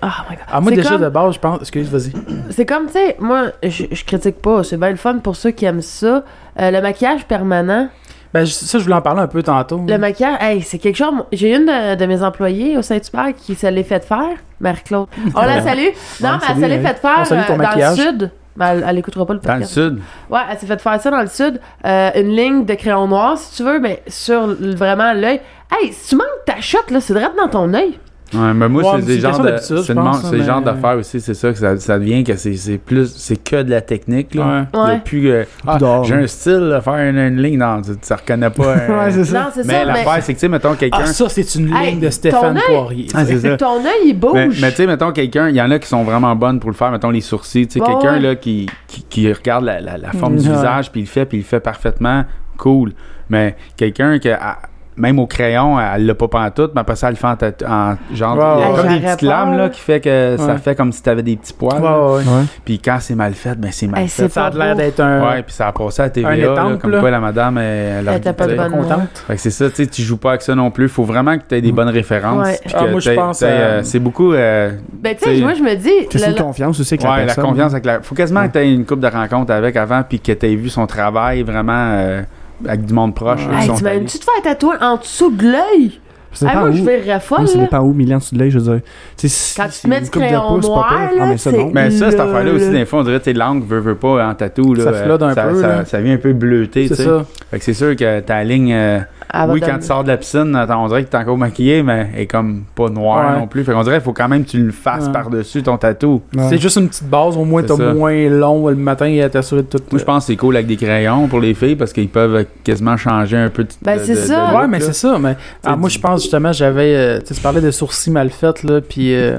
Speaker 4: Oh my god.
Speaker 2: Ah, moi,
Speaker 4: C'est
Speaker 2: déjà,
Speaker 4: comme-
Speaker 2: de base, je pense. Excuse, vas-y.
Speaker 4: C'est comme, tu sais, moi, je je critique pas, c'est bien le fun pour ceux qui aiment ça. Euh, le maquillage permanent.
Speaker 2: Ben, je- ça, je voulais en parler un peu tantôt.
Speaker 4: Le maquillage, hey, c'est quelque chose. moi, J'ai une de, de mes employées au Saint-Hubert qui se l'est fait faire, Marie-Claude. On la salue. Non, mais elle
Speaker 3: salut,
Speaker 4: se l'est
Speaker 3: hey.
Speaker 4: fait
Speaker 2: hein. On
Speaker 4: faire
Speaker 2: salue ton
Speaker 4: euh, dans le
Speaker 2: maquillage.
Speaker 4: sud. Mais elle, elle écoutera pas le
Speaker 1: Dans le
Speaker 4: podcast.
Speaker 1: sud.
Speaker 4: Ouais, elle s'est fait faire ça dans le sud. Euh, une ligne de crayon noir, si tu veux, mais sur l- vraiment l'œil. Hey, si tu manques ta shot, là, c'est direct dans ton œil.
Speaker 1: Ouais, mais moi,
Speaker 2: Ouais,
Speaker 1: c'est
Speaker 2: mais c'est
Speaker 1: des
Speaker 2: une
Speaker 1: genres
Speaker 2: question
Speaker 1: de,
Speaker 2: d'habitude,
Speaker 1: c'est
Speaker 2: je
Speaker 1: le
Speaker 2: pense,
Speaker 1: monde-
Speaker 2: hein,
Speaker 1: c'est le genre
Speaker 2: mais-
Speaker 1: d'affaires aussi, c'est ça que ça, ça devient que c'est, c'est plus, c'est que de la technique, là.
Speaker 2: Ouais.
Speaker 1: Il y a
Speaker 4: Ouais.
Speaker 1: plus, euh, ah,
Speaker 3: d'or,
Speaker 1: j'ai
Speaker 3: là.
Speaker 1: un style, là, faire une, une ligne, non, tu, tu reconnais pas. euh,
Speaker 3: Ouais, c'est ça.
Speaker 4: Non, c'est
Speaker 1: mais
Speaker 4: ça, mais
Speaker 1: l'affaire, c'est que, tu sais, mettons quelqu'un.
Speaker 2: Ah, ça, c'est une
Speaker 4: Hey,
Speaker 2: ligne de
Speaker 4: ton
Speaker 2: Stéphane
Speaker 4: œil.
Speaker 2: Poirier.
Speaker 1: Ah, c'est ça.
Speaker 4: ton œil, il bouge.
Speaker 1: Mais, mais tu sais, mettons quelqu'un, il y en a qui sont vraiment bonnes pour le faire, mettons les sourcils, tu sais,
Speaker 4: Ouais,
Speaker 1: quelqu'un
Speaker 4: ouais.
Speaker 1: là qui, qui, qui regarde la, la, la forme du
Speaker 2: Ouais.
Speaker 1: visage, puis il le fait, puis il le fait parfaitement, cool. Mais quelqu'un qui a- même au crayon, elle l'a pas pantoute, mais après ça, elle le fait en, tatu- en genre.
Speaker 2: Ouais,
Speaker 1: il y a
Speaker 2: ouais.
Speaker 1: comme
Speaker 4: Hey,
Speaker 1: des petites
Speaker 4: j'aurais
Speaker 1: lames,
Speaker 4: peur,
Speaker 1: là,
Speaker 4: là.
Speaker 1: qui fait que ça
Speaker 2: Ouais.
Speaker 1: fait comme si t'avais des petits poils. là.
Speaker 2: Ouais, ouais.
Speaker 3: Ouais.
Speaker 1: Puis quand c'est mal fait, ben c'est mal
Speaker 4: Hey,
Speaker 1: fait.
Speaker 4: c'est
Speaker 2: Ça a
Speaker 4: pas
Speaker 2: l'air
Speaker 4: beau.
Speaker 2: d'être un.
Speaker 1: Ouais, puis ça a passé à la TVA,
Speaker 2: Un
Speaker 1: là,
Speaker 2: étampe,
Speaker 1: comme
Speaker 2: là.
Speaker 1: quoi la madame, elle, elle a
Speaker 4: Elle était pas de
Speaker 1: dit-
Speaker 4: bonne
Speaker 2: contente.
Speaker 1: Fait que c'est ça, tu sais, tu joues pas avec ça non plus. Faut vraiment que tu aies des bonnes références.
Speaker 4: Ouais.
Speaker 1: puis
Speaker 2: Ah,
Speaker 1: que
Speaker 2: moi, je
Speaker 1: t'aies-
Speaker 2: pense,
Speaker 1: t'aies, euh,
Speaker 2: euh,
Speaker 1: c'est beaucoup euh,
Speaker 4: Ben, tu sais,
Speaker 1: T'sais,
Speaker 4: moi, je me dis.
Speaker 3: C'est
Speaker 4: le-
Speaker 3: une confiance aussi avec la
Speaker 1: ouais, la
Speaker 3: personne.
Speaker 1: confiance avec la. Faut quasiment
Speaker 3: Ouais.
Speaker 1: que tu aies une coupe de rencontre avec avant, puis que tu aies vu son travail vraiment euh, avec du monde proche.
Speaker 2: Ouais.
Speaker 1: là, qui
Speaker 4: Hey,
Speaker 1: sont allés.
Speaker 4: t'imagines-tu te faire tatouer en dessous de l'œil?
Speaker 3: Ça
Speaker 4: Ah,
Speaker 3: dépend
Speaker 4: moi,
Speaker 3: où.
Speaker 4: je vais
Speaker 3: Ouais,
Speaker 4: refolle,
Speaker 3: ça
Speaker 4: là.
Speaker 3: dépend où, mille ans sous de l'œil, je veux dire. Tu sais, si-
Speaker 4: Quand tu
Speaker 3: si
Speaker 4: te mets
Speaker 3: une
Speaker 4: du
Speaker 3: coupe de
Speaker 4: crayon
Speaker 3: pouce, c'est pas pire.
Speaker 4: noir,
Speaker 3: Ah,
Speaker 4: là,
Speaker 3: mais ça,
Speaker 4: c'est-
Speaker 3: non.
Speaker 1: Mais ça, cette
Speaker 4: Le-
Speaker 1: affaire-là aussi,
Speaker 4: le-
Speaker 1: des fois, on dirait que tes langues veut, veut pas en tatou. Là,
Speaker 2: Ça
Speaker 1: euh,
Speaker 2: flotte un
Speaker 1: ça,
Speaker 2: peu,
Speaker 1: Ça,
Speaker 2: là.
Speaker 1: ça vient un peu bleuté.
Speaker 2: C'est
Speaker 1: tu sais.
Speaker 2: ça.
Speaker 1: Fait que c'est sûr que ta ligne. euh,
Speaker 4: Ah,
Speaker 1: oui,
Speaker 4: bah,
Speaker 1: quand
Speaker 4: donne-
Speaker 1: tu sors de la piscine, attends, on dirait que t'es encore maquillé, mais elle est comme pas noire
Speaker 2: Ouais.
Speaker 1: non plus. Fait qu'on dirait qu'il faut quand même que tu le fasses
Speaker 2: Ouais.
Speaker 1: par-dessus ton tatou.
Speaker 3: Ouais.
Speaker 2: C'est juste une petite base, au moins
Speaker 1: C'est
Speaker 2: t'as
Speaker 1: ça.
Speaker 2: moins long le matin et à t'assurer de tout.
Speaker 1: Moi, je pense que c'est cool avec des crayons pour les filles parce qu'ils peuvent quasiment changer un peu de.
Speaker 4: Ben,
Speaker 1: de-
Speaker 4: c'est
Speaker 1: de-
Speaker 4: ça.
Speaker 1: de
Speaker 2: Ouais,
Speaker 1: look,
Speaker 2: mais
Speaker 1: là.
Speaker 2: c'est ça. Mais Ah, moi, je pense justement, j'avais. euh, tu sais, tu parlais de sourcils mal faits, là, puis euh,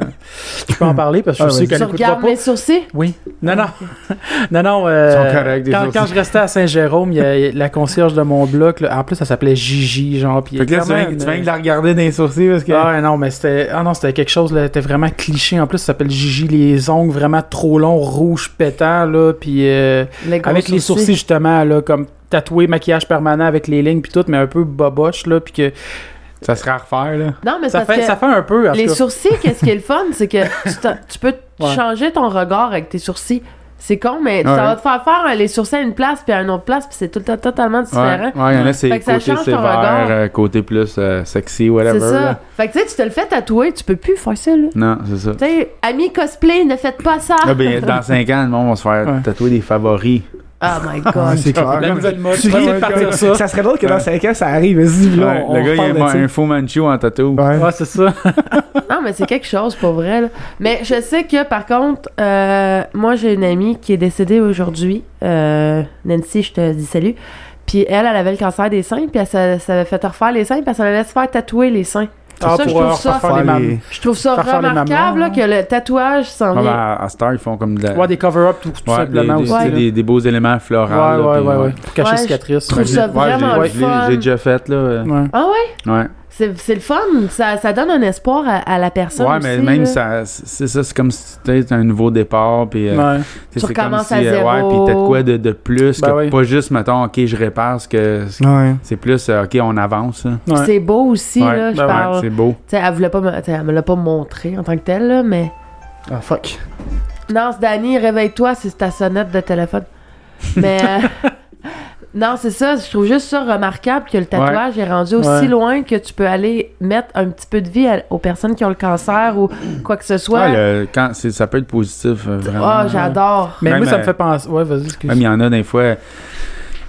Speaker 2: je peux en parler parce que je
Speaker 3: Ah,
Speaker 2: suis sûr
Speaker 4: Tu
Speaker 2: qu'elle n'écoutera
Speaker 4: regardes
Speaker 2: pas.
Speaker 4: mes sourcils?
Speaker 2: Oui. Non, non. non, non. euh,
Speaker 1: Ils sont corrects, des
Speaker 2: quand,
Speaker 1: sourcils.
Speaker 2: quand je restais à Saint-Jérôme, il y a- il y a la concierge de mon bloc, là, en plus, elle s'appelait Gigi, genre. Puis
Speaker 1: Fait que là, tu
Speaker 2: quand
Speaker 1: viens,
Speaker 2: même,
Speaker 1: tu viens
Speaker 2: euh,
Speaker 1: de la regarder dans les sourcils parce que.
Speaker 2: Ah ouais, non, mais c'était ah non, c'était quelque chose là, c'était vraiment cliché en plus, ça s'appelle Gigi les ongles vraiment trop longs, rouges pétants là, puis euh,
Speaker 4: gros
Speaker 2: avec les sourcils justement là comme tatoué, maquillage permanent avec les lignes puis tout, mais un peu boboche là, puis que
Speaker 1: Ça serait à refaire, là.
Speaker 4: Non, mais
Speaker 2: ça
Speaker 4: c'est parce
Speaker 2: fait
Speaker 4: que
Speaker 2: ça fait un peu en tout
Speaker 4: les
Speaker 2: cas.
Speaker 4: sourcils, qu'est-ce qui est le fun? C'est que tu, t'en- tu peux
Speaker 2: Ouais.
Speaker 4: changer ton regard avec tes sourcils. C'est con, mais
Speaker 1: Ouais.
Speaker 4: ça va te faire faire euh, les sourcils à une place puis à une autre place, puis c'est tout le temps totalement différent.
Speaker 1: Ouais, ouais, il y en a, c'est
Speaker 4: Fait que ça
Speaker 1: côté
Speaker 4: change ton
Speaker 1: sévère,
Speaker 4: regard.
Speaker 1: euh, côté plus euh, sexy,
Speaker 4: c'est
Speaker 1: whatever.
Speaker 4: ça.
Speaker 1: là.
Speaker 4: Fait que tu sais, tu te le fais tatouer, tu peux plus faire ça, là.
Speaker 1: Non, c'est ça.
Speaker 4: Tu sais, amis cosplay, ne faites pas ça!
Speaker 1: Là, ben, dans 5 ans, le monde va se faire
Speaker 2: Ouais.
Speaker 1: tatouer des favoris.
Speaker 4: Oh my
Speaker 3: Ah,
Speaker 4: god!
Speaker 3: c'est clair.
Speaker 2: La nouvelle mode,
Speaker 3: Tu
Speaker 2: ça
Speaker 3: ris,
Speaker 2: va partir ça.
Speaker 3: ça. serait drôle que dans 5 ans, ça arrive. Vas-y, là,
Speaker 1: Ouais,
Speaker 3: on
Speaker 1: le gars, il
Speaker 3: reparle
Speaker 1: a
Speaker 3: de
Speaker 1: un faux Manchu en tatou.
Speaker 3: ça. Ouais.
Speaker 2: Ouais, c'est ça.
Speaker 4: non, mais c'est quelque chose, pour vrai, là. Mais je sais que, par contre, euh, moi, j'ai une amie qui est décédée aujourd'hui. Euh, Nancy, je te dis salut. Puis elle, elle avait le cancer des seins, puis elle s'est- s'avait fait refaire les seins, puis elle s'en allait se faire tatouer les seins.
Speaker 2: Ah,
Speaker 4: ça, je
Speaker 2: pour
Speaker 4: trouve
Speaker 2: euh,
Speaker 4: ça
Speaker 2: refaire les
Speaker 3: Faire les-
Speaker 2: mamans.
Speaker 4: Je trouve ça
Speaker 2: Faire faire les
Speaker 4: remarquable
Speaker 2: mamans,
Speaker 4: là, que le tatouage
Speaker 3: Ah,
Speaker 4: s'en
Speaker 1: Ouais, ben,
Speaker 4: vient.
Speaker 1: à à Star, ils font comme de la-
Speaker 2: Ouais, des cover-up tout, tout
Speaker 1: Ouais,
Speaker 2: simplement
Speaker 1: des, des-
Speaker 2: aussi.
Speaker 1: des- des- des beaux éléments floraux.
Speaker 2: là.
Speaker 1: là,
Speaker 2: ouais, ouais,
Speaker 1: puis,
Speaker 2: ouais, ouais, pour cacher
Speaker 4: Ouais,
Speaker 2: les cicatrices.
Speaker 4: je trouve ça
Speaker 1: Ouais, j'ai-
Speaker 4: vraiment
Speaker 1: ouais,
Speaker 4: le
Speaker 1: je l'ai-
Speaker 4: fun.
Speaker 1: J'ai déjà fait, là. euh,
Speaker 2: Ouais.
Speaker 4: Ah ouais?
Speaker 1: Ouais.
Speaker 4: C'est c'est le fun. Ça, ça donne un espoir à, à la personne.
Speaker 1: Ouais, mais
Speaker 4: aussi,
Speaker 1: même
Speaker 4: là.
Speaker 1: ça, c'est ça, c'est comme si c'était un nouveau départ, puis euh,
Speaker 2: Ouais.
Speaker 1: tu sais,
Speaker 4: Tu
Speaker 1: c'est comme
Speaker 4: recommences
Speaker 1: si,
Speaker 4: à
Speaker 1: euh, ouais,
Speaker 4: zéro.
Speaker 1: puis t'as de quoi de, de plus,
Speaker 2: Ben
Speaker 1: que
Speaker 2: oui.
Speaker 1: pas juste, mettons, ok, je répare ce que, ce-
Speaker 3: Ouais. Ben,
Speaker 1: c'est plus, euh, ok, on avance, là.
Speaker 2: Ouais.
Speaker 4: C'est beau aussi,
Speaker 1: Ouais,
Speaker 4: là, je
Speaker 2: ben ouais,
Speaker 4: parle.
Speaker 1: c'est beau.
Speaker 4: Tu sais, elle voulait pas me, tu sais, elle me l'a pas montré en tant que telle, là, mais.
Speaker 3: Ah, fuck.
Speaker 4: Non, c'est Dani, réveille-toi, c'est ta sonnette de téléphone. Mais. euh, non, c'est ça. Je trouve juste ça remarquable que le tatouage est rendu aussi
Speaker 2: Ouais.
Speaker 4: loin que tu peux aller mettre un petit peu de vie à- aux personnes qui ont le cancer ou quoi que ce soit.
Speaker 1: Ouais, Ah, le- quand, c'est- ça peut être positif, euh, vraiment.
Speaker 4: Ah, j'adore.
Speaker 2: Mais
Speaker 1: Même,
Speaker 2: moi, ça me
Speaker 1: euh,
Speaker 2: fait penser. Ouais, vas-y, excuse.
Speaker 1: Même il y en a des fois,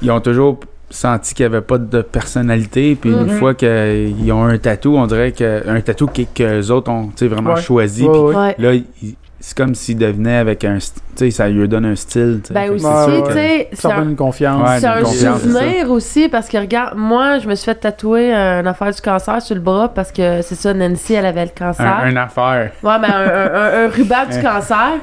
Speaker 1: ils ont toujours senti qu'il n'y avait pas de personnalité. Puis une
Speaker 2: Mhm.
Speaker 1: fois qu'ils ont un tatou, on dirait qu'un tatou qu'eux autres ont tu sais, vraiment
Speaker 2: Ouais.
Speaker 1: choisi.
Speaker 2: Ouais,
Speaker 1: puis
Speaker 2: ouais.
Speaker 4: Ouais.
Speaker 1: Là, ils- c'est comme s'ils devenaient avec un. st- Tu sais, ça lui donne un style. tu sais.
Speaker 4: Ben
Speaker 1: Fait que
Speaker 4: aussi,
Speaker 1: c'est sûr
Speaker 2: ouais.
Speaker 4: tu
Speaker 1: que-
Speaker 4: sais, c'est
Speaker 2: Ça
Speaker 4: un,
Speaker 2: donne une confiance.
Speaker 1: Ouais,
Speaker 4: c'est un
Speaker 1: une confiance, c'est
Speaker 4: souvenir aussi parce que regarde, moi, je me suis fait tatouer euh, une affaire du cancer sur le bras parce que c'est ça, Nancy, elle avait le cancer.
Speaker 1: Un, une affaire.
Speaker 4: Ouais, mais un, un- un- un ruban du cancer.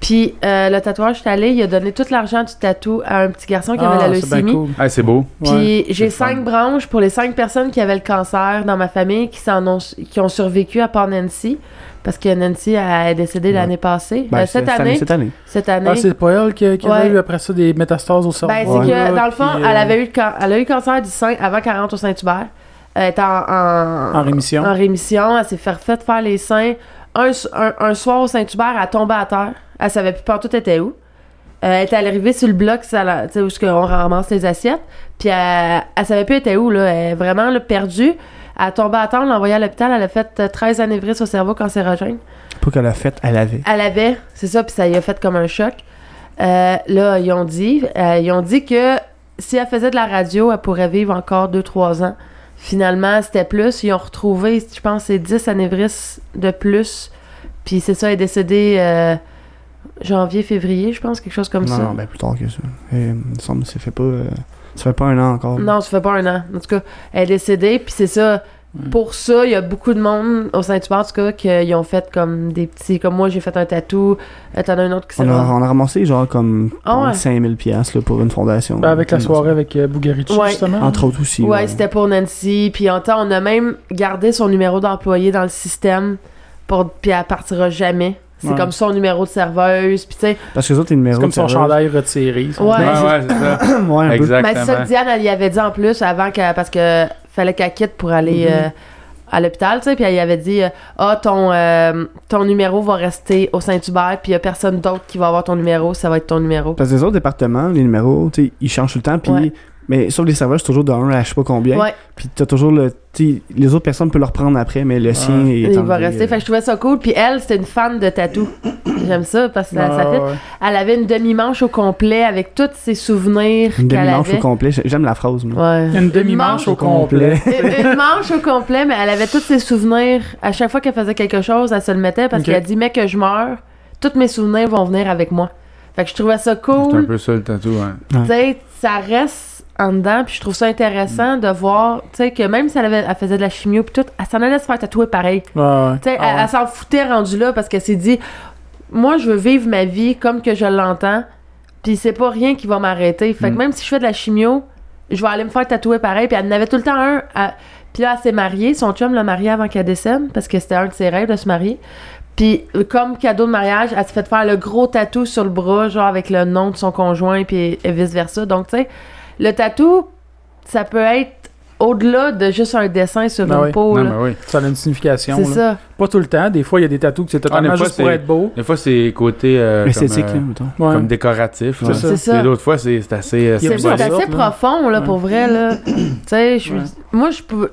Speaker 4: Puis euh, le tatouage, j'étais allée, il a donné tout l'argent du tatou à un petit garçon qui avait la
Speaker 2: c'est bien
Speaker 4: leucémie.
Speaker 2: cool.
Speaker 1: Ah, c'est beau.
Speaker 2: Ouais.
Speaker 4: Puis j'ai
Speaker 1: c'est fun.
Speaker 4: cinq branches pour les cinq personnes qui avaient le cancer dans ma famille qui s'en ont qui ont survécu à part Nancy parce que Nancy elle est décédée
Speaker 3: Ouais.
Speaker 4: l'année passée Euh,
Speaker 3: Ben,
Speaker 4: cette,
Speaker 3: c'est-
Speaker 4: année,
Speaker 3: Cette année.
Speaker 4: cette année
Speaker 2: Ah, c'est pas elle qui, qui
Speaker 4: Ouais.
Speaker 2: avait eu après ça des métastases au cerveau.
Speaker 4: Ben, c'est
Speaker 3: Ouais.
Speaker 4: que, dans le fond,
Speaker 2: Puis, euh,
Speaker 4: elle, avait eu, le can- elle a eu le cancer du sein avant 40 au Saint-Hubert. Elle était en, en,
Speaker 2: En rémission.
Speaker 4: en rémission. Elle s'est fait refaire faire les seins. Un, s- un- un soir au Saint-Hubert, elle tombé à terre. Elle savait plus pas tout était où. Euh, elle était arrivée sur le bloc, ça la- tu sais, où est-ce qu'on ramasse les assiettes. Puis elle, elle savait plus était où, là. Elle est vraiment là, perdue. Elle a tombé à terre, on l'a envoyée à l'hôpital. Elle a fait euh, 13 anévrismes au cerveau cancérogène.
Speaker 3: Pas qu'elle a fait, elle avait.
Speaker 4: Elle avait, c'est ça, puis ça y a fait comme un choc. Euh, là, ils ont dit, euh, ils ont dit que si elle faisait de la radio, elle pourrait vivre encore 2-3 ans. Finalement, c'était plus. Ils ont retrouvé, je pense, c'est 10 anévrismes de plus. Puis c'est ça, elle est décédée euh, janvier, février, je pense, quelque chose comme
Speaker 3: non,
Speaker 4: ça.
Speaker 3: non, ben plus tard que ça. Et, il me semble que euh, ça fait pas. euh, ça fait pas un an encore.
Speaker 4: Non, ça fait pas un an. En tout cas, elle est décédée, puis c'est ça. Pour ça, il y a beaucoup de monde au Saint-Hubert, en tout cas, qui ont fait comme des petits. Comme moi, j'ai fait un tatou. Euh, T'en as un autre qui s'est.
Speaker 3: On a, on a ramassé genre comme
Speaker 4: Ah ouais.
Speaker 3: 5000 pièces pour une fondation.
Speaker 2: Ben, avec la soirée avec euh, Bugarici,
Speaker 4: Ouais.
Speaker 2: justement.
Speaker 3: Entre autres aussi.
Speaker 4: Ouais,
Speaker 3: ouais.
Speaker 4: c'était pour Nancy. Puis en temps, on a même gardé son numéro d'employé dans le système. Pour... Puis elle partira jamais. C'est
Speaker 2: Ouais.
Speaker 4: comme son numéro de serveuse. Puis tu sais.
Speaker 3: Parce que les autres, les numéros.
Speaker 2: C'est comme son
Speaker 3: de serveur-
Speaker 2: chandail retiré. ça.
Speaker 4: Ouais.
Speaker 1: Ouais, ouais, c'est ça.
Speaker 3: ouais, un peu.
Speaker 1: Exactement.
Speaker 4: Mais c'est ça que Diane, elle y avait dit en plus avant que. Parce que fallait qu'elle quitte pour
Speaker 3: Mhm.
Speaker 4: aller. euh, à l'hôpital, tu sais, puis elle y avait dit euh, Ah, ton, euh, ton numéro va rester au Saint-Hubert, puis il n'y a personne d'autre qui va avoir ton numéro, ça va être ton numéro.
Speaker 3: Parce que les autres départements, les numéros, tu sais, ils changent tout le temps. Puis,
Speaker 4: Ouais.
Speaker 3: Mais sauf les serveurs, c'est toujours de 1 à je sais pas combien.
Speaker 4: Ouais.
Speaker 3: Puis t'as toujours le. tu sais, les autres personnes peuvent le reprendre après, mais le sien est.
Speaker 4: Il va
Speaker 3: enlevé,
Speaker 4: rester.
Speaker 3: euh,
Speaker 4: Fait que je trouvais ça cool. Puis elle, c'était une fan de tatou. J'aime ça parce que ça-
Speaker 2: Ouais,
Speaker 3: Ah,
Speaker 4: ça fait.
Speaker 2: ouais.
Speaker 4: Elle avait une demi-manche au complet avec tous ses souvenirs
Speaker 3: Une
Speaker 4: qu'elle
Speaker 3: demi-manche au
Speaker 4: avait.
Speaker 3: complet. J'ai- J'aime la phrase, moi.
Speaker 4: Ouais.
Speaker 2: Une demi-manche au
Speaker 4: manche-
Speaker 2: complet.
Speaker 4: une une manche au complet, mais elle avait tous ses souvenirs. À chaque fois qu'elle faisait quelque chose, elle se le mettait parce
Speaker 2: Ok.
Speaker 4: qu'elle dit Mais que je meurs, tous mes souvenirs vont venir avec moi. Fait que je trouvais ça
Speaker 1: C'est un
Speaker 4: cool.
Speaker 1: peu ça le tatou. ouais.
Speaker 4: Tu sais, ça reste en dedans. Puis je trouve ça intéressant de voir, tu sais, que même si elle, avait- elle faisait de la chimio, puis tout, elle s'en allait se faire tatouer pareil.
Speaker 2: Ouais, ouais.
Speaker 4: Tu sais,
Speaker 2: Ah
Speaker 4: elle,
Speaker 2: ouais.
Speaker 4: elle s'en foutait rendue là parce qu'elle s'est dit Moi, je veux vivre ma vie comme que je l'entends, puis c'est pas rien qui va m'arrêter. Fait que
Speaker 1: Mm.
Speaker 4: même si je fais de la chimio, je vais aller me faire tatouer pareil. Puis elle en avait tout le temps un. à- Puis là, elle s'est mariée. Son chum l'a mariée avant qu'elle décède parce que c'était un de ses rêves de se marier. Puis, euh, comme cadeau de mariage, elle s'est fait faire le gros tatou sur le bras, genre avec le nom de son conjoint, puis et vice-versa. Donc, tu sais, le tatou, ça peut être au-delà de juste un dessin sur
Speaker 2: Ah
Speaker 4: une
Speaker 2: oui.
Speaker 4: peau.
Speaker 1: Non,
Speaker 4: Oh, là.
Speaker 1: mais oui.
Speaker 2: Ça a une signification.
Speaker 4: C'est
Speaker 2: là.
Speaker 4: ça.
Speaker 2: Pas tout le temps. Des fois, il y a des tatous que c'est totalement
Speaker 1: Ah, des fois,
Speaker 2: juste pour
Speaker 1: c'est-
Speaker 2: être beau.
Speaker 1: Des fois, c'est côté euh, comme,
Speaker 3: Esthétique,
Speaker 1: euh,
Speaker 3: là, mettons.
Speaker 2: Ouais.
Speaker 1: comme décoratif.
Speaker 2: C'est
Speaker 1: là.
Speaker 2: ça.
Speaker 4: C'est ça.
Speaker 1: Et d'autres fois, c'est c'est assez euh,
Speaker 2: Il y a
Speaker 4: C'est
Speaker 1: symbolique.
Speaker 4: c'est
Speaker 2: plusieurs
Speaker 4: assez
Speaker 2: sortes, là.
Speaker 4: profond, là, pour vrai, là. tu sais, je suis...
Speaker 2: Ouais.
Speaker 4: Moi, je peux...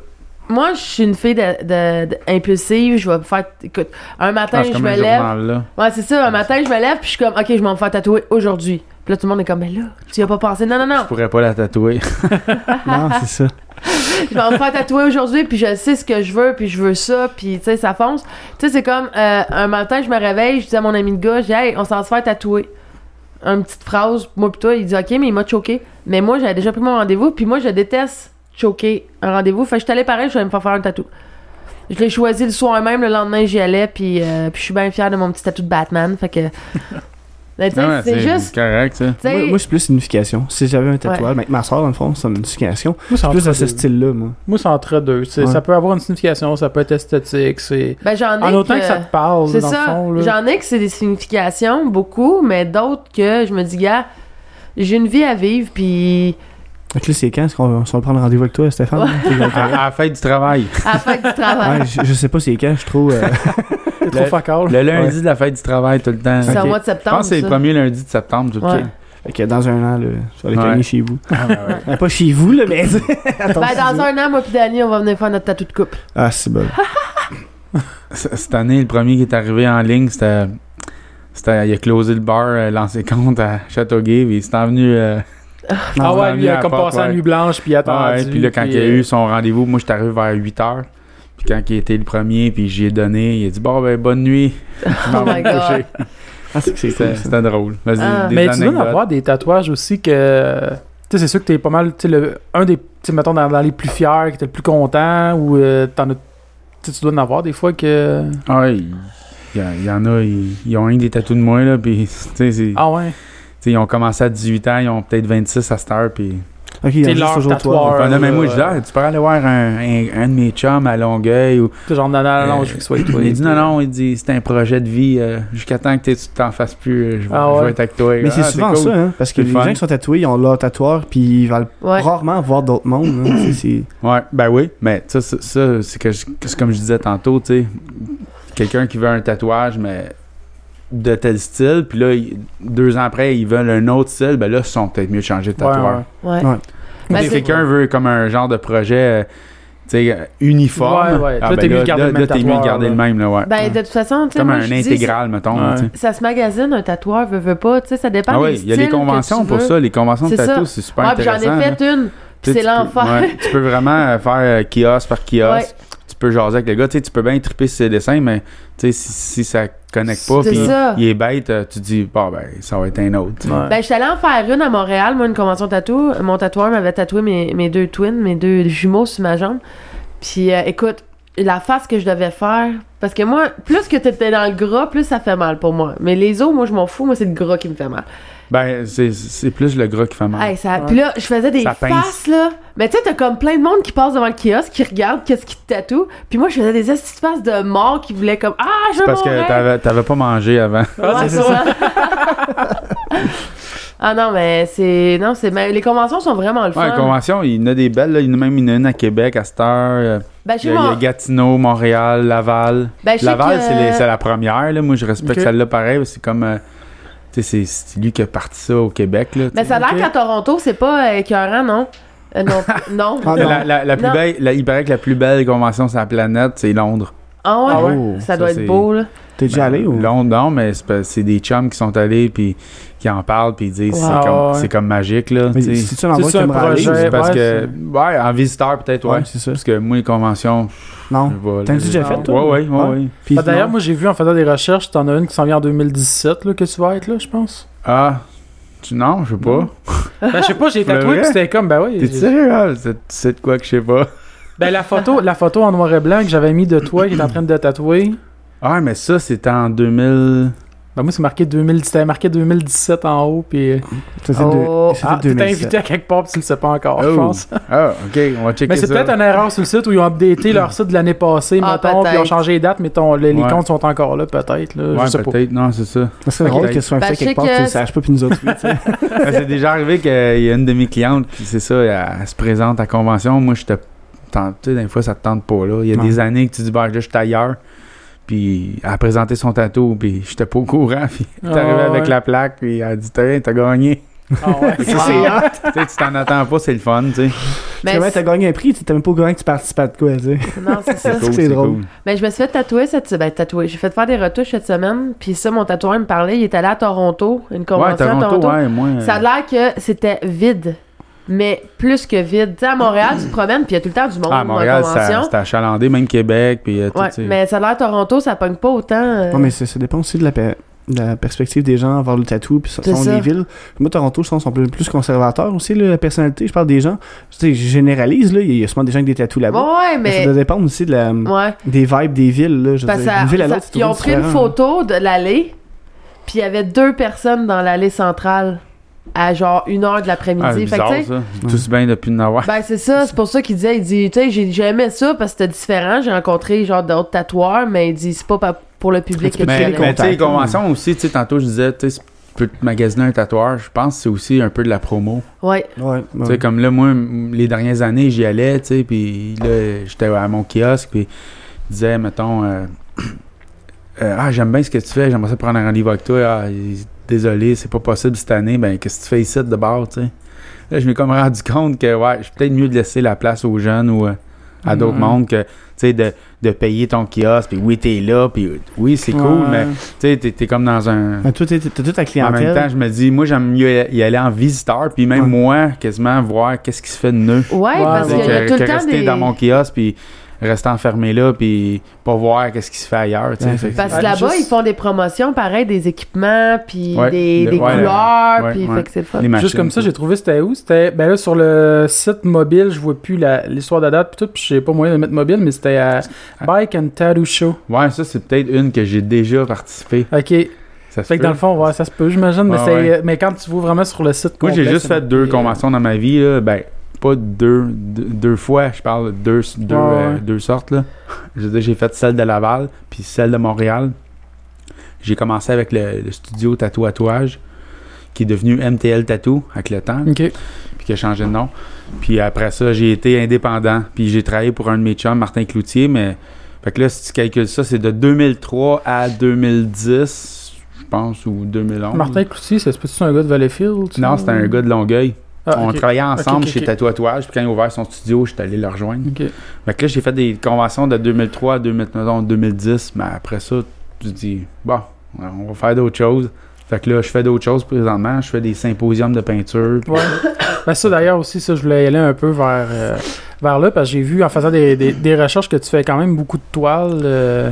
Speaker 4: Moi, je suis une fille de, de- de- impulsive. Je vais me faire... Écoute, un matin,
Speaker 1: Ah, c'est
Speaker 4: je
Speaker 1: comme
Speaker 4: me
Speaker 1: un
Speaker 4: lève...
Speaker 1: journal, là.
Speaker 4: Ouais, c'est ça. Un matin, je me lève, puis je suis comme, OK, je vais me faire tatouer aujourd'hui. Puis là, tout le monde est comme, mais là, tu y as pas pensé. Non, non,
Speaker 1: Je
Speaker 4: non.
Speaker 1: pourrais pas la tatouer.
Speaker 3: Non, c'est ça.
Speaker 4: je vais me faire tatouer aujourd'hui, puis je sais ce que je veux, puis je veux ça, puis tu sais, ça fonce. Tu sais, c'est comme euh, un matin, je me réveille, je dis à mon ami de gars, je dis, hey, on s'en se faire tatouer. Une petite phrase, moi, plutôt, il dit, ok, mais il m'a choqué. Mais moi, j'avais déjà pris mon rendez-vous, puis moi, je déteste choquer un rendez-vous. Fait que je suis allée pareil, je vais me faire faire un tatou. Je l'ai choisi le soir même, le lendemain, j'y allais, puis, euh, puis je suis bien fière de mon petit tatou de Batman. Fait que. Mais tu sais,
Speaker 1: Non, mais
Speaker 4: c'est juste.
Speaker 1: correct, ça.
Speaker 4: tu sais,
Speaker 3: Moi, moi, c'est plus signification. Si j'avais un tatouage, mais ma soeur, dans le fond, c'est une signification.
Speaker 2: Moi, Ah, c'est
Speaker 3: C'est plus
Speaker 2: entre
Speaker 3: de ce
Speaker 2: deux.
Speaker 3: style-là, moi.
Speaker 2: Moi, c'est entre deux. C'est-
Speaker 3: Ouais.
Speaker 2: Ça peut avoir une signification, ça peut être esthétique. C'est...
Speaker 4: ben, j'en ai.
Speaker 2: En autant que
Speaker 4: que-
Speaker 2: ça te parle,
Speaker 4: C'est
Speaker 2: dans
Speaker 4: ça.
Speaker 2: le fond. Là.
Speaker 4: J'en ai que c'est des significations, beaucoup, mais d'autres que je me dis, gars, j'ai une vie à vivre, puis
Speaker 3: Donc là, c'est quand est-ce qu'on si on va prendre rendez-vous avec toi, Stéphane? T'es dans le
Speaker 1: À,
Speaker 3: carré?
Speaker 1: à la fête du travail.
Speaker 4: à la fête du travail.
Speaker 3: Ouais, je, je sais pas c'est quand, je trouve. euh,
Speaker 2: C'est trop
Speaker 1: Le-
Speaker 2: focal.
Speaker 1: Le lundi de la fête du travail, tout le temps.
Speaker 4: C'est
Speaker 1: Ok.
Speaker 4: au mois de
Speaker 1: Je
Speaker 4: septembre.
Speaker 1: pense que c'est le
Speaker 4: ça.
Speaker 1: premier lundi de septembre, tout le
Speaker 4: Ouais.
Speaker 1: temps.
Speaker 3: fait que dans un an, là, je vais aller
Speaker 1: Ouais.
Speaker 3: cogner chez vous.
Speaker 1: Ah, ben ouais.
Speaker 3: Ben, pas chez vous, là, mais. Attends,
Speaker 4: Ben,
Speaker 3: c'est-
Speaker 4: dans un an, moi puis Dani, on va venir faire notre tatou de couple.
Speaker 3: Ah, c'est bon.
Speaker 1: C- Cette année, le premier qui est arrivé en ligne, c'était. c'était- il a closé le bar, euh, lancé compte à Châteauguay, puis il s'est envenu. euh,
Speaker 2: Ah
Speaker 1: on
Speaker 2: ouais,
Speaker 1: l'a
Speaker 2: lui,
Speaker 1: mis
Speaker 2: il
Speaker 1: à
Speaker 2: a comme
Speaker 1: porte,
Speaker 2: passé la
Speaker 1: ouais.
Speaker 2: nuit blanche, puis il a
Speaker 1: ouais,
Speaker 2: attendu.
Speaker 1: puis là, quand
Speaker 2: puis,
Speaker 1: il a
Speaker 2: euh,
Speaker 1: eu son rendez-vous, moi, je suis arrivé vers 8 h. Puis quand il était le premier, puis j'y ai donné, il a dit Bon, ben, bonne nuit. Je m'en
Speaker 4: Oh
Speaker 1: vais
Speaker 4: my
Speaker 1: me coucher.
Speaker 4: God.
Speaker 3: Ah, c'est que c'est
Speaker 1: C'était
Speaker 3: cool. ça.
Speaker 1: c'était drôle. Vas-y,
Speaker 4: Ah.
Speaker 1: des
Speaker 2: Mais tu
Speaker 1: anecdotes.
Speaker 2: dois en avoir des tatouages aussi que. Tu sais, c'est sûr que t'es pas mal. Tu sais, le- un des. Tu sais, mettons, dans, dans les plus fiers, qui était le plus content, ou euh, t'en as. Tu sais, tu dois en avoir des fois que.
Speaker 1: Ah, il il y, a- il y en a, ils, ils ont rien que des tatous de moi, là, puis, tu sais, c'est-
Speaker 2: Ah ouais.
Speaker 1: tu sais, ils ont commencé à 18 ans, ils ont peut-être 26 à cette heure, puis...
Speaker 3: Ok, il y a
Speaker 2: T'es
Speaker 3: juste
Speaker 2: leur
Speaker 3: toujours toi.
Speaker 2: tatoueur.
Speaker 1: Fait, non, mais moi,
Speaker 2: ouais.
Speaker 1: je dis, Ah, tu peux aller voir un, un- un de mes chums à Longueuil, ou...
Speaker 2: Tu sais, genre, non, non, non,
Speaker 1: Euh,
Speaker 2: je veux que ce soit toi.
Speaker 1: Il dit, non, non, il dit, c'est un projet de vie, euh, jusqu'à temps que t'aies- tu t'en fasses plus, euh, je vais,
Speaker 2: Ah
Speaker 1: je vais
Speaker 2: ouais.
Speaker 1: être avec toi.
Speaker 3: Mais c'est
Speaker 1: Ah,
Speaker 3: souvent
Speaker 1: cool.
Speaker 3: ça, hein, parce que
Speaker 1: C'est
Speaker 3: les
Speaker 1: fun.
Speaker 3: gens qui sont tatoués, ils ont leur tatoueur, puis ils veulent
Speaker 4: Ouais.
Speaker 3: rarement voir d'autres mondes. hein. C'est- c'est-
Speaker 1: Ouais, ben oui, mais ça, ça, ça, c'est que je- que c'est comme je disais tantôt, tu sais, quelqu'un qui veut un tatouage, mais de tel style, puis là, il- deux ans après, ils veulent un autre style, ben là, ils sont peut-être mieux de changer de
Speaker 2: Ouais,
Speaker 1: tatoueur.
Speaker 2: ouais.
Speaker 4: Ouais.
Speaker 3: Ouais.
Speaker 1: Ou
Speaker 4: Ben,
Speaker 1: si
Speaker 4: c'est-
Speaker 1: quelqu'un veut comme un genre de projet, euh, tu sais, euh, uniforme,
Speaker 2: Ouais, ouais.
Speaker 1: ah,
Speaker 2: Là,
Speaker 1: ben
Speaker 2: t'es mieux de garder
Speaker 1: là,
Speaker 2: le même
Speaker 1: là, t'es mieux de
Speaker 2: tatoueur,
Speaker 1: garder
Speaker 2: là.
Speaker 1: le même, là, ouais.
Speaker 4: Ben, de toute façon, tu sais,
Speaker 1: comme
Speaker 4: moi,
Speaker 1: un
Speaker 4: je dis,
Speaker 1: intégral, mettons,
Speaker 2: Ouais.
Speaker 1: tu sais.
Speaker 4: ça se magasine, un tatoueur, veut, veut pas, tu sais, ça dépend
Speaker 1: Ah
Speaker 4: des
Speaker 1: oui, il y a les
Speaker 4: styles que
Speaker 1: conventions
Speaker 4: tu
Speaker 1: pour
Speaker 4: veux.
Speaker 1: ça, les conventions de
Speaker 4: C'est
Speaker 1: tatou,
Speaker 4: ça.
Speaker 1: c'est super
Speaker 4: Ouais, puis j'en
Speaker 1: intéressant.
Speaker 4: ai
Speaker 1: là.
Speaker 4: fait une,
Speaker 1: Tu
Speaker 4: puis
Speaker 1: sais,
Speaker 4: c'est
Speaker 1: tu peux-
Speaker 4: l'enfer.
Speaker 1: ouais, tu peux vraiment euh, faire euh, kiosque par kiosque.
Speaker 4: Ouais.
Speaker 1: Tu peux jaser avec le gars. Tu sais, tu peux bien triper sur ses dessins, mais tu sais, si, si ça connecte pas,
Speaker 4: C'est
Speaker 1: puis
Speaker 4: ça.
Speaker 1: il est bête, euh, tu dis, bah ben, ça va être un autre.
Speaker 2: Ouais.
Speaker 4: Ben, je suis allée en faire une à Montréal, moi, une convention tatou. Mon tatoueur m'avait tatoué mes, mes deux twins, mes deux jumeaux sur ma jambe. Puis euh, écoute, la face que je devais faire, parce que moi, plus que t'étais dans le gras, plus ça fait mal pour moi. Mais les os, moi, je m'en fous. Moi, c'est le gras qui me fait mal.
Speaker 1: Ben, c'est- c'est plus le gras qui fait mal.
Speaker 4: Hey, ça,
Speaker 2: Ouais.
Speaker 4: Puis là, je faisais des
Speaker 1: Ça pince.
Speaker 4: faces, là. Mais tu sais, t'as comme plein de monde qui passe devant le kiosque, qui regarde qu'est-ce qui te tatoue. Puis moi, je faisais des astuces faces de mort qui voulaient comme Ah, je
Speaker 1: c'est
Speaker 4: veux
Speaker 1: parce que
Speaker 4: mourir!
Speaker 1: t'avais, t'avais pas mangé avant.
Speaker 4: Ouais,
Speaker 2: Ah, c'est
Speaker 4: sûrement.
Speaker 2: ça.
Speaker 4: ah non, mais c'est. Non, c'est. mais les conventions sont vraiment le
Speaker 1: Ouais,
Speaker 4: fun.
Speaker 1: convention, il y en a des belles, là. Il y en a même il y en a une à Québec, à cette heure. euh,
Speaker 4: ben,
Speaker 1: Il
Speaker 4: chez
Speaker 1: y, a, il y
Speaker 4: moi.
Speaker 1: a Gatineau, Montréal, Laval.
Speaker 4: Ben, je sais
Speaker 1: Laval,
Speaker 4: que-
Speaker 1: c'est, les- c'est la première. Là. Moi, je respecte
Speaker 2: Ok.
Speaker 1: celle-là pareil. parce que C'est comme. euh, tu sais, c'est, c'est lui qui a parti ça au Québec. Là, tu
Speaker 4: Mais
Speaker 1: sais.
Speaker 4: ben, ça a l'air
Speaker 2: Ok.
Speaker 4: qu'à Toronto, c'est pas euh, écœurant, non? Euh, non. non.
Speaker 3: Ah, non.
Speaker 1: la, la- la plus
Speaker 4: Non.
Speaker 1: belle, la, il paraît que la plus belle convention sur la planète, c'est Londres.
Speaker 4: Ah ouais?
Speaker 2: Ah ouais?
Speaker 3: Oh,
Speaker 4: Ça
Speaker 1: Ça,
Speaker 4: doit
Speaker 1: c'est-
Speaker 4: être beau, là.
Speaker 3: T'es déjà
Speaker 1: Ben,
Speaker 3: allé ou?
Speaker 1: Londres, non, mais c'est, pas- c'est des chums qui sont allés puis qui en parlent puis ils disent
Speaker 2: Wow.
Speaker 1: c'est, comme,
Speaker 2: Ah ouais.
Speaker 1: c'est comme magique. Là,
Speaker 3: Mais
Speaker 1: tu sais.
Speaker 3: C'est-tu un endroit
Speaker 2: C'est
Speaker 3: que
Speaker 2: ça,
Speaker 3: t'aimerais
Speaker 2: un
Speaker 3: aller?
Speaker 2: projet.
Speaker 1: C'est parce
Speaker 2: ouais,
Speaker 1: que. Ouais, en visiteur, peut-être,
Speaker 3: ou-
Speaker 1: ouais.
Speaker 3: Ouais, c'est ça.
Speaker 1: Parce que moi, les conventions, je
Speaker 3: Non.
Speaker 1: vais là.
Speaker 3: T'as déjà fait, toi?
Speaker 1: Ouais, ouais, ouais. ouais.
Speaker 3: Puis
Speaker 2: Ah, D'ailleurs,
Speaker 3: non.
Speaker 2: moi, j'ai vu en faisant des recherches, t'en as une qui s'en vient en 2017, là, que tu vas être, là, je pense.
Speaker 1: Ah, tu, non, je sais pas.
Speaker 2: Non. Ben, je sais pas, j'ai
Speaker 1: Pour le
Speaker 2: tatoué,
Speaker 1: vrai?
Speaker 2: puis c'était comme, ben oui.
Speaker 1: T'es
Speaker 2: j'ai-
Speaker 1: sérieux? hein? C'est, c'est de quoi que je sais pas.
Speaker 2: Ben, la photo, la photo en noir et blanc que j'avais mis de toi, qui est en train de tatouer.
Speaker 1: Ah, mais ça, c'était en 2000.
Speaker 2: Ben, moi, c'est marqué 2000, c'était marqué 2017 en haut, puis.
Speaker 3: C'était
Speaker 4: Oh,
Speaker 3: de- c'était
Speaker 2: Ah, t'es
Speaker 3: 2007.
Speaker 2: invité à quelque part, puis tu le sais pas encore, je
Speaker 1: Oh.
Speaker 2: pense.
Speaker 1: Ah, ok, on va checker
Speaker 2: Mais c'est
Speaker 1: ça.
Speaker 2: peut-être une erreur sur le site où ils ont updaté leur site de l'année passée,
Speaker 4: Ah,
Speaker 2: mettons, puis ils ont
Speaker 4: peut-être.
Speaker 2: changé les dates, mais ton- les, les
Speaker 1: Ouais.
Speaker 2: comptes sont encore là, peut-être. là, je
Speaker 1: Ouais,
Speaker 2: sais pas.
Speaker 1: peut-être, non, c'est ça.
Speaker 3: Ça serait drôle
Speaker 1: Ok.
Speaker 3: que ce soit
Speaker 4: Ben,
Speaker 3: fait
Speaker 4: je sais
Speaker 3: quelque part
Speaker 4: que
Speaker 3: que tu le
Speaker 4: c'est-
Speaker 3: saches pas puis nous autres. oui, tu sais.
Speaker 1: Ah, c'est déjà arrivé qu'il y a une de mes clientes, puis c'est ça, elle, elle se présente à convention. Moi, je te. tente- Tu sais, des fois, ça te tente pas, là. Il y a
Speaker 3: Non.
Speaker 1: des années que tu dis, bah, là, je suis ailleurs. Puis elle a présenté son tatou, puis j'étais pas au courant. Puis t'es arrivé
Speaker 2: Ah,
Speaker 1: avec
Speaker 2: ouais.
Speaker 1: la plaque, puis elle a dit, t'as t'as gagné.
Speaker 2: Ah, ouais.
Speaker 1: Tu sais, c'est hot. Tu sais, tu t'en attends pas, c'est le fun, tu sais.
Speaker 4: Mais
Speaker 3: Comment t'as gagné un prix? Tu t'es même pas au courant que tu participais à de quoi, tu sais.
Speaker 4: Ben, non, c'est ça.
Speaker 3: que c'est drôle?
Speaker 4: Mais je me suis fait tatouer cette semaine. Ben, tatouer. J'ai fait faire des retouches cette semaine. Puis ça, mon tatoueur il me parlait. Il est allé à Toronto, une convention
Speaker 1: Ouais, Toronto,
Speaker 4: à Toronto.
Speaker 1: ouais, moi.
Speaker 4: Ça a l'air que c'était vide. Mais plus que vide. Tu sais, à Montréal, tu te promènes, puis il y a tout le temps du monde
Speaker 1: Ah, à Montréal,
Speaker 4: en
Speaker 1: ça-
Speaker 4: convention.
Speaker 1: c'était achalandé, même Québec, puis euh, tout,
Speaker 4: ouais,
Speaker 1: tu sais.
Speaker 4: mais ça a l'air Toronto, ça pogne pas autant. euh,
Speaker 3: Non, mais ça, ça dépend aussi de la, pe- de la perspective des gens envers le tatou, puis sont
Speaker 4: C'est ça.
Speaker 3: les villes. Moi, Toronto, je pense, sont plus- plus conservateurs aussi, là, la personnalité. Je parle des gens. Tu sais, je généralise, là, il y a sûrement des gens avec des tatous là-bas.
Speaker 4: Ouais, ouais,
Speaker 3: mais... Ça
Speaker 4: mais.
Speaker 3: doit dépendre aussi de la,
Speaker 4: Ouais.
Speaker 3: des vibes des villes, là. Je veux
Speaker 4: Parce
Speaker 3: dire, d'une ville à l'autre,
Speaker 4: que
Speaker 3: c'est
Speaker 4: ils ont
Speaker 3: toujours
Speaker 4: pris une
Speaker 3: différent, hein.
Speaker 4: photo de l'allée, puis il y avait deux personnes dans l'allée centrale à genre une heure de
Speaker 1: Ah, c'est
Speaker 4: l'après-midi. fait que,
Speaker 1: bizarre,
Speaker 4: tu sais,
Speaker 1: ça. Tous bien depuis Nawa.
Speaker 4: Ben, c'est ça, c'est pour ça qu'il disait, il dit, tu sais, j'ai- j'aimais ça parce que c'était différent, j'ai rencontré genre d'autres tatoueurs, mais il dit, c'est pas pa- pour le public
Speaker 3: Tu
Speaker 4: que
Speaker 3: peux créer
Speaker 1: Mais,
Speaker 3: les
Speaker 1: mais tu sais, les
Speaker 3: contacts, hein.
Speaker 1: conventions aussi, tu sais, tantôt je disais, tu sais, tu peux te magasiner un tatouage, je pense que c'est aussi un peu de la promo.
Speaker 4: Ouais,
Speaker 3: Ouais, ouais.
Speaker 1: Tu sais, comme là, moi, m- les dernières années, j'y allais, tu sais, puis là, j'étais à mon kiosque, puis je disais, mettons, euh, euh, ah, j'aime bien ce que tu fais, j'aimerais ça prendre un rendez-vous avec toi, ah, y- désolé, c'est pas possible cette année, ben, qu'est-ce que tu fais ici de bord, tu sais. Là, je m'ai comme rendu compte que, ouais, je suis peut-être mieux de laisser la place aux jeunes ou euh, à d'autres
Speaker 2: Mhm.
Speaker 1: mondes que, tu sais, de, de payer ton kiosque, puis oui, t'es là, puis euh, oui, c'est cool,
Speaker 3: Ouais.
Speaker 1: mais tu sais, t'es, t'es comme dans un.
Speaker 3: Mais toi, t'es- t'as toute ta
Speaker 1: En
Speaker 3: clientèle.
Speaker 1: même temps, je me dis, moi, j'aime mieux y aller en visiteur, puis même
Speaker 3: Ouais.
Speaker 1: moi, quasiment, voir qu'est-ce qui se fait de nœud.
Speaker 4: ouais, parce
Speaker 2: ouais.
Speaker 4: qu'il y a
Speaker 1: que,
Speaker 4: tout
Speaker 1: que
Speaker 4: le temps
Speaker 1: rester
Speaker 4: des.
Speaker 1: dans mon kiosque, puis rester enfermé là, puis pas voir qu'est-ce qui se fait ailleurs. tu sais.
Speaker 3: Ouais,
Speaker 1: Fait que-
Speaker 4: Parce que
Speaker 2: Ouais,
Speaker 4: là-bas,
Speaker 2: juste-
Speaker 4: ils font des promotions, pareil, des équipements, puis
Speaker 1: Ouais,
Speaker 4: des,
Speaker 1: de-
Speaker 4: des
Speaker 1: ouais,
Speaker 4: couleurs,
Speaker 1: ouais,
Speaker 4: puis
Speaker 1: ouais.
Speaker 4: fait que c'est le fun.
Speaker 1: les machines,
Speaker 2: Juste comme ça,
Speaker 1: tout.
Speaker 2: j'ai trouvé c'était où C'était ben là sur le site mobile, je vois plus la- l'histoire de la date puis tout, puis j'ai pas moyen de mettre mobile, mais c'était à
Speaker 1: Ah.
Speaker 2: Bike and Tattoo Show.
Speaker 1: Ouais, ça, c'est peut-être une que j'ai déjà participé.
Speaker 2: OK. Fait
Speaker 1: Ça se
Speaker 2: que dans le
Speaker 1: peut.
Speaker 2: fond, ouais, ça se peut, j'imagine, mais
Speaker 1: Ouais,
Speaker 2: c'est
Speaker 1: ouais.
Speaker 2: mais quand tu vois vraiment sur le site
Speaker 1: Moi, j'ai
Speaker 2: complet,
Speaker 1: juste
Speaker 2: c'est
Speaker 1: fait deux
Speaker 2: marqué, euh,
Speaker 1: conventions dans ma vie, là. Ben, pas deux, deux, deux fois, je parle de deux, deux,
Speaker 2: Ouais,
Speaker 1: euh,
Speaker 2: ouais.
Speaker 1: deux sortes, là. Je veux dire, j'ai fait celle de Laval, puis celle de Montréal. J'ai commencé avec le, le studio Tatou à Touage, qui est devenu MTL Tattoo avec le temps,
Speaker 2: OK.
Speaker 1: puis qui a changé de nom. Puis après ça, j'ai été indépendant, puis j'ai travaillé pour un de mes chums, Martin Cloutier, mais... Fait que là, si tu calcules ça, c'est de 2003 à 2010, je pense, ou 2011.
Speaker 2: Martin Cloutier, c'est peut-être un gars de Valleyfield ça?
Speaker 1: Non, c'était un gars de Longueuil.
Speaker 2: Ah,
Speaker 1: On
Speaker 2: ok.
Speaker 1: travaillait ensemble
Speaker 2: Ok, ok,
Speaker 1: chez
Speaker 2: ok.
Speaker 1: Tatou à Tatouage, puis quand il a ouvert son studio, j'étais allé le rejoindre.
Speaker 2: Ok.
Speaker 1: Fait que là, j'ai fait des conventions de 2003 à 2000 mettons, 2010, mais après ça, tu te dis, bon, on va faire d'autres choses. Fait que là, je fais d'autres choses présentement. Je fais des symposiums de peinture. puis-
Speaker 2: Ouais. ben ça d'ailleurs aussi, ça, je voulais aller un peu vers, euh, vers là, parce que j'ai vu en faisant des, des, des recherches que tu fais quand même beaucoup de toiles, euh,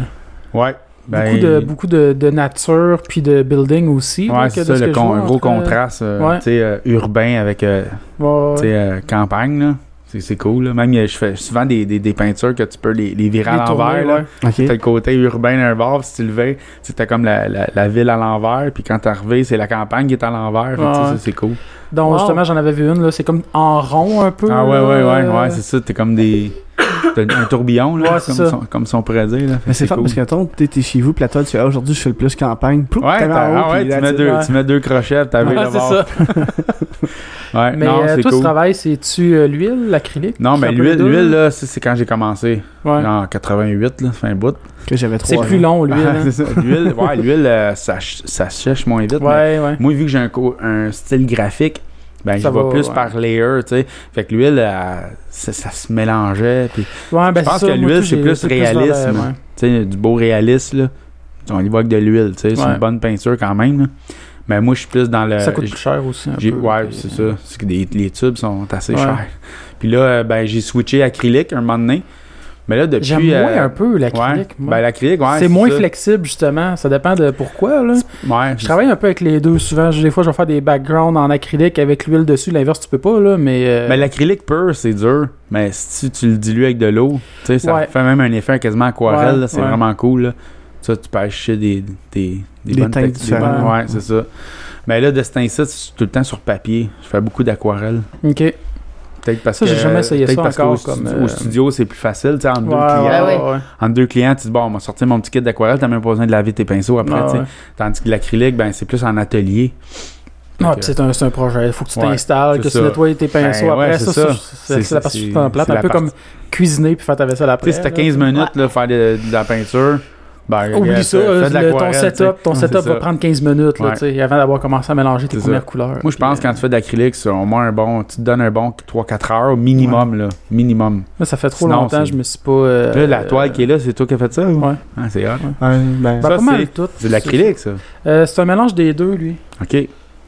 Speaker 1: Ouais. ben,
Speaker 2: beaucoup, de, beaucoup de, de nature, puis de building aussi. là,
Speaker 1: Ouais,
Speaker 2: que
Speaker 1: c'est
Speaker 2: de
Speaker 1: ça,
Speaker 2: ce
Speaker 1: le
Speaker 2: que je
Speaker 1: con-
Speaker 2: vois
Speaker 1: un gros
Speaker 2: entre, euh,
Speaker 1: contraste euh,
Speaker 2: ouais.
Speaker 1: tu sais, euh, urbain avec euh,
Speaker 2: ouais, ouais.
Speaker 1: tu sais, euh, campagne. là. C'est c'est cool. là. Même, euh, je fais souvent des, des, des peintures que tu peux les, les virer à
Speaker 2: Les tourner,
Speaker 1: l'envers. là.
Speaker 2: ouais.
Speaker 3: Ok.
Speaker 1: T'as le côté urbain d'un bord, si tu le veux, c'était comme la, la, la ville à l'envers, puis quand t'es arrivé, c'est la campagne qui est à l'envers. Fait que, tu sais,
Speaker 2: Ouais.
Speaker 1: ça, C'est cool.
Speaker 2: Donc,
Speaker 4: Wow.
Speaker 2: justement, j'en avais vu une, là. C'est comme en rond un peu.
Speaker 1: Ah ouais,
Speaker 2: là.
Speaker 1: ouais, ouais, ouais, c'est ça. T'es comme des. T'as un tourbillon, là,
Speaker 2: Ouais, c'est
Speaker 1: comme,
Speaker 2: ça.
Speaker 1: son, comme son prédit. Là. Fait
Speaker 3: Mais
Speaker 1: que
Speaker 3: c'est fun parce que mettons, t'es t'es chez vous, puis là, toi, tu fais Ah, aujourd'hui, je fais le plus campagne. Ploup,
Speaker 1: Ouais,
Speaker 3: t'es en
Speaker 1: t'as-
Speaker 3: haut,
Speaker 1: ah ouais,
Speaker 3: puis
Speaker 1: tu,
Speaker 3: là,
Speaker 1: mets deux,
Speaker 2: ouais.
Speaker 1: tu mets deux crochets, puis t'as vu
Speaker 2: Ouais,
Speaker 1: le
Speaker 2: Ah, c'est
Speaker 1: bord.
Speaker 2: ça.
Speaker 1: Ouais,
Speaker 2: Mais
Speaker 1: non,
Speaker 2: euh,
Speaker 1: c'est
Speaker 2: tout ce
Speaker 1: cool.
Speaker 2: travail, c'est-tu euh, l'huile, l'acrylique
Speaker 1: Non, mais
Speaker 2: C'est un peu les
Speaker 1: l'huile,
Speaker 2: deux,
Speaker 1: l'huile, là, ça, c'est quand j'ai commencé.
Speaker 2: Ouais.
Speaker 1: En 88, là, fin bout.
Speaker 3: Que j'avais trois.
Speaker 2: C'est plus
Speaker 3: hein.
Speaker 2: long, l'huile.
Speaker 1: Ah,
Speaker 2: hein.
Speaker 1: c'est ça. L'huile, ouais, l'huile, euh, ça, ch- ça sèche moins vite. mais
Speaker 2: Ouais, ouais.
Speaker 1: Moi, vu que j'ai un, co- un style graphique, ben, je
Speaker 2: Ça
Speaker 1: vais
Speaker 2: va,
Speaker 1: plus
Speaker 2: ouais.
Speaker 1: par layer, tu sais. Fait que l'huile, euh, ça, ça se mélangeait. Puis,
Speaker 2: Ouais, ben,
Speaker 1: je pense
Speaker 2: c'est ça,
Speaker 1: que
Speaker 2: moi,
Speaker 1: l'huile,
Speaker 2: tout,
Speaker 1: c'est
Speaker 2: j'ai-
Speaker 1: plus
Speaker 2: tout vers la-
Speaker 1: réalisme.
Speaker 2: ouais.
Speaker 1: tu sais, du beau réaliste, là. On y voit que de l'huile, tu sais. C'est
Speaker 2: Ouais.
Speaker 1: une bonne peinture quand même, là. Mais moi, je suis plus dans le.
Speaker 2: Ça coûte plus cher aussi. Un
Speaker 1: j'ai-
Speaker 2: peu,
Speaker 1: ouais,
Speaker 2: puis,
Speaker 1: c'est
Speaker 2: euh,
Speaker 1: ça. C'est que des- les tubes sont assez
Speaker 2: Ouais.
Speaker 1: chers. Puis là, euh, ben, j'ai switché acrylique un moment donné. Mais là, depuis.
Speaker 2: J'aime moins
Speaker 1: euh,
Speaker 2: un peu l'acrylique.
Speaker 1: ouais,
Speaker 2: moi.
Speaker 1: ben, l'acrylique, ouais,
Speaker 2: c'est moins
Speaker 1: ça.
Speaker 2: flexible, justement. Ça dépend de pourquoi. Là.
Speaker 1: Ouais,
Speaker 2: Je travaille un peu avec les deux souvent. Des fois, je vais faire des backgrounds en acrylique avec l'huile dessus. L'inverse, tu peux pas, là, mais. euh,
Speaker 1: Ben, l'acrylique pur, c'est dur, mais si tu le dilues avec de l'eau, tu sais, ça
Speaker 2: Ouais.
Speaker 1: fait même un effet quasiment aquarelle,
Speaker 2: Ouais,
Speaker 1: là, c'est
Speaker 2: ouais.
Speaker 1: vraiment cool. là. Ça, tu peux acheter des, des, des,
Speaker 3: Des
Speaker 1: bonnes
Speaker 3: teintes
Speaker 1: tec-
Speaker 3: différentes.
Speaker 1: bonnes- ouais, c'est ça. Mais là, de ce teint-ci, c'est tout le temps sur papier. Je fais beaucoup d'aquarelle.
Speaker 2: ok.
Speaker 1: Peut-être parce
Speaker 2: Ça,
Speaker 1: que.
Speaker 2: j'ai jamais essayé
Speaker 1: peut-être
Speaker 2: ça
Speaker 1: parce
Speaker 2: encore,
Speaker 1: qu'au stu-
Speaker 2: comme,
Speaker 1: Au
Speaker 2: euh,
Speaker 1: studio, c'est plus facile, tu sais, entre, deux clients,
Speaker 4: ouais, ouais.
Speaker 1: entre deux clients, tu dis, bon, on va sortir mon petit kit d'aquarelle, t'as même pas besoin de laver tes pinceaux après,
Speaker 2: Ah,
Speaker 1: tu sais.
Speaker 2: ouais.
Speaker 1: Tandis que l'acrylique, ben, c'est plus en atelier.
Speaker 2: Ah,
Speaker 1: Fait
Speaker 2: puis
Speaker 1: que-
Speaker 2: c'est un, c'est un projet. Il faut que tu
Speaker 1: Ouais,
Speaker 2: t'installes,
Speaker 1: c'est
Speaker 2: que tu
Speaker 1: ça.
Speaker 2: nettoies tes pinceaux
Speaker 1: Ben,
Speaker 2: après.
Speaker 1: ouais,
Speaker 2: ça,
Speaker 1: c'est
Speaker 2: ça,
Speaker 1: ça.
Speaker 2: c'est c'est
Speaker 1: C'est-
Speaker 2: la partie
Speaker 1: c'est-
Speaker 2: tout en plate.
Speaker 1: c'est
Speaker 2: Un
Speaker 1: la
Speaker 2: peu comme cuisiner puis faire ta vaisselle
Speaker 1: Tu sais,
Speaker 2: après.
Speaker 1: si t'as
Speaker 2: là.
Speaker 1: 15 minutes, là, faire de, de la peinture, ben,
Speaker 2: Oublie
Speaker 1: regarde,
Speaker 2: ça, euh,
Speaker 1: fais- fais de
Speaker 2: le- ton
Speaker 1: l'aquarelle, tu sais.
Speaker 2: setup, ton
Speaker 1: C'est
Speaker 2: setup
Speaker 1: ça.
Speaker 2: va prendre 15 minutes là,
Speaker 1: Ouais.
Speaker 2: tu sais, avant d'avoir commencé à mélanger tes
Speaker 1: C'est ça.
Speaker 2: premières couleurs.
Speaker 1: Moi, je
Speaker 2: Puis,
Speaker 1: pense
Speaker 2: euh,
Speaker 1: que quand tu fais de l'acrylique, c'est au moins un bon. Tu te donnes un bon 3-4 heures au minimum, là. Minimum.
Speaker 2: Moi, ça fait trop
Speaker 1: Sinon,
Speaker 2: longtemps,
Speaker 1: c'est-
Speaker 2: je me suis pas. euh,
Speaker 1: Là, la toile qui est là, c'est toi qui as fait ça, ou?
Speaker 2: Ouais.
Speaker 1: Ah, c'est hot.
Speaker 3: Ouais, ben,
Speaker 2: Ben,
Speaker 1: Ça,
Speaker 2: pas mal
Speaker 1: c'est-
Speaker 2: tout.
Speaker 1: C'est de l'acrylique, ça.
Speaker 2: Euh, c'est un mélange des deux, lui.
Speaker 1: OK.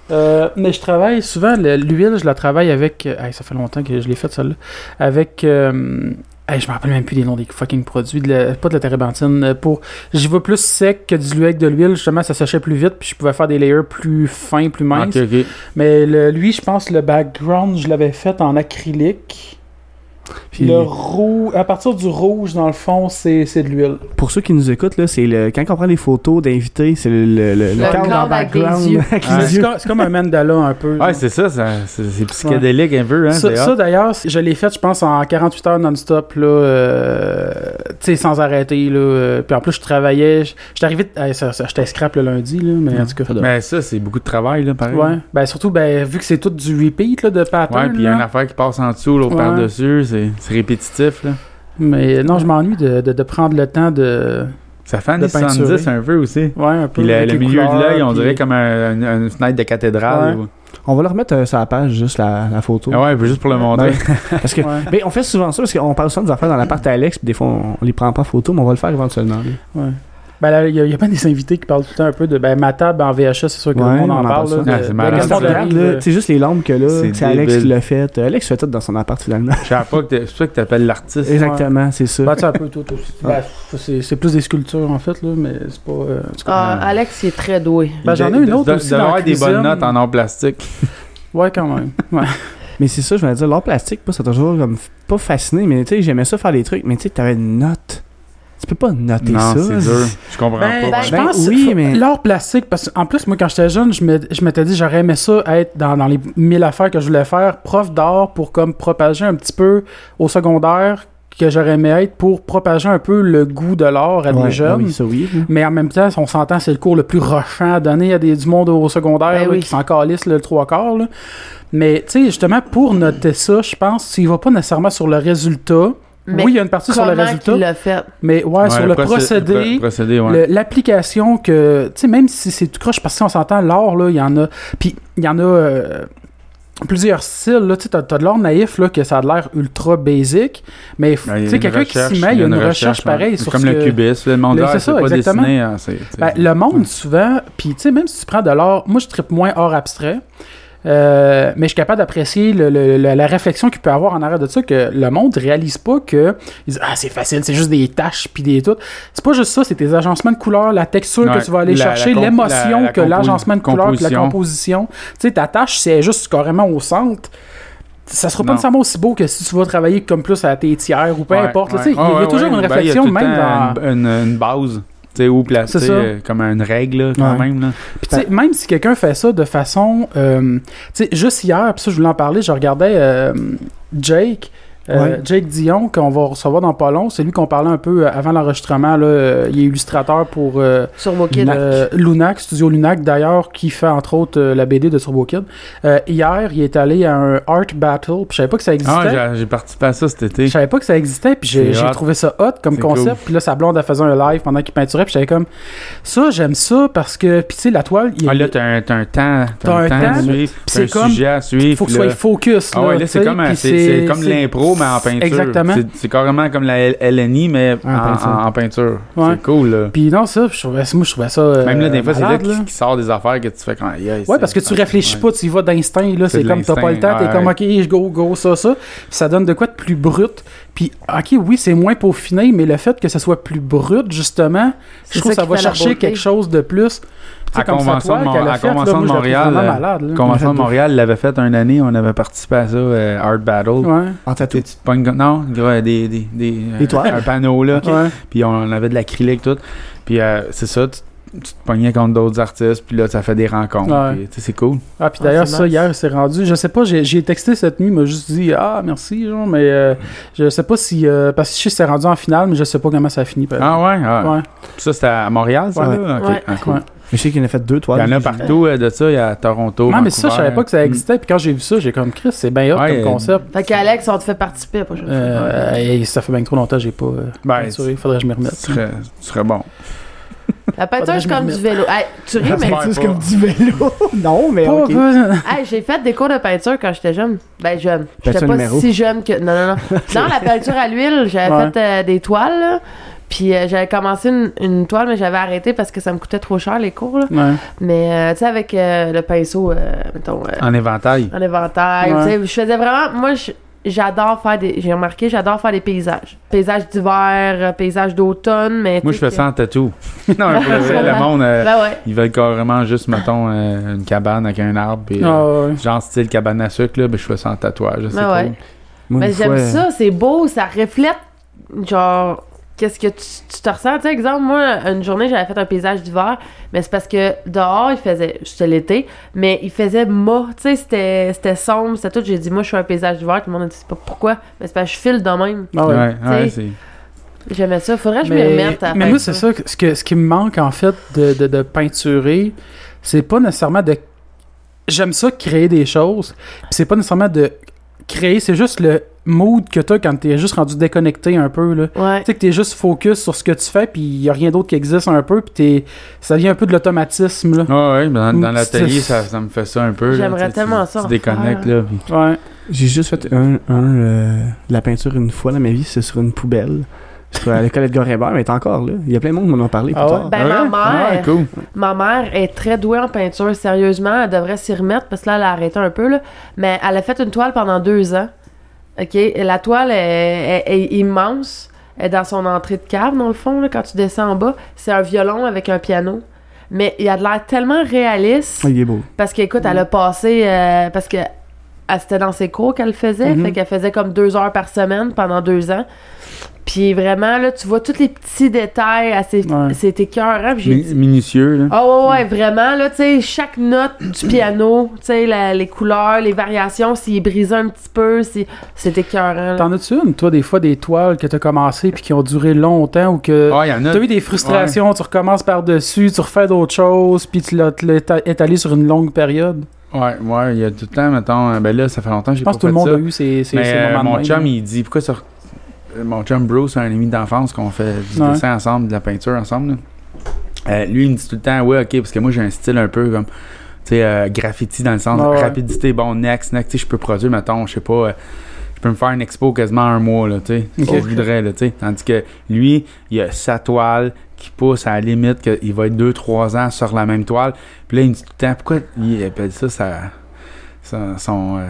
Speaker 2: Euh, mais je travaille souvent, le- l'huile, je la travaille avec. euh, hey, ça fait longtemps que je l'ai faite, celle-là. Avec. euh, hey, je me rappelle même plus des noms des fucking produits. de la- pas de la térébenthine. euh, Pour, j'y vais plus sec que dilué avec de l'huile. Justement, ça séchait plus vite. Puis je pouvais faire des layers plus fins, plus minces.
Speaker 1: OK, OK.
Speaker 2: Mais le- lui, je pense, le background, je l'avais fait en acrylique.
Speaker 3: puis
Speaker 2: le rouge. À partir du rouge, dans le fond, c'est c'est de l'huile.
Speaker 3: pour ceux qui nous écoutent, là, c'est le quand on prend les photos d'invités, c'est le, le, le,
Speaker 4: Le
Speaker 3: cadre
Speaker 4: cadre avec des
Speaker 3: background
Speaker 4: yeux.
Speaker 3: avec
Speaker 1: Ouais.
Speaker 3: les
Speaker 2: C'est
Speaker 3: yeux.
Speaker 2: comme, c'est comme un mandala un peu.
Speaker 1: Ouais,
Speaker 2: genre.
Speaker 1: c'est ça, ça- c'est c'est psychédélique un peu, hein.
Speaker 2: Ça,
Speaker 1: C'est
Speaker 2: ça,
Speaker 1: hot.
Speaker 2: d'ailleurs, je l'ai fait, je pense, en 48 heures non-stop, là, euh, tu sais, sans arrêter, là. euh, puis en plus, je travaillais, je- j'étais arrivé, hey, ça, ça, j'étais scrap le lundi, là, mais en tout cas,
Speaker 1: Mais Hum, ça, c'est beaucoup de travail, là, pareil.
Speaker 2: ouais. Ben, surtout, ben, vu que c'est tout du repeat, là, de pattern,
Speaker 1: Ouais, puis il y a
Speaker 2: là.
Speaker 1: une affaire qui passe en dessous, l'autre
Speaker 2: Ouais.
Speaker 1: par-dessus, c'est c'est répétitif, là.
Speaker 2: mais non, je m'ennuie de, de, de prendre le temps de,
Speaker 1: Ça fait
Speaker 2: De
Speaker 1: années 70
Speaker 2: peinturer.
Speaker 1: un peu aussi.
Speaker 2: ouais, un peu.
Speaker 1: Puis le,
Speaker 2: avec
Speaker 1: le
Speaker 2: les
Speaker 1: milieu
Speaker 2: couleurs,
Speaker 1: de l'œil, on
Speaker 2: puis-
Speaker 1: dirait comme un- un- une fenêtre de cathédrale.
Speaker 2: Ouais.
Speaker 1: ou-
Speaker 3: On va leur mettre euh, sur la page juste la, la photo.
Speaker 1: Ah ouais, juste pour le montrer.
Speaker 3: Parce que
Speaker 2: Ouais.
Speaker 3: ben, on fait souvent ça parce qu'on parle souvent des affaires dans l'appart à Alex, puis des fois on, on les prend pas en photo, mais on va le faire éventuellement. là.
Speaker 2: Ben, là, il y, a- il y a pas des invités qui parlent tout le temps un peu de, ben, ma table en VHS, c'est sûr que
Speaker 3: Ouais,
Speaker 2: le monde
Speaker 3: on en
Speaker 2: en
Speaker 3: parle
Speaker 2: parle,
Speaker 3: souvent.
Speaker 2: là.
Speaker 1: Ah,
Speaker 2: de-
Speaker 1: c'est
Speaker 2: de
Speaker 1: malade.
Speaker 2: question de
Speaker 1: Ça
Speaker 3: Regarde,
Speaker 2: rive,
Speaker 3: là,
Speaker 2: euh,
Speaker 3: c'est juste les lampes que là,
Speaker 1: C'est
Speaker 3: c'est Alex qui
Speaker 1: débile.
Speaker 3: l'a fait. Euh, Alex fait tout dans son appart finalement.
Speaker 1: Je savais pas que t'es- c'est ça que t'appelles l'artiste.
Speaker 3: Exactement, c'est ça.
Speaker 2: Ben, tu sais, un peu tout aussi.
Speaker 3: Ah.
Speaker 2: Ben, f- c'est c'est plus des sculptures, en fait, là, mais c'est pas. euh, en tout cas.
Speaker 4: Ah,
Speaker 1: Ouais.
Speaker 4: Alex, il est très doué.
Speaker 2: Ben, j'en ai
Speaker 1: Il
Speaker 2: une
Speaker 1: de-
Speaker 2: autre
Speaker 1: de-
Speaker 2: aussi
Speaker 1: de
Speaker 2: dans la
Speaker 1: avoir des bonnes
Speaker 2: cuisine.
Speaker 1: notes en or plastique.
Speaker 2: Ouais, quand même. Ouais.
Speaker 3: Mais c'est ça, je me dire, l'art plastique, moi, ça t'a toujours comme f- pas fasciné, mais tu sais, j'aimais ça faire des trucs, mais tu sais, t'avais une note. Tu peux pas
Speaker 2: Ah,
Speaker 3: noter
Speaker 1: Non,
Speaker 3: ça.
Speaker 1: c'est dur. Je comprends pas.
Speaker 2: Ben,
Speaker 4: ben,
Speaker 1: ouais.
Speaker 2: je pense
Speaker 3: oui,
Speaker 2: faut-
Speaker 3: mais-
Speaker 2: l'art plastique, parce qu'en plus, moi, quand j'étais jeune, je m'é- je m'étais dit, j'aurais aimé ça être dans, dans les mille affaires que je voulais faire, prof d'art pour comme propager un petit peu au secondaire que j'aurais aimé être pour propager un peu le goût de l'art à
Speaker 3: Ouais, ben
Speaker 2: des jeunes.
Speaker 3: oui, ça, oui. là.
Speaker 2: Mais en même temps, on s'entend, c'est le cours le plus rochant à donner à des, du monde au secondaire
Speaker 4: Ben
Speaker 2: là,
Speaker 4: oui.
Speaker 2: qui s'en calisse là, le trois quarts. là. Mais tu sais, justement, pour noter ça, je pense qu'il va pas nécessairement sur le résultat.
Speaker 4: Mais
Speaker 2: oui, il y a une partie sur le
Speaker 4: Comment
Speaker 2: résultat,
Speaker 4: qu'il l'a fait?
Speaker 2: mais ouais, sur le ben, procédé.
Speaker 1: pro- procédé, ouais.
Speaker 2: le- L'application que, tu sais, même si c'est tout croche, parce qu'on s'entend, l'or, là, il y en a. Puis, il y en a euh, plusieurs styles, là. Tu sais, t'as t'as de l'or naïf, là, que ça a l'air ultra basic. Mais, f-
Speaker 1: Ouais, il y a
Speaker 2: tu sais,
Speaker 1: une
Speaker 2: quelqu'un qui
Speaker 1: recherche,
Speaker 2: s'y met, il y a une recherche,
Speaker 1: ouais.
Speaker 2: pareille
Speaker 1: C'est
Speaker 2: sur
Speaker 1: Comme
Speaker 2: ce
Speaker 1: le
Speaker 2: que-
Speaker 1: cubisme, le monde
Speaker 2: Le-
Speaker 1: d'art,
Speaker 2: c'est
Speaker 1: c'est
Speaker 2: ça,
Speaker 1: pas
Speaker 2: exactement.
Speaker 1: dessiné. hein, c'est- c'est-
Speaker 2: Ben, le monde, souvent, puis tu sais, même si tu prends de l'art, moi je tripe moins art abstrait, euh, mais je suis capable d'apprécier le- le- le- la réflexion qu'il peut avoir en arrière de ça, que le monde réalise pas que ils disent, ah, c'est facile, c'est juste des tâches puis des tout. C'est pas juste ça, c'est tes agencements de couleurs, la texture
Speaker 1: Ouais,
Speaker 2: que tu vas aller
Speaker 1: la- la
Speaker 2: chercher,
Speaker 1: comp-
Speaker 2: l'émotion
Speaker 1: la- la
Speaker 2: que
Speaker 1: compo-
Speaker 2: l'agencement de couleurs, puis la
Speaker 1: composition.
Speaker 2: composition. Tu sais, ta tâche, c'est juste carrément au centre. ça sera pas
Speaker 1: Non.
Speaker 2: nécessairement aussi beau que si tu vas travailler comme plus à tes tiers ou peu
Speaker 1: Ouais,
Speaker 2: importe. là,
Speaker 1: ouais.
Speaker 2: tu sais, il y a- il y a,
Speaker 1: Ah, ouais,
Speaker 2: toujours
Speaker 1: ouais,
Speaker 2: une
Speaker 1: ben, il y a
Speaker 2: réflexion
Speaker 1: tout le
Speaker 2: même dans.
Speaker 1: temps Une, une- une base, tu sais, où placer,
Speaker 2: C'est ça.
Speaker 1: euh, comme une règle, là, quand
Speaker 3: Ouais.
Speaker 1: même. Là.
Speaker 2: Puis tu sais, même si quelqu'un fait ça de façon, euh, tu sais, juste hier, puis ça je voulais en parler, je regardais euh, Jake. euh,
Speaker 3: Ouais.
Speaker 2: Jake Dion, qu'on va recevoir dans pas long, c'est lui qu'on parlait un peu euh, avant l'enregistrement. là, euh, Il est illustrateur pour euh,
Speaker 4: Sur Kid.
Speaker 3: Lunac.
Speaker 2: euh, Lunac, Studio Lunac, d'ailleurs, qui fait entre autres euh, la BD de Turbo Kid. Euh, hier, il est allé à un art battle, puis je savais pas que ça existait.
Speaker 1: Ah, j'ai- j'ai participé à ça cet été.
Speaker 2: Je savais pas que ça existait, puis j'ai
Speaker 1: C'est
Speaker 2: j'ai
Speaker 1: hot.
Speaker 2: trouvé ça hot comme
Speaker 1: C'est
Speaker 2: concept.
Speaker 1: cool.
Speaker 2: Puis là, sa blonde, elle faisait un live pendant qu'il peinturait, puis j'avais comme ça, j'aime ça parce que, puis tu sais, la toile, il y a-
Speaker 1: Ah, là, t'as un, t'as un temps,
Speaker 2: T'as
Speaker 1: t'as un
Speaker 2: un
Speaker 1: temps, à
Speaker 2: temps,
Speaker 1: suivre,
Speaker 2: c'est
Speaker 1: t'as un
Speaker 2: comme-
Speaker 1: sujet à suivre.
Speaker 2: faut que
Speaker 1: là.
Speaker 2: soit focus.
Speaker 1: Ah ouais,
Speaker 2: tu
Speaker 1: là, c'est
Speaker 2: sais,
Speaker 1: comme,
Speaker 2: puis
Speaker 1: un- c'est- c'est comme
Speaker 2: c'est-
Speaker 1: l'impro, mais en peinture.
Speaker 2: Exactement.
Speaker 1: C'est- C'est carrément comme la L- LNI, mais
Speaker 3: En
Speaker 1: en, en- en
Speaker 3: peinture.
Speaker 1: peinture.
Speaker 2: Ouais.
Speaker 1: C'est cool, là.
Speaker 2: Puis non, ça, je trouvais, moi, je trouvais ça. euh,
Speaker 1: Même là, des fois, c'est là
Speaker 2: malade,
Speaker 1: qui, qui sort des affaires que tu fais quand. aïe, aïe,
Speaker 2: Ouais,
Speaker 1: c'est-
Speaker 2: parce que tu réfléchis
Speaker 1: ouais.
Speaker 2: pas, tu y vas d'instinct, là.
Speaker 1: C'est
Speaker 2: C'est
Speaker 1: de
Speaker 2: comme t'as pas le temps, t'es
Speaker 1: l'instinct,
Speaker 2: comme,
Speaker 1: ouais.
Speaker 2: ok, je go, go, ça, ça. Puis ça donne de quoi de plus brut. Puis, ok, oui, c'est moins peaufiné, mais le fait que ça soit plus brut, justement, je
Speaker 4: C'est
Speaker 2: trouve que
Speaker 4: ça
Speaker 2: ça
Speaker 4: qui
Speaker 2: va
Speaker 4: fait la
Speaker 2: chercher
Speaker 4: beauté.
Speaker 2: quelque chose de plus. Tu
Speaker 1: À
Speaker 2: sais, comme sa
Speaker 1: Convention
Speaker 2: toile
Speaker 1: de Mon-
Speaker 2: qu'elle a
Speaker 1: à
Speaker 2: faite, là,
Speaker 1: Convention
Speaker 2: moi,
Speaker 1: de
Speaker 2: je la trouve vraiment
Speaker 1: Montréal, euh,
Speaker 2: malade, là.
Speaker 1: Convention
Speaker 3: On l'a
Speaker 1: de
Speaker 3: fait
Speaker 1: Montréal l'avait fait un année, on avait participé à ça, euh, Art Battle.
Speaker 2: Ouais.
Speaker 3: En tatou.
Speaker 1: Tu te pognes comme- non, ouais, des, des, des,
Speaker 3: Des
Speaker 1: euh,
Speaker 3: toiles.
Speaker 1: un panneau là.
Speaker 2: Ouais.
Speaker 1: Puis on avait de l'acrylique tout. Puis euh, c'est ça, tu, tu te pognais contre d'autres artistes, puis là ça fait des rencontres.
Speaker 2: Ouais.
Speaker 1: Puis, tu sais, c'est cool.
Speaker 2: Ah, puis
Speaker 4: Ah,
Speaker 2: d'ailleurs,
Speaker 4: c'est
Speaker 2: ça,
Speaker 4: nice.
Speaker 2: hier, c'est rendu. Je sais pas, j'ai j'ai texté cette nuit, il m'a juste dit Ah, merci, genre, mais euh, je sais pas si. euh, parce que je sais que c'est rendu en finale, mais je sais pas comment ça a fini. par exemple.
Speaker 1: Ah ouais, ah.
Speaker 2: ouais.
Speaker 1: ça c'était à Montréal, ça
Speaker 3: Ouais.
Speaker 1: là. Ok,
Speaker 4: Ouais.
Speaker 1: ah, cool.
Speaker 2: Ouais.
Speaker 3: Mais je sais qu'il en a fait deux,
Speaker 1: Il
Speaker 3: toi.
Speaker 1: y en a partout euh, de ça, il y a à Toronto.
Speaker 2: Non, mais ça, je
Speaker 1: Vancouver. Mm.
Speaker 2: savais pas que ça existait. Puis quand j'ai vu ça, j'ai comme Chris, c'est bien hot
Speaker 1: Ouais,
Speaker 2: comme
Speaker 1: euh,
Speaker 2: concept.
Speaker 4: Fait qu'Alex, on te fait participer la prochaine fois.
Speaker 2: Euh, hey, ça fait bien trop longtemps que j'ai pas. Euh,
Speaker 1: Ben,
Speaker 2: peinturé. faudrait que je m'y
Speaker 1: Tu
Speaker 2: remette.
Speaker 1: serais, tu serais bon.
Speaker 2: faudrait
Speaker 4: La peinture,
Speaker 2: que je
Speaker 4: c'est comme
Speaker 2: me
Speaker 4: du vélo. Hey, tu ris, mais.
Speaker 1: J'espère
Speaker 3: C'est
Speaker 1: pas.
Speaker 3: comme du vélo. non, mais
Speaker 2: Pas-
Speaker 3: ok.
Speaker 2: pas-
Speaker 4: Hey, j'ai fait des cours de peinture quand j'étais jeune. Ben, jeune. J'étais
Speaker 3: Peinture
Speaker 4: pas
Speaker 3: numéro.
Speaker 4: si jeune que. Non, non, non. non, la peinture à l'huile, j'avais
Speaker 2: Ouais.
Speaker 4: fait euh, des toiles, là. Puis euh, j'avais commencé une, une toile, mais j'avais arrêté parce que ça me coûtait trop cher, les cours, là.
Speaker 2: Ouais.
Speaker 4: Mais, euh, tu sais, avec euh, le pinceau, euh, mettons, euh,
Speaker 1: En éventail.
Speaker 4: en éventail.
Speaker 2: Ouais.
Speaker 4: tu sais, Je faisais vraiment. Moi, je- J'adore faire des. J'ai remarqué, j'adore faire des paysages. Paysages d'hiver, euh, paysages d'automne, mais.
Speaker 1: Moi
Speaker 4: tu
Speaker 1: je
Speaker 4: sais
Speaker 1: fais
Speaker 4: que-
Speaker 1: ça en tatou. non, mais pour vrai, le monde, euh,
Speaker 4: Ben ouais.
Speaker 1: ils veulent carrément juste, mettons, euh, une cabane avec un arbre. puis, euh,
Speaker 2: Ah, ouais.
Speaker 1: Genre style cabane à sucre, là, ben, je fais ça en tatouage. là, C'est
Speaker 4: Ah ouais.
Speaker 1: cool.
Speaker 3: Moi,
Speaker 4: Mais
Speaker 3: une
Speaker 4: j'aime
Speaker 3: fois, euh,
Speaker 4: ça, c'est beau, ça reflète, genre, qu'est-ce que tu, tu te ressens. Tu sais, exemple, moi, une journée, j'avais fait un paysage d'hiver, mais c'est parce que dehors, il faisait, c'était l'été, mais il faisait mât, tu sais, c'était c'était sombre, c'était tout. J'ai dit, moi, je fais un paysage d'hiver, tout le monde a dit, c'est pas pourquoi, mais c'est parce que je file de même.
Speaker 2: Ah, ouais.
Speaker 1: Ouais, ouais,
Speaker 4: Tu
Speaker 1: c'est-
Speaker 4: J'aimais ça, faudrait que Ah, je m'y
Speaker 2: mais,
Speaker 4: remette à
Speaker 2: mais
Speaker 4: faire
Speaker 2: moi, c'est ça, que- ce, que, ce qui me manque en fait de, de, de peinturer, c'est pas nécessairement de. J'aime ça créer des choses, puis c'est pas nécessairement de créer, c'est juste le mood que t'as quand t'es juste rendu déconnecté un peu. Là.
Speaker 4: Ouais.
Speaker 2: Tu sais, que t'es juste focus sur ce que tu fais, puis y a rien d'autre qui existe un peu, puis t'es- ça vient un peu de l'automatisme. Là.
Speaker 1: Ah ouais, dans, dans
Speaker 2: Ou
Speaker 1: l'atelier,
Speaker 2: c'est-
Speaker 1: ça, ça me fait ça un peu. là,
Speaker 4: J'aimerais
Speaker 1: tu sais,
Speaker 4: tellement
Speaker 1: tu-
Speaker 4: ça Ben, en
Speaker 1: Tu déconnectes, là. puis-
Speaker 2: Ouais.
Speaker 3: J'ai juste fait un, un euh, de la peinture une fois dans ma vie, c'est sur une poubelle. C'était à l'école Edgar Hébert, mais elle est encore là. Il y a plein de monde qui m'en ont parlé plus
Speaker 2: Ah ouais?
Speaker 3: tard.
Speaker 4: Ben,
Speaker 1: Ah ouais?
Speaker 4: ma mère-
Speaker 1: Ah ouais, cool.
Speaker 4: Ma mère est très douée en peinture, sérieusement. Elle devrait s'y remettre parce que là, elle a arrêté un peu. Là. Mais elle a fait une toile pendant deux ans. OK? Et la toile est, est- est immense. Elle est dans son entrée de cave, dans le fond, là, quand tu descends en bas. C'est un violon avec un piano. Mais il a de l'air tellement réaliste.
Speaker 3: Ah, il est beau.
Speaker 4: Parce qu'écoute, elle a passé. euh, parce que elle- c'était dans ses cours qu'elle faisait.
Speaker 2: Mhm.
Speaker 4: Fait qu'elle faisait comme deux heures par semaine pendant deux ans. Puis vraiment, là, tu vois tous les petits détails. elle s'est-
Speaker 2: Ouais.
Speaker 4: C'était écœurant. Puis j'ai
Speaker 1: Mi- minutieux, là.
Speaker 4: ah ouais, ouais, vraiment, là, tu sais, chaque note du piano, tu sais, la- les couleurs, les variations, s'il est brisé un petit peu, si- c'est écœurant. là.
Speaker 2: T'en as-tu une, toi, des fois, des toiles que t'as commencé, puis qui ont duré longtemps, ou que.
Speaker 1: Ah, il y en a.
Speaker 2: euh, T'as eu des frustrations, tu recommences par-dessus, tu refais d'autres choses, puis tu l'as tu l'as éta- étalé sur une longue période.
Speaker 1: Ouais, ouais, il y a tout le temps, mettons. euh, Ben là, ça fait longtemps que
Speaker 2: Je
Speaker 1: j'ai pas
Speaker 2: pense
Speaker 1: fait
Speaker 2: que tout le monde
Speaker 1: ça.
Speaker 2: a eu ces, ces,
Speaker 1: Mais
Speaker 2: ces
Speaker 1: euh,
Speaker 2: moments de
Speaker 1: mon
Speaker 2: même.
Speaker 1: chum, il dit pourquoi ça. re- Mon chum Bruce, un ami d'enfance, qu'on fait du
Speaker 2: Ouais.
Speaker 1: dessin ensemble, de la peinture ensemble. là. Euh, lui, il me dit tout le temps, ouais, ok, parce que moi, j'ai un style un peu comme. Tu sais, euh, graffiti dans le sens
Speaker 2: Ah ouais.
Speaker 1: rapidité, bon, next, next, tu sais, je peux produire, mettons, je sais pas, euh, je peux me faire une expo quasiment un mois, là, tu sais,
Speaker 2: Ok.
Speaker 1: comme je voudrais, là, tu sais. Tandis que lui, il a sa toile qui pousse à la limite qu'il va être 2-3 ans sur la même toile. Puis là, il me dit tout le temps, pourquoi il appelle ça, ça, ça- son, euh,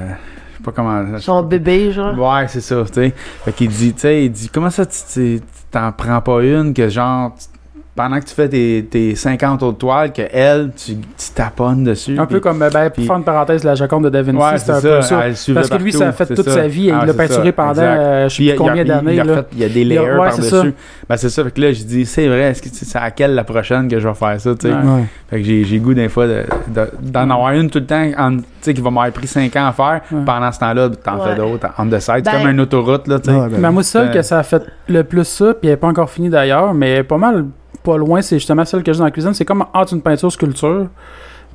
Speaker 1: je sais pas comment...
Speaker 4: Son bébé, genre.
Speaker 1: Ouais, c'est ça, tu sais. Fait qu'il dit, tu sais, il dit, comment ça, tu tu- tu t'en prends pas une que genre, tu- pendant que tu fais tes, tes 50 autres toiles, que elle, tu, tu taponnes dessus.
Speaker 2: Un peu
Speaker 1: puis-
Speaker 2: comme, ben, pour
Speaker 1: puis-
Speaker 2: faire une parenthèse, la Jaconde de Da Vinci,
Speaker 1: Ouais, Ah,
Speaker 2: c'est un peu ça.
Speaker 1: elle suivait
Speaker 2: Parce que lui,
Speaker 1: partout,
Speaker 2: ça a fait
Speaker 1: c'est
Speaker 2: toute
Speaker 1: ça.
Speaker 2: sa vie et
Speaker 1: Ah,
Speaker 2: il l'a
Speaker 1: c'est
Speaker 2: peinturé
Speaker 1: ça,
Speaker 2: pendant
Speaker 1: exact.
Speaker 2: euh, je sais
Speaker 1: Puis il y
Speaker 2: plus
Speaker 1: a-
Speaker 2: combien
Speaker 1: il y a-
Speaker 2: d'années.
Speaker 1: Il, a
Speaker 2: là.
Speaker 1: fait- il y a des
Speaker 2: Il y a-
Speaker 1: layers
Speaker 2: ouais, c'est ça.
Speaker 1: par-dessus. Ben, c'est ça. Fait que là, je dis, c'est vrai, est-ce que tu- c'est à quelle la prochaine que je vais faire ça, tu sais?
Speaker 2: Ouais.
Speaker 3: Ouais.
Speaker 1: Fait que j'ai j'ai le goût des fois de- de- d'en
Speaker 2: Ouais.
Speaker 1: avoir une tout le temps, en- tu sais, qui va m'avoir pris 5 ans à faire.
Speaker 2: Ouais.
Speaker 1: Pendant ce temps-là, t'en
Speaker 4: Ouais.
Speaker 1: fais d'autres, en the side.
Speaker 4: Ben-
Speaker 1: c'est comme une autoroute, là, tu sais.
Speaker 3: Ouais, ben,
Speaker 2: Mais moi, celle
Speaker 1: Euh,
Speaker 2: que ça a fait le plus ça, puis elle n'est pas encore finie d'ailleurs, mais pas mal, pas loin, c'est justement celle que j'ai dans la cuisine. C'est comme entre une peinture sculpture,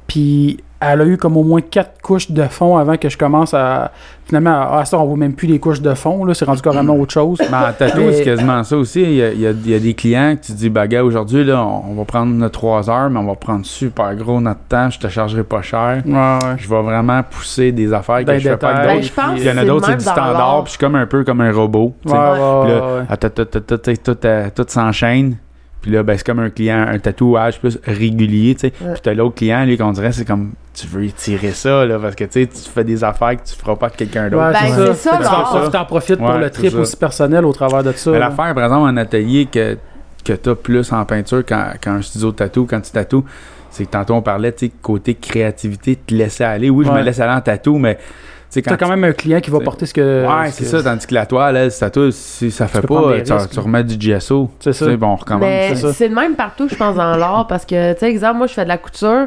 Speaker 2: puis elle a eu comme au moins quatre couches de fond avant que je commence à. Finalement, à, à ça, on voit même plus les couches de fond, là, c'est rendu carrément autre chose.
Speaker 1: Mais en tatou,
Speaker 2: Mais-
Speaker 1: Bah, c'est quasiment ça aussi. Il y a, il y a- il y a des clients que tu dis, bah gars, aujourd'hui, là, on, on va prendre notre 3 heures, mais on va prendre super gros notre temps, je te chargerai pas cher.
Speaker 2: Ouais, ouais.
Speaker 1: Je vais vraiment pousser des affaires
Speaker 2: Dans
Speaker 1: que
Speaker 2: les
Speaker 1: je fais pas avec
Speaker 2: détails,
Speaker 4: Ben,
Speaker 1: d'autres.
Speaker 4: je pense
Speaker 1: Il y en a
Speaker 4: c'est
Speaker 1: d'autres,
Speaker 4: le
Speaker 1: c'est
Speaker 4: même
Speaker 1: du
Speaker 4: dans
Speaker 1: standard,
Speaker 4: l'art.
Speaker 1: puis je suis comme un peu comme un robot. tu
Speaker 2: Ouais,
Speaker 1: sais.
Speaker 2: ouais,
Speaker 1: Puis là,
Speaker 2: ouais, ouais.
Speaker 1: Ah, tout, tout, tout, tout, tout, tout, euh, tout s'enchaîne. Puis là, ben, c'est comme un client, un tatouage plus régulier, tu sais.
Speaker 4: Ouais.
Speaker 1: Puis t'as l'autre client, lui, qu'on dirait, c'est comme, tu veux étirer ça, là, parce que, tu sais, tu fais des affaires que tu feras pas avec quelqu'un d'autre.
Speaker 2: Ouais,
Speaker 4: Ben, c'est ça,
Speaker 2: Fait que tu en
Speaker 1: l'art.
Speaker 2: profites- t'en profites pour
Speaker 1: Ouais,
Speaker 2: le
Speaker 1: c'est
Speaker 2: trip
Speaker 1: ça.
Speaker 2: aussi personnel au travers de ça.
Speaker 1: Mais
Speaker 2: là.
Speaker 1: l'affaire, par exemple, en atelier que, que t'as plus en peinture qu'en qu'en studio de tatou, quand tu tatoues, c'est que tantôt on parlait, tu sais, côté créativité, te laisser aller. Oui, je
Speaker 2: Ouais.
Speaker 1: me laisse aller en tatou, mais, tu sais, quand
Speaker 2: T'as quand même un client qui va
Speaker 1: C'est-
Speaker 2: porter ce que.
Speaker 1: Ouais,
Speaker 2: ce
Speaker 1: c'est
Speaker 2: que-
Speaker 1: ça, tandis que la toile, elle, ça, toi, si ça fait
Speaker 2: peux prendre
Speaker 1: pas,
Speaker 2: des
Speaker 1: tu,
Speaker 2: risques,
Speaker 1: tu remets du gesso.
Speaker 2: C'est
Speaker 1: Tu
Speaker 2: ça.
Speaker 1: sais, bon, on recommence.
Speaker 4: Mais
Speaker 1: tu sais.
Speaker 2: ça.
Speaker 4: Ben, c'est le même partout, je pense, dans l'art, parce que, tu sais, exemple, moi, je fais de la couture,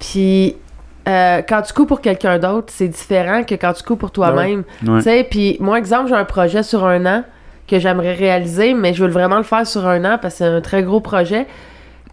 Speaker 4: puis euh, quand tu coupes pour quelqu'un d'autre, c'est différent que quand tu coupes pour toi-même.
Speaker 2: Ben,
Speaker 1: Ouais.
Speaker 4: Tu sais, puis moi, exemple, j'ai un projet sur un an que j'aimerais réaliser, mais je veux vraiment le faire sur un an parce que c'est un très gros projet.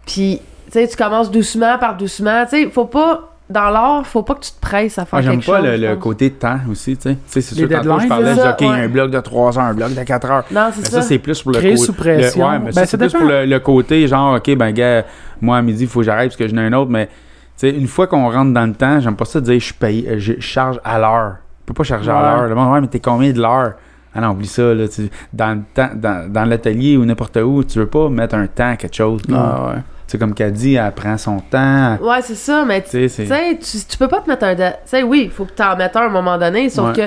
Speaker 4: Puis, tu sais, tu commences doucement par doucement. Tu sais, faut pas, dans l'art, faut pas que tu te presses à faire
Speaker 1: Ah, j'aime
Speaker 4: quelque chose.
Speaker 1: pas le,
Speaker 4: je
Speaker 1: le
Speaker 4: pense.
Speaker 1: côté de temps aussi, tu sais. Tu sais, c'est
Speaker 2: Les
Speaker 1: sûr, tantôt, je
Speaker 2: deadlines,
Speaker 1: parlais,
Speaker 4: c'est
Speaker 1: de,
Speaker 4: ça,
Speaker 1: OK,
Speaker 4: ouais.
Speaker 1: un bloc de 3 heures, un bloc de 4 heures.
Speaker 4: Non, c'est
Speaker 1: Mais ça,
Speaker 4: ça.
Speaker 1: c'est plus pour le
Speaker 2: Créer
Speaker 1: côté.
Speaker 2: sous pression.
Speaker 1: ouais, mais
Speaker 2: Ben,
Speaker 1: ça,
Speaker 2: ça
Speaker 1: c'est plus
Speaker 2: dépend.
Speaker 1: pour le, le côté, genre, OK, ben, gars, moi, à midi, il faut que j'arrête parce que j'en ai un autre, mais, tu sais, une fois qu'on rentre dans le temps, j'aime pas ça de dire, je paye, euh, je charge à l'heure. Je peux pas charger
Speaker 2: Ouais.
Speaker 1: à l'heure. Le monde, ouais, mais t'es combien de l'heure? Ah non, oublie ça, là. tu- dans le temps, dans, dans l'atelier ou n'importe où, tu veux pas mettre un temps à quelque chose.
Speaker 2: Ah, ouais.
Speaker 1: C'est comme qu'elle dit, elle prend son temps. elle-
Speaker 4: Ouais, c'est ça, mais tu
Speaker 1: Tu sais, c'est.
Speaker 4: sais, tu, tu peux pas te mettre un. date. Tu sais, oui, il faut que t'en mettes un à un moment donné, sauf que.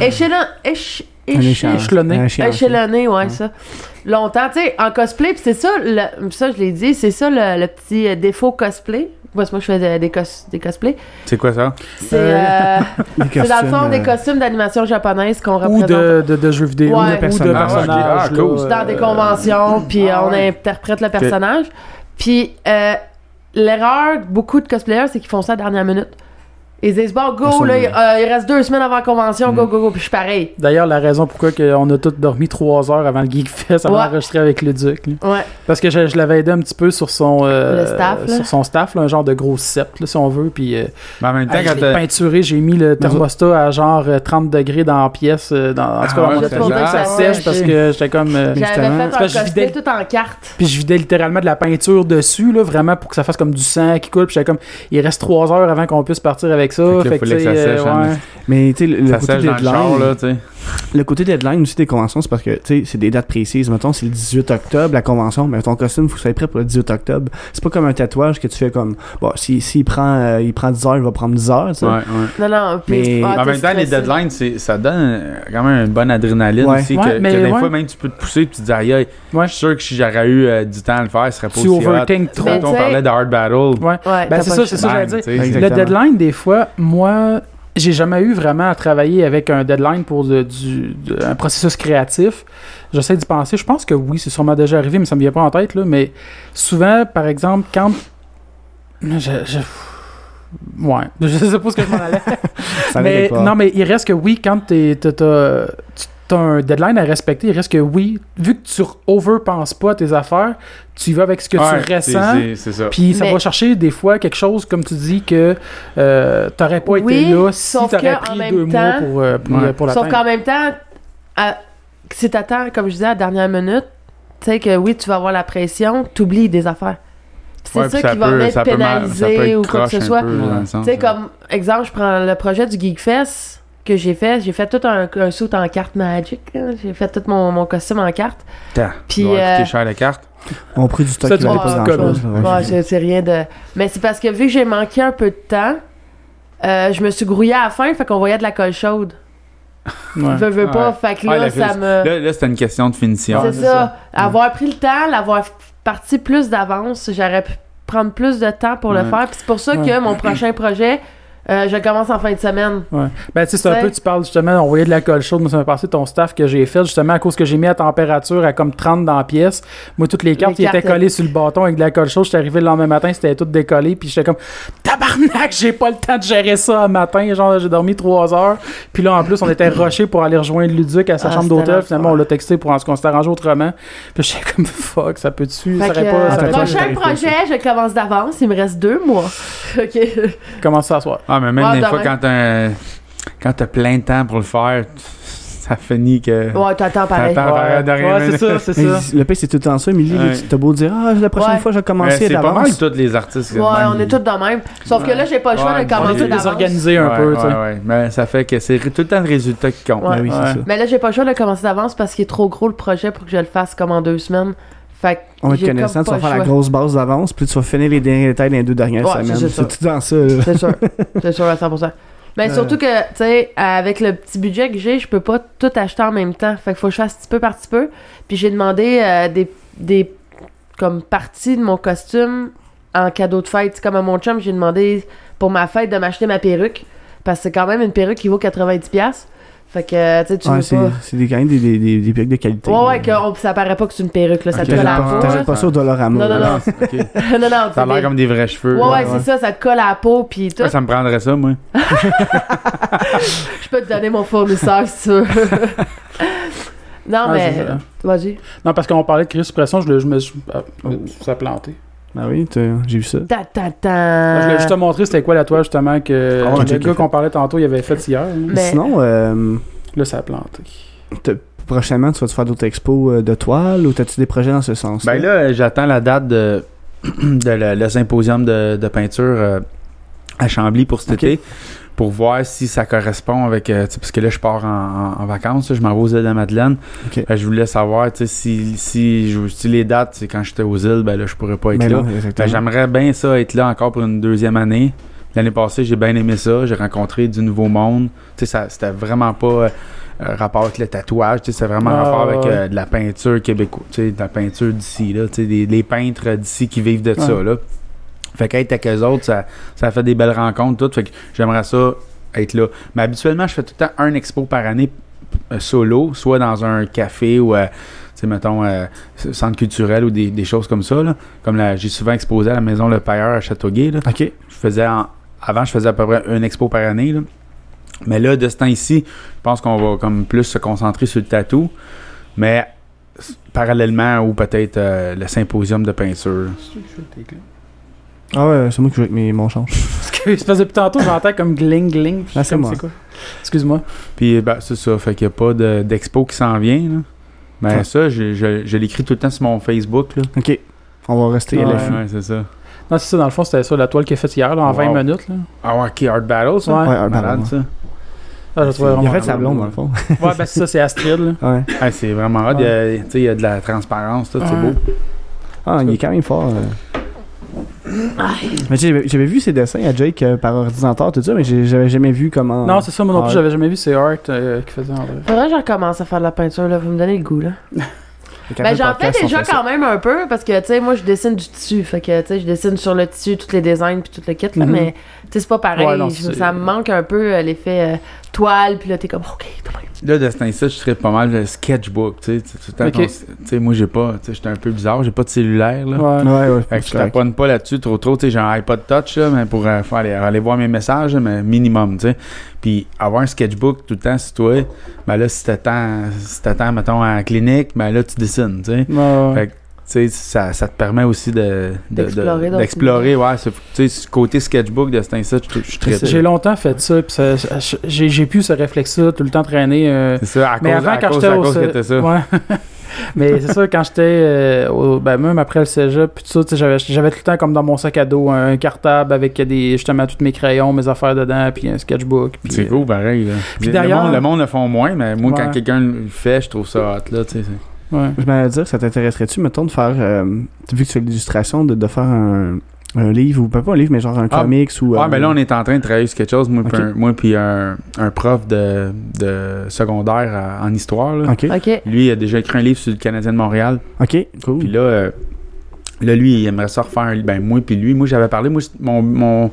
Speaker 4: Échelon. éche-
Speaker 3: un échelon.
Speaker 4: éche-
Speaker 2: échelonné.
Speaker 3: Un échelon.
Speaker 4: Échelonné, ouais,
Speaker 3: Ouais.
Speaker 4: ça. Longtemps, tu sais, en cosplay, pis c'est ça, le- ça je l'ai dit, c'est ça le, le petit euh, défaut cosplay. Parce que moi, je fais de- des, cos- des cosplays.
Speaker 1: C'est quoi ça?
Speaker 4: C'est euh,
Speaker 3: Des
Speaker 4: c'est dans le fond
Speaker 3: costumes,
Speaker 4: des
Speaker 3: euh,
Speaker 4: costumes d'animation japonaise qu'on
Speaker 2: Ou
Speaker 4: représente
Speaker 2: de, de, de jeux vidéo,
Speaker 4: Ouais.
Speaker 2: ou de personnages.
Speaker 3: personnages.
Speaker 1: Ah, ok. Ah,
Speaker 2: là,
Speaker 1: cool.
Speaker 2: euh,
Speaker 4: dans des
Speaker 1: Euh,
Speaker 4: conventions, puis euh,
Speaker 2: ah
Speaker 4: on
Speaker 2: ouais.
Speaker 4: interprète le personnage. Puis euh, l'erreur, de beaucoup de cosplayers, c'est qu'ils font ça à la dernière minute. Ils disent, bon,
Speaker 3: Ah,
Speaker 4: go,
Speaker 3: ça,
Speaker 4: là,
Speaker 3: oui.
Speaker 4: il, euh, il reste deux semaines avant la convention, go,
Speaker 1: Mm.
Speaker 4: go, go, puis je suis pareil.
Speaker 2: D'ailleurs, la raison pourquoi que on a tous dormi trois heures avant le Geek Fest, avant
Speaker 4: Ouais.
Speaker 2: d'enregistrer avec le Duc. là.
Speaker 4: Ouais.
Speaker 2: Parce que je, je l'avais aidé un petit peu sur son euh,
Speaker 4: Le staff, là.
Speaker 2: sur son staff, là, un genre de gros sceptre, là, si on veut. Puis euh,
Speaker 1: Mais en même temps,
Speaker 2: hey, je
Speaker 1: quand
Speaker 2: l'ai
Speaker 1: t'as-
Speaker 2: peinturé, j'ai mis le thermostat à genre euh, 30 degrés dans la pièce. euh, Dans, en tout cas,
Speaker 1: Ah ouais,
Speaker 2: on a
Speaker 1: c'est
Speaker 2: trouvé
Speaker 1: ça.
Speaker 2: que ça
Speaker 4: Ah ouais,
Speaker 2: sèche parce
Speaker 3: j'ai-
Speaker 2: que j'étais comme. euh,
Speaker 3: J'ai-
Speaker 4: J'avais
Speaker 3: justement,
Speaker 4: fait un
Speaker 2: c'est parce que je
Speaker 4: cosplay
Speaker 2: vidais-
Speaker 4: tout en carte.
Speaker 2: puis je vidais littéralement de la peinture dessus, là, vraiment pour que ça fasse comme du sang qui coule. Puis j'étais comme, il reste trois heures avant qu'on puisse partir avec ça.
Speaker 1: Fait que là,
Speaker 2: Fait que,
Speaker 1: fallait que
Speaker 2: tu sais,
Speaker 1: ça sèche,
Speaker 2: euh,
Speaker 1: hein,
Speaker 2: ouais.
Speaker 3: Mais tu sais, le, le
Speaker 1: ça
Speaker 3: côté
Speaker 1: sèche dans le char,
Speaker 3: deadline,
Speaker 1: là, tu sais.
Speaker 3: le côté deadline aussi des conventions, c'est parce que tu sais, c'est des dates précises. Mettons, c'est le 18 octobre la convention, mais ton costume, faut que ça soit prêt pour le 18 octobre. C'est pas comme un tatouage que tu fais comme bon, si s'il prend euh, il prend 10 heures, il va prendre 10 heures, tu sais.
Speaker 1: Ouais, ouais.
Speaker 4: Non, non, puis.
Speaker 3: Mais-
Speaker 4: ah,
Speaker 1: en
Speaker 4: t'es
Speaker 1: même temps, les
Speaker 4: stressé.
Speaker 1: deadlines, c'est- ça donne euh, quand même une bonne adrénaline
Speaker 3: Ouais.
Speaker 1: aussi.
Speaker 2: Ouais,
Speaker 1: que,
Speaker 2: mais
Speaker 1: que des
Speaker 2: ouais.
Speaker 1: fois, même tu peux te pousser et tu te dis, aïe, aïe,
Speaker 2: Ouais.
Speaker 1: je suis sûr que si j'aurais eu euh, du temps à le faire, ce serait pas
Speaker 2: Tu
Speaker 1: aussi hot.
Speaker 2: overthink trop.
Speaker 1: Tantôt, on
Speaker 4: Mais tu sais-
Speaker 1: parlait de hard battle.
Speaker 2: Ouais.
Speaker 4: Ouais,
Speaker 2: Ben,
Speaker 4: t'as
Speaker 2: c'est
Speaker 4: pas
Speaker 2: ça,
Speaker 4: le
Speaker 2: c'est ça
Speaker 4: choix.
Speaker 2: que j'allais
Speaker 1: Bang,
Speaker 2: dire.
Speaker 1: tu sais.
Speaker 3: Exact.
Speaker 2: Le
Speaker 3: Exactement.
Speaker 2: deadline, des fois, moi, j'ai jamais eu vraiment à travailler avec un deadline pour de- du, de- un processus créatif. J'essaie d'y penser. Je pense que oui, c'est sûrement déjà arrivé, mais ça me vient pas en tête. Là, mais souvent, par exemple, quand. Je, je... Ouais, je sais pas ce que je m'en allais.
Speaker 3: Ça va
Speaker 2: mais,
Speaker 3: quelque part.
Speaker 2: non, mais il reste que oui, quand t'es- t'as- t'as t'as un deadline à respecter, il reste que oui, vu que tu overpenses pas tes affaires, tu y vas avec ce que
Speaker 1: Ouais,
Speaker 2: tu
Speaker 1: c'est-
Speaker 2: ressens.
Speaker 1: c'est- C'est ça.
Speaker 2: Puis ça
Speaker 4: Mais-
Speaker 2: va chercher des fois quelque chose, comme tu dis, que euh, t'aurais pas
Speaker 4: Oui,
Speaker 2: été là si
Speaker 4: sauf
Speaker 2: t'aurais
Speaker 4: que, en
Speaker 2: pris
Speaker 4: même
Speaker 2: deux mois
Speaker 4: temps-
Speaker 2: pour, euh, pour,
Speaker 1: Ouais.
Speaker 2: pour
Speaker 4: Sauf qu'en
Speaker 2: l'atteindre.
Speaker 4: même temps, à- si t'attends, comme je disais, à la dernière minute, tu sais que oui, tu vas avoir la pression, t'oublies des affaires. Puis C'est
Speaker 1: Ouais, puis
Speaker 4: ça qui va
Speaker 1: peut-
Speaker 4: m'être
Speaker 1: ça peut mal- ça peut
Speaker 4: pénalisé
Speaker 1: être
Speaker 4: ou quoi que
Speaker 1: croche
Speaker 4: ce
Speaker 1: un
Speaker 4: soit.
Speaker 1: peu, dans le
Speaker 4: Tu
Speaker 1: sens, euh,
Speaker 4: sais,
Speaker 1: Ah, ouais.
Speaker 4: comme exemple, je prends le projet du Geek Fest que j'ai fait. J'ai fait tout un, un saut en carte Magic. hein. J'ai fait tout mon, mon costume en carte.
Speaker 1: Putain,
Speaker 4: puis,
Speaker 1: ça aurait coûté
Speaker 4: euh,
Speaker 1: cher la carte.
Speaker 3: on prend du stock
Speaker 2: Ça,
Speaker 3: qui valait
Speaker 4: tu
Speaker 3: pas
Speaker 4: vois,
Speaker 3: grand-chose.
Speaker 2: comme-
Speaker 3: ouais.
Speaker 4: Ah, Ouais, c'est- c'est rien de. Mais c'est parce que vu que j'ai manqué un peu de temps, euh, je me suis grouillée à la fin, fait qu'on voyait de la colle chaude.
Speaker 2: Ouais.
Speaker 4: Veux, veux pas,
Speaker 1: Ouais.
Speaker 4: fait que
Speaker 1: Ouais,
Speaker 4: là,
Speaker 1: la
Speaker 4: ça
Speaker 1: finition.
Speaker 4: me.
Speaker 1: Là, là c'était une question de finition.
Speaker 4: C'est
Speaker 2: c'est
Speaker 4: ça.
Speaker 2: ça.
Speaker 4: Avoir pris le temps, l'avoir f- partie plus d'avance, j'aurais pu prendre plus de temps pour le
Speaker 1: Ouais.
Speaker 4: faire. Puis c'est pour ça
Speaker 2: Ouais.
Speaker 4: que mon prochain projet, euh, je le commence en fin de semaine.
Speaker 2: Ben, tu sais, c'est un
Speaker 4: Ouais.
Speaker 2: peu, tu parles justement, on voyait de la colle chaude. Moi, ça m'a passé ton staff que j'ai fait, justement, à cause que j'ai mis à température à comme 30 dans la pièce. Moi, toutes les cartes
Speaker 4: Les
Speaker 2: qui étaient
Speaker 4: cartes,
Speaker 2: collées sur le bâton avec de la colle chaude, j'étais arrivé le lendemain matin, c'était tout décollé, puis j'étais comme, tabarnak, j'ai pas le temps de gérer ça un matin. Genre, j'ai dormi 3 heures. Puis là, en plus, on était rushé pour aller rejoindre Luduc à sa
Speaker 4: Ah,
Speaker 2: chambre
Speaker 4: c'était
Speaker 2: d'hôtel.
Speaker 4: l'enfer.
Speaker 2: Finalement, on l'a texté pour en ce qu'on s'est arrangé autrement. Puis j'étais comme, fuck, ça peut-tu, ça
Speaker 4: Fait que,
Speaker 2: aurait pas,
Speaker 4: euh,
Speaker 2: ça aurait pas-
Speaker 3: j'ai
Speaker 4: prochain
Speaker 3: arrêté
Speaker 4: projet, je le commence d'avance. Il me reste deux mois.
Speaker 1: Euh,
Speaker 4: OK.
Speaker 2: comment ça à soir?
Speaker 1: Ah, mais même
Speaker 4: Ouais,
Speaker 1: des
Speaker 4: demain.
Speaker 1: fois, quand t'as, quand t'as plein de temps pour le faire, ça finit que.
Speaker 4: Ouais, t'attends pareil.
Speaker 1: T'attends. Ah,
Speaker 2: Ouais,
Speaker 1: de rien,
Speaker 2: ouais,
Speaker 1: mais-
Speaker 2: c'est ça, c'est
Speaker 3: Mais
Speaker 2: ça.
Speaker 3: le pays c'est tout le temps ça, Émilie, là,
Speaker 1: Ouais.
Speaker 3: tu t'as beau dire Ah, la prochaine
Speaker 4: Ouais.
Speaker 3: fois, je vais
Speaker 1: Mais
Speaker 3: commencer
Speaker 1: Eh, c'est pas mal
Speaker 3: d'avance.
Speaker 1: tous les artistes.
Speaker 4: Ouais, on est tous de même. Sauf que là, j'ai pas le
Speaker 1: Ouais,
Speaker 4: choix de
Speaker 1: on est
Speaker 2: On
Speaker 1: tous
Speaker 4: commencer
Speaker 2: est
Speaker 1: d'avance.
Speaker 4: d'avance.
Speaker 2: désorganisé un peu, tu sais.
Speaker 1: ouais, ouais. Mais ça fait que c'est tout le temps le résultat qui compte.
Speaker 4: Ouais.
Speaker 3: Ben oui, c'est
Speaker 2: Ouais.
Speaker 3: ça.
Speaker 4: Mais là, j'ai pas le choix de le commencer d'avance parce qu'il est trop gros le projet pour que je le fasse comme en deux semaines. Fait que
Speaker 3: On va être
Speaker 4: j'ai comme
Speaker 3: connaissant, tu
Speaker 4: pas
Speaker 3: vas faire
Speaker 4: le
Speaker 3: la
Speaker 4: choix.
Speaker 3: grosse base d'avance, puis tu vas finir les derniers détails dans les deux dernières
Speaker 4: Ouais,
Speaker 3: semaines. C'est
Speaker 4: c'est ça.
Speaker 3: tout dans ça. là.
Speaker 4: C'est sûr. C'est sûr à 100%. Mais
Speaker 3: Euh.
Speaker 4: Ben, surtout que, tu sais, avec le petit budget que j'ai, je peux pas tout acheter en même temps. Fait que faut que je fasse petit peu par petit peu. Puis j'ai demandé euh, des, des comme parties de mon costume en cadeau de fête. Tu sais, Comme à mon chum, j'ai demandé pour ma fête de m'acheter ma perruque. Parce que c'est quand même une perruque qui vaut 90$. piastres. Fait que, euh, tu sais, tu
Speaker 3: Ouais,
Speaker 4: veux
Speaker 3: c'est
Speaker 4: pas.
Speaker 3: c'est des, quand même des, des, des, des perruques de qualité.
Speaker 4: Ouais, ouais,
Speaker 3: là.
Speaker 4: que on- ça paraît pas que c'est une perruque, là, ça
Speaker 1: Ok,
Speaker 4: te colle à la
Speaker 1: j'avais
Speaker 4: peau.
Speaker 1: entendu
Speaker 4: là.
Speaker 3: T'achètes pas ça au Dollarama.
Speaker 4: Non, non,
Speaker 3: là.
Speaker 1: Ah, ok.
Speaker 4: non, non, tu
Speaker 1: Ça a
Speaker 4: sais,
Speaker 1: l'air comme des vrais cheveux.
Speaker 4: Ouais,
Speaker 1: là.
Speaker 4: ouais,
Speaker 3: ouais.
Speaker 4: c'est ça, ça te colle à la peau, puis tout.
Speaker 1: Ouais, ça me prendrait ça, moi.
Speaker 4: Je peux te donner mon fournisseur, si tu veux. non,
Speaker 2: Ah,
Speaker 4: mais.
Speaker 2: c'est ça.
Speaker 4: Vas-y.
Speaker 2: Non, parce qu'on parlait de crise suppression, je, le- je me suis. ah,
Speaker 3: Euh,
Speaker 2: Ça a planté.
Speaker 3: Ah oui, t'as- j'ai vu ça.
Speaker 4: Ta, ta,
Speaker 2: Ah, Je voulais juste te
Speaker 4: ta.
Speaker 2: montrer c'était quoi la toile, justement, que
Speaker 3: Ah, on a
Speaker 2: le
Speaker 3: checké.
Speaker 2: gars qu'on parlait tantôt, il avait fait hier. hein.
Speaker 4: Mais-
Speaker 3: Sinon, euh,
Speaker 2: Là, ça a planté.
Speaker 3: prochainement, tu vas-tu faire d'autres expos euh, de toile ou t'as-tu des projets dans ce sens
Speaker 1: Ben là, euh, j'attends la date de, de le, le symposium de, de peinture euh, à Chambly pour cet
Speaker 3: Ok.
Speaker 1: été pour voir si ça correspond avec. euh, tu sais, parce que là, je pars en, en- en vacances, là, je m'en vais aux îles de la Madeleine.
Speaker 3: Ok.
Speaker 1: Euh, je voulais savoir tu sais, si, si, je- si les dates, c'est quand j'étais aux îles, ben là, je pourrais pas être
Speaker 3: Ben
Speaker 1: là.
Speaker 3: non,
Speaker 1: Ben,
Speaker 3: exactement.
Speaker 1: J'aimerais bien ça être là encore pour une deuxième année. L'année passée, j'ai bien aimé ça. J'ai rencontré du nouveau monde. Tu sais, ça- c'était vraiment pas euh, euh, rapport avec le tatouage. Tu sais, c'était vraiment
Speaker 2: Ah,
Speaker 1: rapport avec
Speaker 2: ouais.
Speaker 1: euh, de la peinture québécoise. Tu sais, de la peinture d'ici, là. Tu sais, des, les peintres d'ici qui vivent de ça,
Speaker 2: Ouais.
Speaker 1: là. Fait qu'être avec eux autres, ça, ça fait des belles rencontres, tout. Fait que j'aimerais ça être là. Mais habituellement, je fais tout le temps un expo par année euh, solo, soit dans un café ou, euh, tu sais, mettons, euh, centre culturel ou des, des choses comme ça, là. Comme la- j'ai souvent exposé à la Maison Le Payeur à Châteauguay, là.
Speaker 3: Ok.
Speaker 1: Je faisais en- avant, je faisais à peu près une expo par année, là. Mais là, de ce temps-ci, je pense qu'on va comme plus se concentrer sur le tatou. Mais s- parallèlement ou peut-être euh, le symposium de peinture.
Speaker 3: Ah ouais, c'est moi qui joue avec mes, mon change.
Speaker 2: Excuse, parce que depuis tantôt, j'entends comme gling gling.
Speaker 3: Ah, c'est
Speaker 2: Comme,
Speaker 3: moi.
Speaker 2: quoi? Excuse-moi.
Speaker 1: Puis ben, c'est ça, fait qu'il n'y a pas de- d'expo qui s'en vient. Là. Ben
Speaker 3: Ah.
Speaker 1: ça, je, je- je l'écris tout le temps sur mon Facebook. Là.
Speaker 3: Ok. On va rester à
Speaker 2: Ouais.
Speaker 3: l'affût.
Speaker 1: Ouais, c'est ça.
Speaker 2: Non, c'est ça, dans le fond, c'était ça, la toile qu'il a faite hier, là, en
Speaker 1: Wow.
Speaker 2: 20 minutes. Là.
Speaker 1: Ah ouais, ok, Art Battle, ça?
Speaker 2: Ouais.
Speaker 3: Ouais, un
Speaker 1: Malade,
Speaker 3: ballon, ouais.
Speaker 1: ça.
Speaker 2: Ah, je trouvais
Speaker 3: Il
Speaker 2: vraiment.
Speaker 3: a fait sa
Speaker 1: un
Speaker 3: blonde,
Speaker 1: ballon.
Speaker 3: dans le fond.
Speaker 2: Ouais, ben c'est ça, c'est Astrid, là.
Speaker 3: Ouais.
Speaker 1: Ah, c'est vraiment hot. Il y a- tu sais, Il y a de la transparence, tout, c'est
Speaker 2: Ouais.
Speaker 1: beau.
Speaker 3: Ah, il est quand même fort. euh. Mais j'avais j'avais vu ses dessins à Jake euh, par ordinateur, tout ça, mais j'ai- j'avais jamais vu comment.
Speaker 2: Non, c'est ça, moi non plus,
Speaker 3: Ouais.
Speaker 2: j'avais jamais vu, c'est Art euh, qui faisait en vrai.
Speaker 4: Faudrait que je recommence à faire de la peinture, là. Vous me donnez le goût, là.
Speaker 3: Quand
Speaker 4: Ben,
Speaker 3: le
Speaker 4: j'en fais
Speaker 3: podcast, on
Speaker 4: déjà
Speaker 3: fait ça.
Speaker 4: quand même un peu parce que, tu sais, moi, je dessine du tissu. Fait que, tu sais, je dessine sur le tissu tous les designs puis tout le kit, là.
Speaker 2: Mhm.
Speaker 4: Mais, tu sais, c'est pas pareil.
Speaker 2: Ouais, non,
Speaker 4: Je-
Speaker 2: c'est-
Speaker 4: ça me manque un peu euh, l'effet euh, toile puis là, t'es comme, OK, quand même.
Speaker 1: Là, de ce temps-ci, je serais pas mal le sketchbook. Tu sais, Tu- tout le temps
Speaker 2: Ok.
Speaker 1: qu'on s- tu sais, moi, j'ai pas. tu sais, J'étais un peu bizarre, j'ai pas de cellulaire. Là.
Speaker 2: Ouais.
Speaker 3: Ouais, ouais.
Speaker 1: Fait que
Speaker 3: c'est
Speaker 1: je
Speaker 3: correct.
Speaker 1: taponne pas là-dessus trop trop. Tu sais, j'ai un iPod Touch là, mais pour euh, faire aller, aller voir mes messages, mais minimum, tu sais. Puis avoir un sketchbook tout le temps sur toi, ben là, si t'attends, si t'attends, mettons, à la clinique, ben là, tu dessines, tu sais. Tu
Speaker 2: Ouais.
Speaker 1: Fait que- sais, ça, ça te permet aussi de, de- de-
Speaker 4: D'explorer d'autres
Speaker 1: d'explorer, ouais. c'est- Tu sais, ce côté sketchbook de cet instant, je suis très
Speaker 2: J'ai longtemps fait ça, puis ça- j'ai j'ai pu ce réflexe-là tout le temps traîner. euh,
Speaker 1: C'est ça, à
Speaker 2: Mais
Speaker 1: cause,
Speaker 2: avant,
Speaker 1: à
Speaker 2: quand
Speaker 1: cause,
Speaker 2: j'étais
Speaker 1: à
Speaker 2: au
Speaker 1: cause que
Speaker 2: cé-
Speaker 1: t'as ça.
Speaker 2: Ouais. Mais c'est ça, quand j'étais. euh, au- ben, même après le cégep, puis tout ça, tu sais, j'avais- j'avais tout le temps, comme dans mon sac à dos, un cartable avec des, justement tous mes crayons, mes affaires dedans, puis un sketchbook. puis,
Speaker 1: C'est
Speaker 2: euh,
Speaker 1: cool, pareil. Là.
Speaker 2: Puis
Speaker 1: le,
Speaker 2: d'ailleurs-
Speaker 1: monde, le monde le font moins, mais moi,
Speaker 2: Ouais.
Speaker 1: quand quelqu'un le fait, je trouve ça hot, là, tu sais. c'est-
Speaker 2: ouais.
Speaker 3: Je m'allais dire, ça t'intéresserait-tu, mettons, de faire. euh, vu que tu fais de l'illustration, de, de faire un, un livre, ou pas pas un livre, mais genre un
Speaker 1: Ah.
Speaker 3: comics ou.
Speaker 1: Ah,
Speaker 3: euh,
Speaker 1: mais là, on est en train de travailler sur quelque chose, moi, puis
Speaker 3: Ok.
Speaker 1: un- moi, puis un, un prof de, de secondaire à- en histoire, là.
Speaker 3: Ok,
Speaker 4: OK.
Speaker 1: Lui, il a déjà écrit un livre sur le Canadien de Montréal.
Speaker 3: ok, cool.
Speaker 1: Puis là, euh, Là, lui, il aimerait ça refaire. Ben, moi, puis lui, moi, j'avais parlé. Moi, c'est- mon, mon,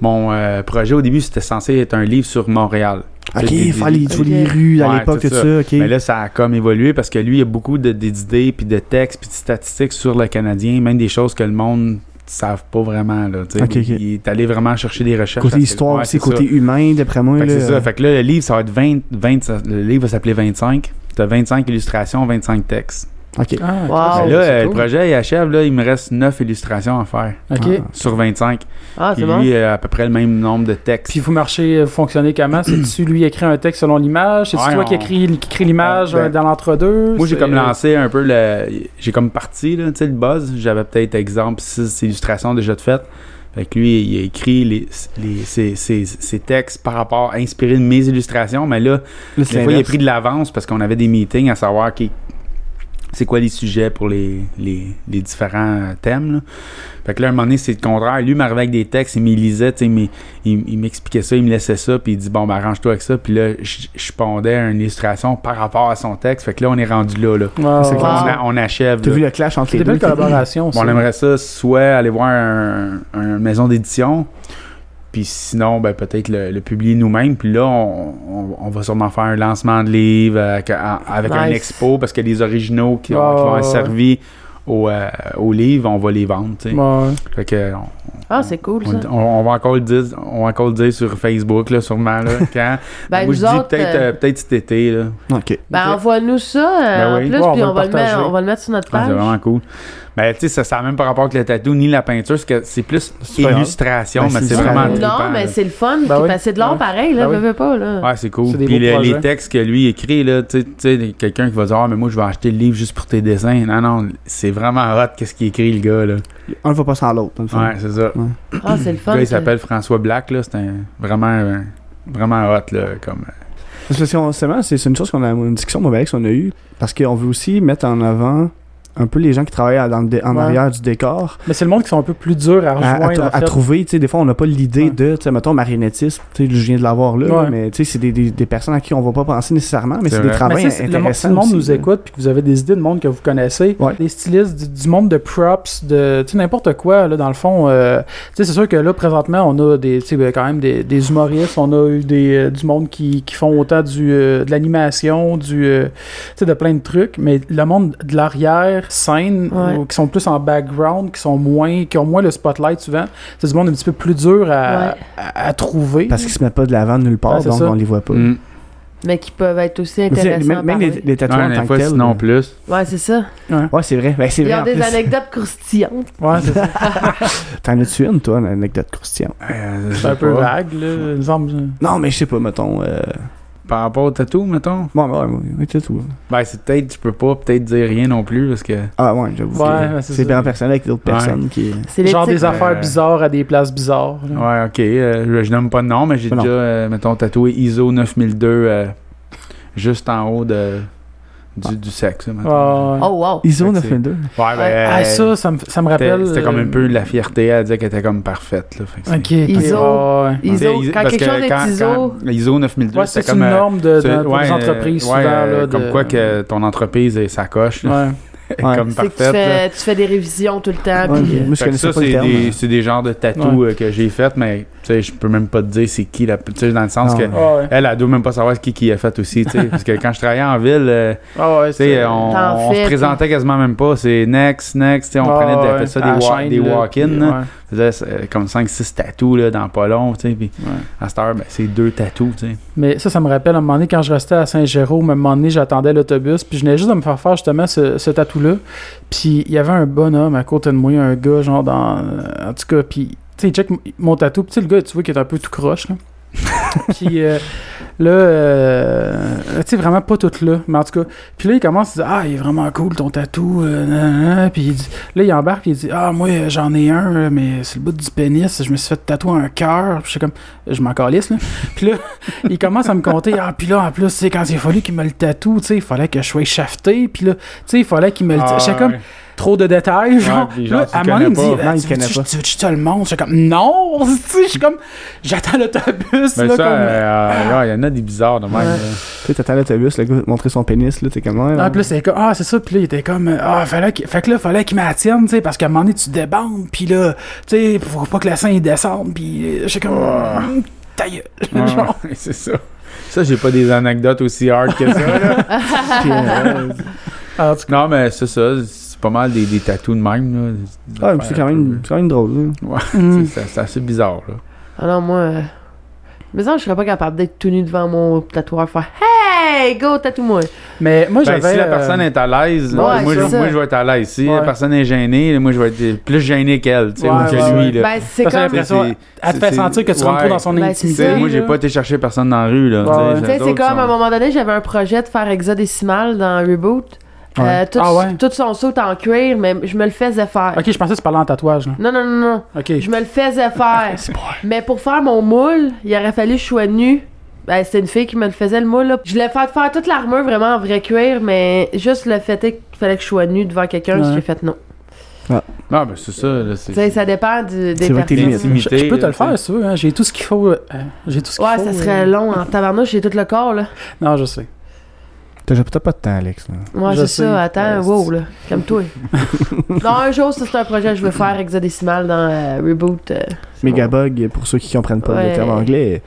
Speaker 1: mon, euh, projet au début, c'était censé être un livre sur Montréal.
Speaker 3: Ok,
Speaker 1: Des- des-
Speaker 3: faire les,
Speaker 4: des-
Speaker 3: tous les
Speaker 4: Ok.
Speaker 3: rues à
Speaker 1: Ouais,
Speaker 3: l'époque, tout
Speaker 1: c'est
Speaker 3: ça, ok.
Speaker 1: Mais là, ça a comme évolué parce que lui, il y a beaucoup de- d'idées, puis de textes, puis de statistiques sur le Canadien, même des choses que le monde ne savent pas vraiment. Là, tu sais.
Speaker 3: Ok, ok.
Speaker 1: Il il est allé vraiment chercher des recherches.
Speaker 3: côté
Speaker 1: assez-
Speaker 3: histoire
Speaker 1: ouais,
Speaker 3: aussi,
Speaker 1: c'est ça.
Speaker 3: côté humain, d'après moi.
Speaker 1: Fait que
Speaker 3: là.
Speaker 1: c'est ça. Fait que là, le livre, ça va être 20. 20 le livre va s'appeler 25. T'as 25 illustrations, 25 textes.
Speaker 3: Ok.
Speaker 2: Ah,
Speaker 4: Wow.
Speaker 2: ok,
Speaker 1: Mais là,
Speaker 2: c'est
Speaker 1: euh, le
Speaker 2: cool.
Speaker 1: projet, il achève. Là, il me reste 9 illustrations à faire
Speaker 2: Ok.
Speaker 3: Ah.
Speaker 1: sur 25.
Speaker 4: Ah,
Speaker 1: Puis
Speaker 4: c'est
Speaker 1: lui,
Speaker 4: bon.
Speaker 1: euh, à peu près le même nombre de textes.
Speaker 2: Puis vous marchez, vous fonctionnez comment C'est-tu lui écrit un texte selon l'image C'est-tu
Speaker 1: Ouais,
Speaker 2: toi
Speaker 1: on-
Speaker 2: qui écris qui écris l'image
Speaker 1: Ben,
Speaker 2: euh, dans l'entre-deux
Speaker 1: Moi, j'ai
Speaker 2: C'est-
Speaker 1: comme lancé un peu le. J'ai comme parti, là, tu sais, le buzz. J'avais peut-être, exemple, six illustrations déjà de faites. Fait que lui, il a écrit les, les- ses, ses- ses textes par rapport, inspirés de mes illustrations. Mais là,
Speaker 3: Là,
Speaker 1: des
Speaker 3: c'est
Speaker 1: fois, il a
Speaker 3: l'inverse.
Speaker 1: pris de l'avance parce qu'on avait des meetings à savoir qui. C'est quoi les sujets pour les, les, les différents euh, thèmes? Là. Fait que là, à un moment donné, c'est le contraire. Lui, il m'arrivait avec des textes, il me lisait, tu sais, mais il, il m'expliquait ça, il me laissait ça, puis il dit Bon, ben, arrange-toi avec ça. Puis là, je je pondais une illustration par rapport à son texte. Fait que là, on est rendu là. là.
Speaker 2: Wow.
Speaker 3: C'est
Speaker 1: On,
Speaker 3: clair.
Speaker 1: a- on achève.
Speaker 3: T'as
Speaker 1: là.
Speaker 3: vu le clash entre
Speaker 2: C'est
Speaker 3: les
Speaker 2: des
Speaker 3: deux.
Speaker 2: belles collaborations.
Speaker 1: Bon,
Speaker 2: ça.
Speaker 1: on aimerait ça soit aller voir un, un maison d'édition, puis sinon, ben, peut-être le, le publier nous-mêmes. Puis là, on, on- on va sûrement faire un lancement de livre euh, avec, à- avec un
Speaker 4: Nice. Ah,
Speaker 1: expo, parce que les originaux qui, ont-
Speaker 2: Ouais,
Speaker 1: qui vont
Speaker 2: ouais, ouais.
Speaker 1: être servis au, euh, au livre, on va les vendre. tu sais.
Speaker 2: Ouais.
Speaker 1: Fait que, on,
Speaker 4: Ah, c'est cool, ça.
Speaker 1: on- on va encore le dire, on va encore le dire sur Facebook, là, sûrement. Là, quand,
Speaker 4: Ben,
Speaker 1: moi, je
Speaker 4: nous
Speaker 1: dis
Speaker 4: autres,
Speaker 1: peut-être
Speaker 4: euh,
Speaker 1: euh, peut-être cet été. Là.
Speaker 3: Ok.
Speaker 4: ben,
Speaker 2: Ok.
Speaker 4: envoie-nous ça euh,
Speaker 1: Ben oui.
Speaker 4: en plus,
Speaker 2: Ouais, on
Speaker 4: puis
Speaker 2: va
Speaker 4: on va
Speaker 2: le
Speaker 4: le mettre-
Speaker 2: partager.
Speaker 4: on va le mettre sur notre
Speaker 1: Ah, c'est
Speaker 4: page.
Speaker 1: vraiment cool. Ben, tu sais, ça, ça a même pas rapport avec le tatou ni la peinture, parce que c'est plus
Speaker 3: C'est pas grave.
Speaker 1: illustration,
Speaker 3: Ben,
Speaker 1: mais
Speaker 3: c'est
Speaker 1: c'est
Speaker 3: ça.
Speaker 1: vraiment.
Speaker 3: Ouais.
Speaker 1: trippant,
Speaker 4: Non, mais
Speaker 1: là.
Speaker 4: c'est le fun.
Speaker 2: Ben oui.
Speaker 4: parce que c'est de l'art
Speaker 2: Ouais.
Speaker 4: pareil, là.
Speaker 2: Ben oui.
Speaker 4: veux, veux pas, là.
Speaker 1: Ouais, c'est cool.
Speaker 2: C'est des
Speaker 1: Puis
Speaker 2: beaux
Speaker 1: le- les
Speaker 2: projets.
Speaker 1: textes que lui écrit, là, tu sais- tu sais, quelqu'un qui va dire Ah, mais moi, je vais acheter le livre juste pour tes dessins. Non, non, c'est vraiment hot qu'est-ce qu'il écrit, le gars, là.
Speaker 3: Un va pas sans l'autre, dans le fond.
Speaker 1: Ouais, c'est ça.
Speaker 4: Ah, c'est le fun.
Speaker 1: Le gars, il
Speaker 4: que-
Speaker 1: s'appelle François Black, là. C'est un, vraiment, un- vraiment hot, là. Comme, euh,
Speaker 3: Parce que si on- seulement, c'est c'est une chose qu'on a une discussion moi, avec Alex, on a eu parce qu'on veut aussi mettre en avant un peu les gens qui travaillent à- dans le dé- en
Speaker 2: Ouais.
Speaker 3: arrière du décor
Speaker 2: Mais c'est le monde qui sont un peu plus durs à
Speaker 3: à, à
Speaker 2: rejoindre.
Speaker 3: tr-
Speaker 2: en
Speaker 3: à
Speaker 2: fait.
Speaker 3: trouver tu sais des fois on n'a pas l'idée
Speaker 2: Ouais.
Speaker 3: de tu sais mettons marionnettiste tu sais je viens de l'avoir là
Speaker 2: Ouais.
Speaker 3: mais tu sais c'est des, des, des personnes à qui on va pas penser nécessairement mais
Speaker 1: C'est
Speaker 3: c'est des
Speaker 1: vrai.
Speaker 2: Mais
Speaker 3: travails
Speaker 2: tu sais, c'est- le monde- si
Speaker 3: intéressants
Speaker 2: le monde
Speaker 3: Ah ben, aussi,
Speaker 2: nous
Speaker 3: là.
Speaker 2: écoute puis que vous avez des idées de monde que vous connaissez,
Speaker 3: Ouais.
Speaker 2: des stylistes du, du monde de props, de tu sais, n'importe quoi, là, dans le fond, euh, tu sais, c'est sûr que là, présentement, on a des, tu sais, ben, quand même des, des humoristes, on a eu des, euh, du monde qui, qui font autant du, euh, de l'animation, du, euh, tu sais, de plein de trucs, mais le monde de l'arrière-scène,
Speaker 4: Ouais.
Speaker 2: ou qui sont plus en background, qui sont moins, qui ont moins le spotlight souvent, c'est du monde un petit peu plus dur à,
Speaker 4: Ouais.
Speaker 2: à- à trouver.
Speaker 3: parce qu'ils se mettent pas de l'avant nulle part
Speaker 2: Ouais, c'est
Speaker 3: donc
Speaker 2: ça.
Speaker 3: on les voit pas
Speaker 1: Mm.
Speaker 4: Mais qui peuvent être aussi
Speaker 3: Mais tu sais,
Speaker 4: intéressants. à
Speaker 3: même, même les,
Speaker 4: parler.
Speaker 3: les
Speaker 1: Ouais,
Speaker 3: tatouages en
Speaker 1: des
Speaker 3: tant que
Speaker 1: fois,
Speaker 3: tels
Speaker 1: sinon
Speaker 3: là.
Speaker 1: plus.
Speaker 4: Ouais, c'est ça.
Speaker 3: ouais c'est vrai ben, c'est
Speaker 4: Ils
Speaker 3: vrai
Speaker 4: ont
Speaker 3: en
Speaker 4: des
Speaker 3: plus.
Speaker 4: anecdotes croustillantes.
Speaker 2: Ouais, c'est ça.
Speaker 3: t'en as-tu une toi une anecdote croustillante
Speaker 1: Euh, je
Speaker 2: C'est un
Speaker 1: sais
Speaker 2: peu
Speaker 1: pas.
Speaker 2: vague, là. il me semble.
Speaker 3: non mais je sais pas mettons euh...
Speaker 1: Par rapport au tatou, mettons.
Speaker 3: bon ouais, ouais, ouais, c'est tout
Speaker 1: Ben, c'est peut-être, tu peux pas peut-être dire rien non plus, parce que.
Speaker 3: ah ouais j'avoue
Speaker 2: Ouais,
Speaker 3: que
Speaker 2: ouais, c'est
Speaker 3: c'est
Speaker 2: ça.
Speaker 3: bien personnel avec d'autres
Speaker 1: Ouais.
Speaker 3: personnes qui
Speaker 4: C'est les
Speaker 2: Genre
Speaker 4: petits-
Speaker 2: des affaires
Speaker 1: Euh,
Speaker 2: bizarres à des places bizarres. là.
Speaker 1: Ouais, ok. euh, je, je nomme pas de nom, mais j'ai
Speaker 3: Non.
Speaker 1: déjà, euh, mettons, tatoué ISO 9002 euh, juste en haut de, du, du sexe, mettons.
Speaker 2: Ouais, ouais.
Speaker 4: Oh, wow.
Speaker 3: ISO
Speaker 1: Fait que
Speaker 3: 922
Speaker 1: Ouais, ben,
Speaker 2: Ah,
Speaker 1: euh,
Speaker 2: ça, ça me, ça me
Speaker 1: c'était-
Speaker 2: rappelle.
Speaker 1: C'était comme un
Speaker 2: euh,
Speaker 1: peu de la fierté à dire qu'elle était comme parfaite. Là, fait que c'est-
Speaker 2: Ok, ok,
Speaker 4: Iso.
Speaker 2: ouais, ouais.
Speaker 1: Tu sais,
Speaker 4: ISO,
Speaker 1: ISO-
Speaker 4: quand
Speaker 1: parce
Speaker 4: quelque
Speaker 1: que
Speaker 4: chose
Speaker 1: quand-
Speaker 4: est ISO,
Speaker 1: quand ISO 9002,
Speaker 2: Ouais,
Speaker 1: c'était
Speaker 2: c'est
Speaker 1: comme.
Speaker 2: une
Speaker 1: euh,
Speaker 2: norme de,
Speaker 1: c'est-
Speaker 2: dans- pour les
Speaker 1: ouais,
Speaker 2: entreprises
Speaker 1: euh,
Speaker 2: souvent.
Speaker 1: ouais, euh,
Speaker 2: là, de-
Speaker 1: Comme quoi que ton entreprise est sa coche, là,
Speaker 2: Ouais.
Speaker 1: est
Speaker 3: Ouais.
Speaker 1: comme
Speaker 4: c'est que tu
Speaker 1: parfaite. là.
Speaker 4: fais, tu fais des révisions tout le
Speaker 2: Ah,
Speaker 4: temps.
Speaker 3: Ouais,
Speaker 4: puis, euh,
Speaker 3: moi je
Speaker 1: Fait que
Speaker 3: connaissais
Speaker 1: ça,
Speaker 3: pas le
Speaker 1: c'est
Speaker 3: terme
Speaker 1: des, c'est des genres de tatous
Speaker 2: Ouais.
Speaker 1: euh, que j'ai fait, mais tu sais, je peux même pas te dire c'est qui la. Tu sais, dans le sens
Speaker 3: Non,
Speaker 1: que.
Speaker 3: non.
Speaker 2: Ouais, ouais.
Speaker 1: Elle, elle doit même pas savoir ce qui, qui a fait aussi, tu sais. parce que quand je travaillais en ville, euh, tu
Speaker 2: Ah ouais, c'est-
Speaker 1: sais, on,
Speaker 4: T'en
Speaker 1: on
Speaker 4: fais,
Speaker 1: se présentait quasiment même pas. C'est next, next, tu sais, on
Speaker 2: Ah
Speaker 1: prenait des,
Speaker 2: ouais,
Speaker 1: appelle ça
Speaker 2: à la
Speaker 1: des, wa-
Speaker 2: chaîne,
Speaker 1: des
Speaker 2: là,
Speaker 1: walk-in.
Speaker 2: puis-
Speaker 1: là.
Speaker 2: ouais.
Speaker 1: On faisait, euh, comme 5-6 tatous là, dans pas long, tu sais. Puis
Speaker 2: Ouais.
Speaker 1: à cette heure, ben, c'est deux tatous, tu sais.
Speaker 2: Mais ça, ça me rappelle à un moment donné, quand je restais à Saint-Jérôme, à un moment donné, j'attendais l'autobus, puis je venais juste de me faire faire justement ce, ce tatou-là. Puis il y avait un bonhomme à côté de moi, un gars, genre dans. euh, En tout cas, puis. Tu sais, il check m- mon tatou, puis tu sais, le gars, tu vois qu'il est un peu tout croche, là. puis euh, là, euh, tu sais, vraiment pas tout là, mais en tout cas. Puis là, il commence, il dit, ah, il est vraiment cool ton tatou, euh, nan, nan, nan. Puis il dit, là, il embarque, puis il dit, ah, moi, euh, j'en ai un, euh, mais c'est le bout du pénis, je me suis fait tatouer un cœur. Puis je suis comme, je m'en calisse, là. Puis là, il commence à me compter ah puis là en plus tu sais quand il a fallu qu'il me le tatoue tu sais il fallait que je sois shafté puis là tu sais il fallait qu'il me le
Speaker 1: Ah,
Speaker 2: j'étais comme
Speaker 1: ouais.
Speaker 2: trop de détails. Genre,
Speaker 1: puis les gens,
Speaker 2: là,
Speaker 1: tu
Speaker 2: à un
Speaker 1: le
Speaker 2: moment donné,
Speaker 1: connais pas.
Speaker 2: il me dit,
Speaker 3: Non,
Speaker 2: Ah,
Speaker 3: ils
Speaker 2: tu
Speaker 3: connaissent
Speaker 2: veux-tu-
Speaker 3: pas.
Speaker 2: tu veux-tu tout le monde? Je suis comme, non, tu sais, je suis comme, j'attends l'autobus,
Speaker 1: Mais Ben,
Speaker 2: là,
Speaker 1: ça,
Speaker 2: comme-
Speaker 1: euh, euh, ouais, il y en a des bizarres de même.
Speaker 2: Ouais.
Speaker 1: là.
Speaker 3: Tu sais, t'attends l'autobus, le gars va te montrer son pénis, là, t'es comme. ouais,
Speaker 2: Ah,
Speaker 3: ouais.
Speaker 2: puis là, c'est comme, ah, c'est ça, puis là, il était comme, ah, fallait qu'il- fait que là, fallait qu'il m'attienne, tu sais, parce qu'à un moment donné, tu débandes, puis là, tu sais, faut pas que la scène descende, puis euh, j'étais comme, Hum, ta gueule,
Speaker 1: Ah. Ouais,
Speaker 2: genre.
Speaker 1: ouais, c'est ça. Ça, j'ai pas des anecdotes aussi hard que ça. là.
Speaker 3: Puis, euh, ouais.
Speaker 2: En tout
Speaker 1: non, mais c'est ça. C'est pas mal des, des tatous de même. Là. Des
Speaker 3: Ah, mais
Speaker 1: affaires
Speaker 3: c'est quand
Speaker 1: un
Speaker 3: même,
Speaker 1: peu-
Speaker 3: c'est quand même drôle, hein. là.
Speaker 2: cas, hum.
Speaker 1: C'est- C'est c'est assez bizarre. Là.
Speaker 4: Ah non, moi. euh, Mais ça, je serais pas capable d'être tout nu devant mon tatoueur faire Hey, go, tatoue-moi.
Speaker 2: Mais moi,
Speaker 1: Ben,
Speaker 2: j'avais.
Speaker 1: si la
Speaker 2: euh,
Speaker 1: personne est à l'aise,
Speaker 4: Ouais,
Speaker 1: moi, je,
Speaker 4: c'est ça.
Speaker 1: moi, je vais être à l'aise. Si
Speaker 2: Ouais.
Speaker 1: la personne est gênée, moi je vais être plus gêné qu'elle, tu sais,
Speaker 2: Ouais,
Speaker 1: ou que
Speaker 2: ouais,
Speaker 1: lui.
Speaker 2: ouais.
Speaker 1: là.
Speaker 4: Ben, c'est
Speaker 2: Parce que
Speaker 4: comme.
Speaker 2: l'impression-
Speaker 4: Tu
Speaker 1: C'est-
Speaker 2: Elle te
Speaker 1: c'est-
Speaker 2: fait sentir que tu
Speaker 1: ouais.
Speaker 2: rentres trop dans son
Speaker 4: Ben, c'est
Speaker 1: Tu sais,
Speaker 2: intimité.
Speaker 4: ça.
Speaker 1: moi, j'ai
Speaker 2: là.
Speaker 1: pas été chercher personne dans la rue. Là,
Speaker 2: Ouais,
Speaker 1: tu sais,
Speaker 2: ouais.
Speaker 1: les
Speaker 4: sais,
Speaker 1: autres
Speaker 4: c'est comme
Speaker 1: sont-
Speaker 4: à un moment donné, j'avais un projet de faire Exodécimal dans Reboot.
Speaker 3: Ouais.
Speaker 4: Euh, tout,
Speaker 2: Ah ouais?
Speaker 4: tout son saut en cuir, mais je me le faisais faire.
Speaker 2: Ok, je pensais que tu parlais en tatouage, là.
Speaker 4: Non, non, non, non.
Speaker 2: Ok.
Speaker 4: Je me le faisais faire.
Speaker 3: Ah, C'est pas
Speaker 4: Mais pour faire mon moule, il aurait fallu que je sois nue. Ben, c'était une fille qui me le faisait le moule. Là. Je l'ai fait faire toute l'armure vraiment en vrai cuir, mais juste le fait est qu'il fallait que je sois nue devant quelqu'un,
Speaker 2: Ouais.
Speaker 4: j'ai fait non.
Speaker 1: Non, ben, c'est ça. là, c'est-
Speaker 4: Tu sais, ça dépend du, des
Speaker 3: C'est vrai que t'es
Speaker 4: personnes.
Speaker 3: limite.
Speaker 2: Je, je peux te
Speaker 1: là,
Speaker 2: le faire, si tu veux, hein. J'ai tout ce qu'il faut. euh, J'ai tout ce qu'il
Speaker 4: Ouais,
Speaker 2: faut.
Speaker 4: ça serait
Speaker 2: euh.
Speaker 4: long en tabarnouche, j'ai tout le corps là.
Speaker 2: Non, je sais.
Speaker 3: T'as t'as pas de temps, Alex, là.
Speaker 4: Ouais,
Speaker 2: Je
Speaker 4: c'est
Speaker 2: sais.
Speaker 4: ça, attends,
Speaker 2: Ouais,
Speaker 4: wow là, comme toi. non, un jour, ça c'est un projet que je veux faire hexadécimal dans euh, Reboot. euh, c'est
Speaker 3: Megabug, pour ceux qui comprennent pas
Speaker 4: Ouais.
Speaker 3: le terme anglais.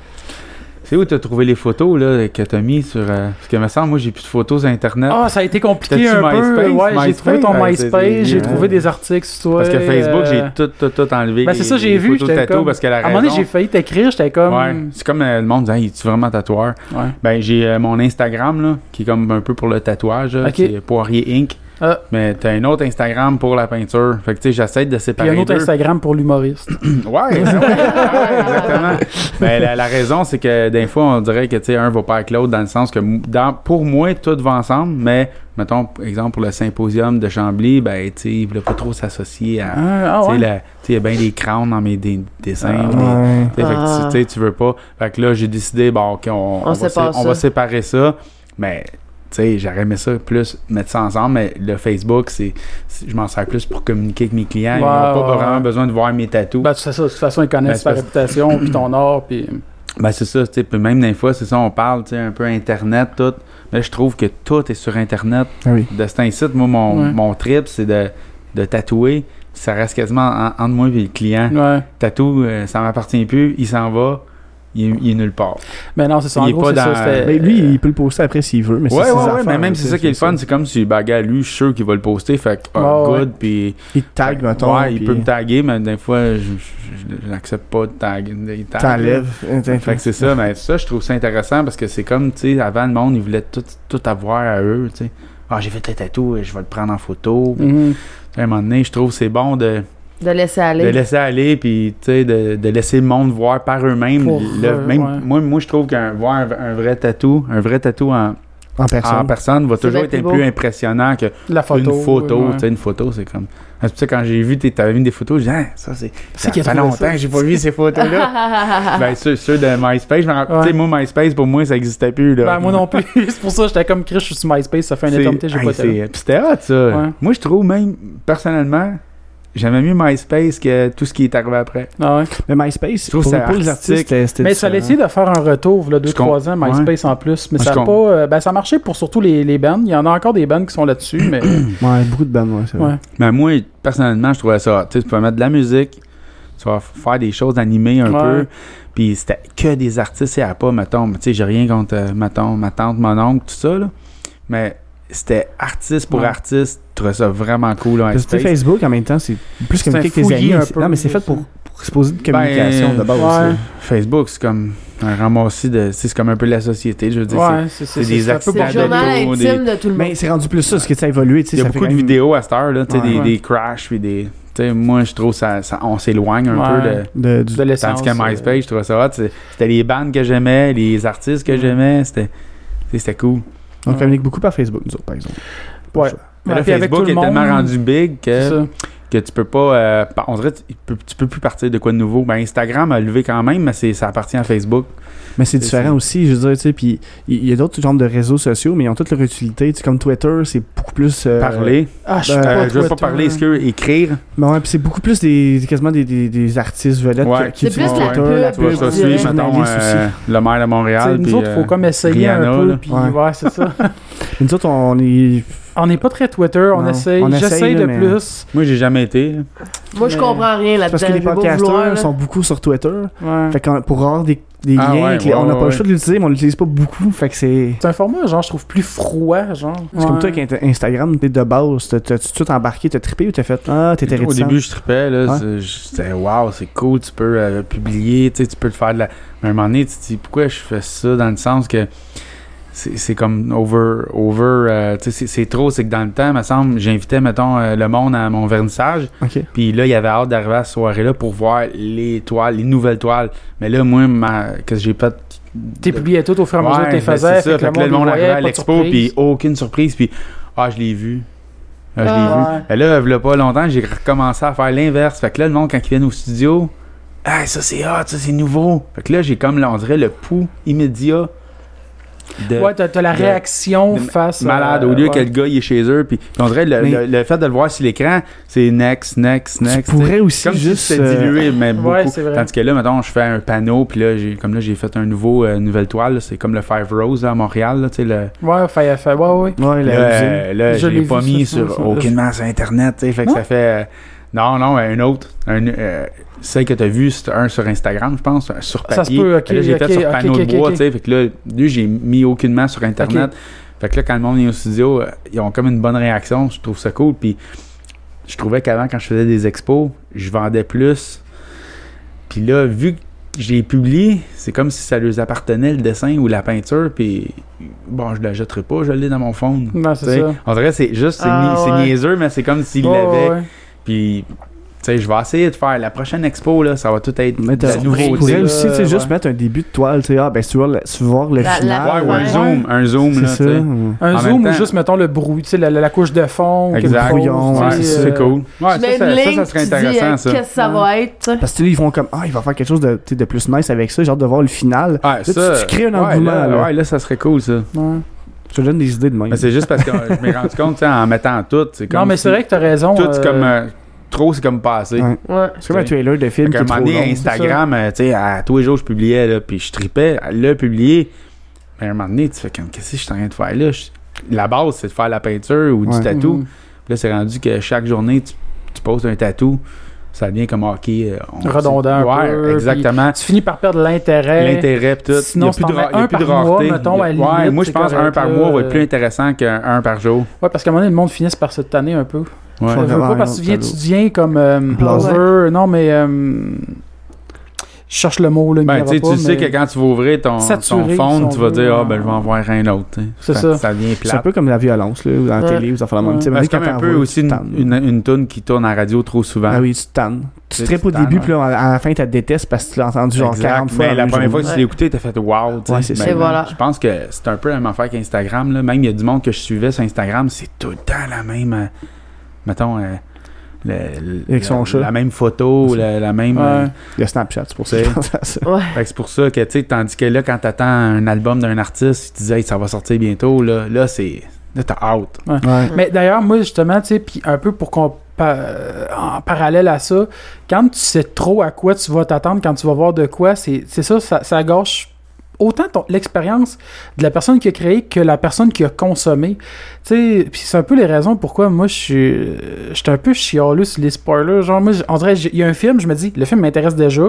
Speaker 1: C'est où t'as trouvé les photos là, que t'as mis sur. euh, Parce que me semble, moi, j'ai plus de photos sur Internet.
Speaker 2: Ah, ça a été compliqué
Speaker 1: T'as-tu
Speaker 2: un peu.
Speaker 1: MySpace?
Speaker 2: Ouais, j'ai
Speaker 1: MySpace?
Speaker 2: trouvé ton
Speaker 1: Ouais, c'est-
Speaker 2: MySpace, j'ai
Speaker 1: ouais.
Speaker 2: trouvé des articles sur toi.
Speaker 1: parce que Facebook,
Speaker 2: euh,
Speaker 1: j'ai tout, tout, tout enlevé.
Speaker 2: Ben, c'est ça,
Speaker 1: les-
Speaker 2: j'ai
Speaker 1: les
Speaker 2: vu,
Speaker 1: photos de
Speaker 2: j'étais
Speaker 1: tatou
Speaker 2: comme-
Speaker 1: parce qu'elle
Speaker 2: À
Speaker 1: a
Speaker 2: un moment donné,
Speaker 1: raison.
Speaker 2: j'ai failli t'écrire, j'étais comme.
Speaker 1: Ouais, c'est comme euh, le monde disant, es-tu vraiment tatoueur?
Speaker 2: Ouais.
Speaker 1: Ben, j'ai euh, mon Instagram, là, qui est comme un peu pour le tatouage, là,
Speaker 2: Ok.
Speaker 1: c'est Poirier Inc.
Speaker 2: Ah.
Speaker 1: Mais t'as un autre Instagram pour la peinture. Fait que, tu sais, j'essaie de
Speaker 2: Puis
Speaker 1: séparer
Speaker 2: un autre
Speaker 1: les deux.
Speaker 2: Instagram pour l'humoriste.
Speaker 1: Ouais, ouais, ouais, exactement. Mais la, la raison, c'est que des fois, on dirait que tu sais, un va pas avec l'autre dans le sens que mou- dans, pour moi, tout va ensemble, mais mettons, par exemple, pour le symposium de Chambly, ben, tu sais, il voulait pas trop s'associer à.
Speaker 2: Ah, ah
Speaker 1: Tu sais,
Speaker 2: ouais.
Speaker 1: la- tu sais, il y a bien des crânes dans mes dé- dessins.
Speaker 3: euh,
Speaker 2: Ah,
Speaker 1: des- tu sais,
Speaker 3: Ouais.
Speaker 1: fait que
Speaker 4: Ah.
Speaker 1: tu- tu sais, tu veux pas. Fait que là, j'ai décidé, bon, OK, on, on va,
Speaker 4: sépare
Speaker 1: sé- on
Speaker 4: ça.
Speaker 1: va séparer ça. Mais, tu sais, j'aurais aimé ça plus mettre ça ensemble. Mais le Facebook, c'est, c'est- je m'en sers plus pour communiquer avec mes clients. Ils
Speaker 2: Ouais,
Speaker 1: n'ont pas
Speaker 2: ouais,
Speaker 1: vraiment
Speaker 2: ouais.
Speaker 1: besoin de voir mes tatous.
Speaker 2: Ben, c'est ça, de toute façon, ils
Speaker 1: Ben,
Speaker 2: connaissent
Speaker 1: c'est
Speaker 2: ta
Speaker 1: parce-
Speaker 2: réputation, puis ton art, puis.
Speaker 1: Ben, c'est ça, tu sais, puis même des fois, c'est ça, on parle, tu sais, un peu Internet, tout. Mais je trouve que tout est sur Internet.
Speaker 3: Ah oui.
Speaker 1: De cet incite, moi, mon,
Speaker 2: Ouais.
Speaker 1: mon trip, c'est de, de tatouer. Ça reste quasiment en- entre moi et le client.
Speaker 2: Ouais.
Speaker 1: Tatou, euh, ça m'appartient plus, il s'en va, il, il est nulle part.
Speaker 2: Mais Ben, non, c'est ça. En
Speaker 1: Il est
Speaker 2: gros,
Speaker 1: pas
Speaker 2: c'est ça.
Speaker 1: dans-
Speaker 2: c'était-
Speaker 3: Mais ben, lui, il peut le poster après s'il veut, mais c'est
Speaker 1: Euh, ouais,
Speaker 3: ses
Speaker 1: ouais, ouais,
Speaker 3: affaires,
Speaker 1: mais même
Speaker 3: tu
Speaker 1: si c'est
Speaker 3: sais,
Speaker 1: ça qui est le fun, c'est comme si, bah, gars, lui, je suis sûr qu'il va le poster, fait que, ah,
Speaker 2: Ouais, ouais.
Speaker 1: good, puis.
Speaker 3: Il te tag, mettons.
Speaker 1: ouais, il
Speaker 3: puis
Speaker 1: peut me taguer, mais des fois, je- je je- je n'accepte pas de tag. des tags, là.
Speaker 3: T'enlèves.
Speaker 1: Fait que c'est ça, mais ça, je trouve ça intéressant parce que c'est comme, tu sais, avant, le monde, ils voulaient tout, tout avoir à eux, tu sais. Ah, j'ai fait le tatou, je vais le prendre en photo.
Speaker 3: Mm.
Speaker 2: Mhm.
Speaker 1: À un moment donné, je trouve que c'est bon de,
Speaker 4: De laisser
Speaker 1: de
Speaker 4: aller.
Speaker 1: laisser aller, puis, tu sais, de, de laisser le monde voir par eux-mêmes.
Speaker 2: Pour
Speaker 1: le-
Speaker 2: eux,
Speaker 1: même-
Speaker 2: ouais.
Speaker 1: moi, moi, je trouve qu'un voir un, un vrai tatou, un vrai tatou en,
Speaker 3: En
Speaker 1: en
Speaker 3: personne.
Speaker 1: Ah, personne va
Speaker 4: C'est
Speaker 1: toujours
Speaker 4: bien
Speaker 1: être
Speaker 4: plus
Speaker 1: plus
Speaker 4: beau.
Speaker 1: impressionnant que
Speaker 2: La photo.
Speaker 1: une photo,
Speaker 2: ouais.
Speaker 1: tu sais, une photo, c'est comme... ah, C'est pour ça que quand j'ai vu, t'avais mis des photos, j'ai dit, ah, ça, c'est...
Speaker 2: C'est
Speaker 1: Ça
Speaker 2: qui a
Speaker 1: fait
Speaker 2: trouvé
Speaker 1: longtemps
Speaker 2: ça?
Speaker 1: que j'ai pas vu ces photos-là. Ben, ceux, ceux de MySpace, je me rappelle-
Speaker 2: Ouais.
Speaker 1: tu sais, moi, MySpace, pour moi, ça n'existait plus. Là.
Speaker 2: Ben, moi non plus. c'est pour ça que j'étais comme Chris, je suis sur MySpace, ça fait une
Speaker 1: C'est-
Speaker 2: éternité, j'ai
Speaker 1: hey,
Speaker 2: pas
Speaker 1: c'est-
Speaker 2: été.
Speaker 1: Puis c'était hot, ça.
Speaker 2: Ouais.
Speaker 1: Moi, je trouve même, personnellement, j'aimais mieux MySpace que tout ce qui est arrivé après.
Speaker 2: Ah ouais.
Speaker 3: Mais MySpace,
Speaker 1: Je trouve
Speaker 3: pour,
Speaker 1: que c'est
Speaker 3: pour les
Speaker 1: artistique.
Speaker 3: artistes, c'était- c'était
Speaker 2: Mais ça a
Speaker 3: différent.
Speaker 2: essayé de faire un retour, là,
Speaker 1: Je comprends.
Speaker 2: 2-3 ans, MySpace en plus. Mais
Speaker 1: Je
Speaker 2: ça a pas.
Speaker 1: comprends.
Speaker 2: euh, ben, ça marchait pour surtout les, les bands. Il y en a encore des bands qui sont là-dessus, mais.
Speaker 3: Ouais, beaucoup de bandes, ouais, c'est vrai.
Speaker 2: Ouais.
Speaker 1: Mais moi, personnellement, je trouvais ça hot. Tu sais, tu peux mettre de la musique, tu vas f- faire des choses animées un
Speaker 2: Ouais.
Speaker 1: peu. Puis c'était que des artistes et à pas, mettons. Tu sais, j'ai rien contre, euh, mettons, ma tante, mon oncle, tout ça, là. Mais c'était artiste pour
Speaker 2: Ouais.
Speaker 1: artiste. Je trouvais ça vraiment cool, là,
Speaker 3: Parce que tu sais,
Speaker 1: MySpace.
Speaker 3: Facebook, en même temps, c'est plus
Speaker 2: C'est
Speaker 3: communiqué
Speaker 2: un
Speaker 3: que tes
Speaker 2: fouillis
Speaker 3: amis.
Speaker 2: un
Speaker 3: C'est-
Speaker 2: peu,
Speaker 3: Non, mais c'est fait pour, pour se poser de communication
Speaker 1: Ben,
Speaker 3: de base.
Speaker 2: ouais.
Speaker 3: là.
Speaker 1: Facebook, c'est comme un ramassis de... tu sais, C'est comme un peu la société, je veux dire. c'est-
Speaker 2: Ouais, c'est c'est-
Speaker 1: c'est des
Speaker 2: c'est un peu
Speaker 1: accès
Speaker 4: C'est
Speaker 3: ben,
Speaker 1: Bon,
Speaker 4: le journal
Speaker 1: des-
Speaker 4: intime de tout le monde.
Speaker 3: Mais c'est rendu plus ça, parce que ça a évolué. tu sais,
Speaker 1: Il y a
Speaker 3: ça fait
Speaker 1: beaucoup de
Speaker 3: quand même-
Speaker 1: vidéos à cette heure, là, tu sais,
Speaker 3: Ouais.
Speaker 1: des,
Speaker 2: Ouais.
Speaker 1: des crashs, puis des. tu sais, moi, je trouve ça, ça- on s'éloigne un
Speaker 2: Ouais.
Speaker 1: peu de.
Speaker 3: de- du-
Speaker 2: de l'essence.
Speaker 1: Tandis qu'à
Speaker 2: euh,
Speaker 1: MySpace, je trouvais ça hot. C'est- C'était les bandes que j'aimais, les artistes que
Speaker 2: Ouais.
Speaker 1: j'aimais. C'était tu sais, c'était cool.
Speaker 3: On
Speaker 2: Ouais.
Speaker 3: communique beaucoup par Facebook, nous autres, par exemple. Pas
Speaker 2: Ouais.
Speaker 3: le choix.
Speaker 1: Mais
Speaker 2: Ouais,
Speaker 1: là,
Speaker 2: puis avec
Speaker 1: Facebook
Speaker 2: tout le
Speaker 1: est
Speaker 2: monde,
Speaker 1: tellement rendu big
Speaker 2: c'est
Speaker 1: que
Speaker 2: ça.
Speaker 1: que tu peux pas. euh, pa- on dirait que tu peux, tu peux plus partir de quoi de nouveau. Ben, Instagram a levé quand même, mais c'est, ça appartient à Facebook.
Speaker 3: Mais c'est
Speaker 1: C'est ça.
Speaker 3: différent aussi, je veux dire, tu sais, puis il il y a d'autres genres de réseaux sociaux, mais ils ont toutes leur utilité. Tu sais, comme Twitter, c'est beaucoup plus... euh,
Speaker 1: Parler.
Speaker 2: Ah, je
Speaker 3: ben,
Speaker 2: suis
Speaker 1: Euh,
Speaker 2: pas
Speaker 1: je veux pas
Speaker 2: Twitter.
Speaker 1: parler, est-ce que écrire
Speaker 3: Ben ouais, puis c'est beaucoup plus des, quasiment des, des, des artistes vedettes
Speaker 1: Ouais.
Speaker 3: qui, qui
Speaker 4: C'est plus
Speaker 3: utilisent
Speaker 4: la
Speaker 3: Twitter,
Speaker 4: pub,
Speaker 3: la
Speaker 1: Tu vas
Speaker 4: je
Speaker 1: ça
Speaker 4: dirais.
Speaker 3: les
Speaker 1: suivre, mettons,
Speaker 3: journalistes
Speaker 1: euh, le maire de
Speaker 2: Tu sais,
Speaker 1: Montréal.
Speaker 2: hein. nous
Speaker 1: puis,
Speaker 2: autres, faut
Speaker 1: euh,
Speaker 2: comme essayer
Speaker 1: Rihanna,
Speaker 2: un peu.
Speaker 1: là.
Speaker 2: Puis,
Speaker 3: Ouais.
Speaker 2: ouais, c'est ça.
Speaker 3: aussi. Nous autres, on est...
Speaker 2: on n'est pas très Twitter, on
Speaker 3: Non,
Speaker 2: essaye.
Speaker 3: on essaye,
Speaker 2: J'essaye
Speaker 3: là,
Speaker 2: de
Speaker 3: mais-
Speaker 2: plus.
Speaker 1: Moi, j'ai jamais été. là.
Speaker 4: Moi, je
Speaker 2: Mais-
Speaker 4: comprends rien là-dedans.
Speaker 3: Parce que les
Speaker 4: j'ai beau vouloir, là.
Speaker 3: podcasters sont beaucoup sur Twitter.
Speaker 2: Ouais.
Speaker 3: Fait que pour avoir des, des
Speaker 1: Ah
Speaker 3: liens,
Speaker 1: ouais,
Speaker 3: avec les-
Speaker 1: ouais,
Speaker 3: on n'a
Speaker 1: ouais,
Speaker 3: pas le
Speaker 1: ouais.
Speaker 3: choix de l'utiliser, mais on l'utilise pas beaucoup. Fait que c'est.
Speaker 2: C'est un format, genre, je trouve plus froid, genre.
Speaker 3: C'est comme toi
Speaker 2: Ouais.
Speaker 3: avec Inter- Instagram, t'es de base, t'as t'as- tu tout embarqué, t'as trippé ou t'as fait Ah, t'étais
Speaker 1: Au
Speaker 3: réticent.
Speaker 1: début, je tripais. Là,
Speaker 3: Ouais.
Speaker 1: c'est- je disais, waouh, c'est cool, tu peux euh, publier, tu sais, tu peux te faire de la. Mais à un moment donné, tu te dis, pourquoi je fais ça dans le sens que c'est c'est comme over. over euh, tu sais, c'est- c'est trop, c'est que dans le temps, me semble, j'invitais, mettons, euh, le monde à mon vernissage.
Speaker 3: Ok.
Speaker 1: Puis là, il avait hâte d'arriver à cette soirée-là pour voir les toiles, les nouvelles toiles. Mais là, moi, ma, que j'ai pas.
Speaker 2: T'es publié tout au fur et à mesure que
Speaker 1: Ouais,
Speaker 2: t'es
Speaker 1: ben,
Speaker 2: faisais.
Speaker 1: c'est ça. Fait que là, le monde arrivait à l'expo, puis aucune surprise, puis ah, je l'ai vu. Ah, je l'ai
Speaker 4: Ah,
Speaker 1: vu.
Speaker 2: ouais.
Speaker 1: Ben là, il pas longtemps, j'ai recommencé à faire l'inverse. Fait que là, le monde, quand ils viennent au studio, ah, ça c'est hot, ça c'est nouveau. Fait que là, j'ai comme, là, on dirait, le pouls immédiat de
Speaker 2: Ouais, t'as t'as la
Speaker 1: de-
Speaker 2: réaction
Speaker 1: de-
Speaker 2: face.
Speaker 1: malade.
Speaker 2: euh,
Speaker 1: Au lieu
Speaker 2: ouais.
Speaker 1: que le gars, il est chez eux, puis on dirait, le,
Speaker 3: Mais-
Speaker 1: le- le fait de le voir sur l'écran, c'est next, next,
Speaker 3: Tu
Speaker 1: next.
Speaker 3: pourrais
Speaker 1: C'est
Speaker 3: aussi
Speaker 1: Comme
Speaker 3: juste.
Speaker 1: si c'était
Speaker 3: euh,
Speaker 1: dilué, mais beaucoup.
Speaker 2: ouais, c'est vrai.
Speaker 1: Tandis que là, mettons, je fais un panneau, puis là, j'ai, comme là, j'ai fait un nouveau, euh, nouvelle toile, là, c'est comme le Five Rose là, à Montréal, là, tu sais, le,
Speaker 2: Ouais, fait, fait, ouais, ouais.
Speaker 3: Ouais, la
Speaker 1: Là,
Speaker 3: usine.
Speaker 1: euh, là,
Speaker 2: Je
Speaker 1: je
Speaker 2: l'ai
Speaker 1: l'ai pas
Speaker 2: vu,
Speaker 1: mis
Speaker 2: ça, ça, ça.
Speaker 1: sur aucunement sur internet, tu sais, fait que
Speaker 2: Non?
Speaker 1: ça fait euh, non non un autre, un euh, celle que t'as vu, c'est un sur Instagram, je pense, un sur
Speaker 2: Ça se
Speaker 1: papier.
Speaker 2: peut, ok,
Speaker 1: Fait que là, j'ai
Speaker 2: ok,
Speaker 1: fait sur
Speaker 2: ok,
Speaker 1: panneau
Speaker 2: ok,
Speaker 1: de bois,
Speaker 2: ok.
Speaker 1: tu sais, fait que là, lui, j'ai mis aucunement sur internet. Fait que là, quand le monde est au studio, euh, ils ont comme une bonne réaction, je trouve ça cool. Puis je trouvais qu'avant, quand je faisais des expos, je vendais plus. Puis là, vu que j'ai publié, c'est comme si ça leur appartenait le dessin ou la peinture, puis bon, je la jetterai pas, je l'ai dans mon phone.
Speaker 2: Non,
Speaker 1: Tu
Speaker 2: Mm, c'est
Speaker 1: sais,
Speaker 2: ça.
Speaker 1: On dirait que c'est juste, c'est
Speaker 4: Ah,
Speaker 1: ni- c'est
Speaker 4: ouais.
Speaker 1: niaiseux, mais c'est comme s'il
Speaker 2: Ouais,
Speaker 1: l'avait.
Speaker 2: ouais, ouais.
Speaker 1: Puis, tu sais, je vais essayer de faire la prochaine expo, là, ça va tout être
Speaker 3: Mais
Speaker 1: de
Speaker 3: t'as-
Speaker 1: la nouveauté.
Speaker 3: tu pourrais
Speaker 2: là,
Speaker 3: aussi, tu sais,
Speaker 2: ouais.
Speaker 3: juste mettre un début de toile, tu sais, ah, ben, si tu vois le, tu vois le
Speaker 4: La-
Speaker 3: final. euh,
Speaker 1: Ouais, ou un
Speaker 4: Ouais.
Speaker 1: zoom, un zoom,
Speaker 3: C'est
Speaker 1: là, tu
Speaker 3: ça.
Speaker 1: sais.
Speaker 2: Un
Speaker 1: En
Speaker 2: zoom
Speaker 1: même
Speaker 2: ou
Speaker 1: temps-
Speaker 2: juste, mettons, le bruit, tu sais, la, la- la couche de fond. quelque
Speaker 1: Exact.
Speaker 2: chose,
Speaker 3: Brouillon,
Speaker 1: Ouais,
Speaker 2: tu sais,
Speaker 3: c'est-
Speaker 1: ça, c'est
Speaker 2: euh,
Speaker 1: cool. Ouais, ça,
Speaker 4: Mais
Speaker 1: Ah, ça,
Speaker 4: le
Speaker 1: ça, ça
Speaker 4: link,
Speaker 1: serait
Speaker 4: tu dis, euh,
Speaker 1: intéressant, ça.
Speaker 4: qu'est-ce que ça va être, tu sais.
Speaker 3: Parce que là, ils vont comme, ah, il va faire quelque chose de, tu sais, de plus nice avec ça, genre de voir le final.
Speaker 1: Ouais,
Speaker 3: tu-
Speaker 1: ça,
Speaker 3: tu crées un
Speaker 1: ouais,
Speaker 3: engouement,
Speaker 1: là,
Speaker 3: là.
Speaker 1: Ouais, là, ça serait cool, ça.
Speaker 2: euh, ouais.
Speaker 3: Je te donne des idées de même.
Speaker 1: Mais c'est juste parce que euh, je m'ai rendu compte, tu sais, en mettant tout, c'est comme.
Speaker 2: Non, mais
Speaker 1: si
Speaker 2: c'est vrai que t'as raison.
Speaker 1: Tout, c'est
Speaker 2: euh,
Speaker 1: comme. euh, trop, c'est comme passé.
Speaker 3: Ouais.
Speaker 4: Ouais.
Speaker 3: C'est comme un trailer de film
Speaker 1: Fait
Speaker 3: qui
Speaker 1: qu'à un
Speaker 3: est
Speaker 1: moment
Speaker 3: trop
Speaker 1: donné,
Speaker 3: long.
Speaker 1: Instagram, euh, tu sais, à tous les jours, je publiais, là, puis je tripais, à le publier. Mais à un moment donné, tu fais comme, qu'est-ce que je suis en train de faire là? Je- La base, c'est de faire la peinture ou
Speaker 3: Ouais.
Speaker 1: du tatou.
Speaker 2: Mhm.
Speaker 1: Là, c'est rendu que chaque journée, tu, tu postes un tatou, ça devient comme hockey. euh, on-
Speaker 2: Redondant un
Speaker 1: Ouais,
Speaker 2: peu, puis
Speaker 1: exactement.
Speaker 2: Tu finis par perdre l'intérêt.
Speaker 1: L'intérêt, pis tout. Il
Speaker 2: Sinon,
Speaker 1: y a
Speaker 2: si
Speaker 1: plus
Speaker 2: t'en
Speaker 1: de, ra-
Speaker 2: mets
Speaker 1: il y a
Speaker 2: un
Speaker 1: plus de
Speaker 2: par mois,
Speaker 1: rareté.
Speaker 2: mettons, à la
Speaker 1: ouais,
Speaker 2: limite,
Speaker 1: moi, je
Speaker 2: c'est
Speaker 1: pense
Speaker 2: correct,
Speaker 1: un par
Speaker 2: là.
Speaker 1: mois va être plus intéressant qu'un un par jour.
Speaker 2: Ouais, parce qu'à un moment donné, le monde finisse par se tanner un peu.
Speaker 1: Ouais.
Speaker 2: Je veux
Speaker 3: vraiment
Speaker 2: pas
Speaker 3: un
Speaker 2: parce que tu viens,
Speaker 3: autre
Speaker 2: tu deviens comme euh,
Speaker 4: Blasé.
Speaker 2: over. Non, mais. euh, je cherche le mot, là. il
Speaker 1: Ben,
Speaker 2: me
Speaker 1: tu sais,
Speaker 2: viendra
Speaker 1: tu
Speaker 2: pas,
Speaker 1: sais que
Speaker 2: mais-
Speaker 1: quand tu vas ouvrir ton,
Speaker 2: Saturé,
Speaker 1: ton
Speaker 2: si on
Speaker 1: fond, tu vas
Speaker 2: veut,
Speaker 1: dire, ah,
Speaker 2: ouais.
Speaker 1: ben, je vais en voir un autre. tu sais.
Speaker 2: C'est
Speaker 1: Fait
Speaker 2: ça.
Speaker 1: que Ça devient
Speaker 3: C'est un
Speaker 1: plat.
Speaker 3: peu comme la violence, là, dans la
Speaker 2: Ouais.
Speaker 3: télé, ou affaires la
Speaker 2: Ouais.
Speaker 3: même. Tu sais,
Speaker 1: Ben,
Speaker 3: maintenant,
Speaker 1: c'est comme
Speaker 3: quand
Speaker 1: un
Speaker 3: t'en
Speaker 1: peu
Speaker 3: vois,
Speaker 1: aussi
Speaker 3: tu
Speaker 1: une,
Speaker 3: tannes.
Speaker 1: une, une toune qui tourne à la radio trop souvent.
Speaker 3: Ah oui, tu te tannes. Tu
Speaker 1: Tu
Speaker 3: tripes au
Speaker 1: te tannes,
Speaker 3: début,
Speaker 1: ouais.
Speaker 3: puis là, à la fin, tu la détestes parce que tu l'as entendu genre
Speaker 1: Exact.
Speaker 3: 40 fois.
Speaker 1: Mais
Speaker 3: dans
Speaker 1: la
Speaker 3: même
Speaker 1: première fois que
Speaker 3: journée.
Speaker 1: tu l'as écouté, t'as fait wow. tu sais.
Speaker 3: Ouais, c'est ça.
Speaker 1: Ben,
Speaker 4: Et voilà.
Speaker 1: Je pense que c'est un peu la même affaire qu'Instagram. là. Même il y a du monde que je suivais sur Instagram, c'est tout le temps la même. euh, mettons. euh, le- le-
Speaker 3: Avec son
Speaker 1: la,
Speaker 3: chat.
Speaker 1: la même photo, la, la même.
Speaker 2: Ouais.
Speaker 1: euh,
Speaker 3: Il y a Snapchat, c'est pour ça que je
Speaker 1: C'est-
Speaker 3: pense à ça.
Speaker 1: fait que c'est pour ça que, tu sais, tandis que là, quand t'attends un album d'un artiste, tu disais, Hey, ça va sortir bientôt, là, là c'est. Là, t'as hâte.
Speaker 3: Ouais.
Speaker 2: Mais d'ailleurs, moi, justement, tu sais, puis un peu pour qu'on. pa- euh, en parallèle à ça, quand tu sais trop à quoi tu vas t'attendre, quand tu vas voir de quoi, c'est c'est ça, ça, ça gâche autant ton- l'expérience de la personne qui a créé que la personne qui a consommé. Tu sais, puis c'est un peu les raisons pourquoi moi, je suis euh, j'étais un peu chialeux sur les spoilers. Genre, moi, j- on dirait, j'ai- il y a un film, je me dis, le film m'intéresse déjà,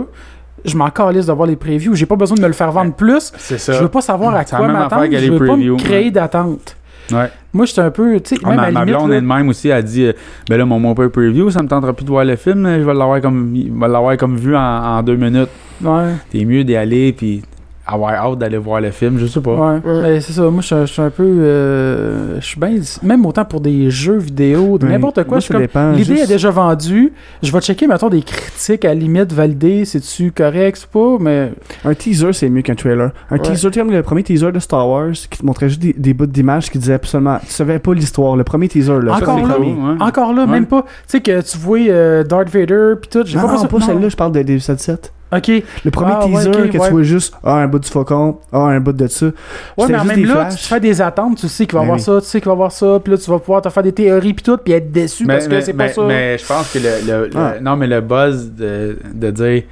Speaker 2: je m'en calisse de voir les previews, j'ai pas besoin de me le faire vendre plus,
Speaker 1: C'est ça.
Speaker 2: je veux pas savoir à
Speaker 1: C'est la
Speaker 2: quoi
Speaker 1: même
Speaker 2: m'attendre,
Speaker 1: affaire que
Speaker 2: je
Speaker 1: les
Speaker 2: veux pas me
Speaker 1: previews,
Speaker 2: créer
Speaker 1: ouais.
Speaker 2: d'attente.
Speaker 1: Ouais.
Speaker 2: Moi, j'étais un peu, tu sais,
Speaker 1: Ah,
Speaker 2: même
Speaker 1: ma,
Speaker 2: à la
Speaker 1: ma
Speaker 2: limite,
Speaker 1: blonde
Speaker 2: là,
Speaker 1: elle-même aussi a dit euh, ben là mon mon peu preview ça me tentera plus de voir le film je vais l'avoir comme je vais l'avoir comme vu en, en deux minutes
Speaker 2: Ouais.
Speaker 1: t'es mieux d'y aller puis avoir hâte d'aller voir le film, je sais pas.
Speaker 2: Ouais,
Speaker 4: Ouais.
Speaker 2: mais c'est ça. Moi, je suis- je suis un peu. euh, je suis bien. Même autant pour des jeux vidéo, de
Speaker 3: Ouais.
Speaker 2: n'importe quoi.
Speaker 3: Moi,
Speaker 2: je suis
Speaker 3: ça
Speaker 2: comme,
Speaker 3: dépend,
Speaker 2: L'idée
Speaker 3: juste-
Speaker 2: est déjà vendue. Je vais checker, mettons, des critiques à la limite validées. C'est-tu correct ou pas? Mais
Speaker 3: Un teaser, c'est mieux qu'un trailer. Un
Speaker 4: Ouais.
Speaker 3: teaser, tu sais, comme le premier teaser de Star Wars, qui te montrait juste des, des bouts d'images qui disaient absolument. Tu savais pas l'histoire, le premier teaser, là.
Speaker 1: Ça,
Speaker 2: Encore
Speaker 1: c'est
Speaker 2: là,
Speaker 1: cool,
Speaker 3: Non,
Speaker 1: ouais.
Speaker 2: encore là,
Speaker 1: Ouais.
Speaker 2: Ah, même pas. Tu sais, que tu vois euh, Darth Vader, puis tout. J'ai
Speaker 3: non,
Speaker 2: pas pensé-
Speaker 3: pas,
Speaker 2: non.
Speaker 3: celle-là, je parle de l'épisode 7.
Speaker 2: Ok.
Speaker 3: Le premier
Speaker 2: Ah, ouais,
Speaker 3: teaser
Speaker 2: ok,
Speaker 3: que
Speaker 2: ouais.
Speaker 3: tu vois juste, ah, un bout du faucon, ah, un bout de ça.
Speaker 2: Ouais,
Speaker 3: C'était
Speaker 2: mais en
Speaker 3: juste
Speaker 2: même
Speaker 3: des
Speaker 2: là,
Speaker 3: flashs.
Speaker 2: tu te fais des attentes. Tu sais qu'il va y
Speaker 3: Ben
Speaker 2: avoir
Speaker 3: oui.
Speaker 2: ça, tu sais qu'il va y avoir ça. Puis là, tu vas pouvoir te faire des théories, puis tout, puis être déçu
Speaker 1: Mais,
Speaker 2: parce que
Speaker 1: mais-
Speaker 2: c'est
Speaker 1: mais-
Speaker 2: pas ça.
Speaker 1: mais je pense que le, le- le-
Speaker 3: Ah.
Speaker 1: non mais le buzz de, de dire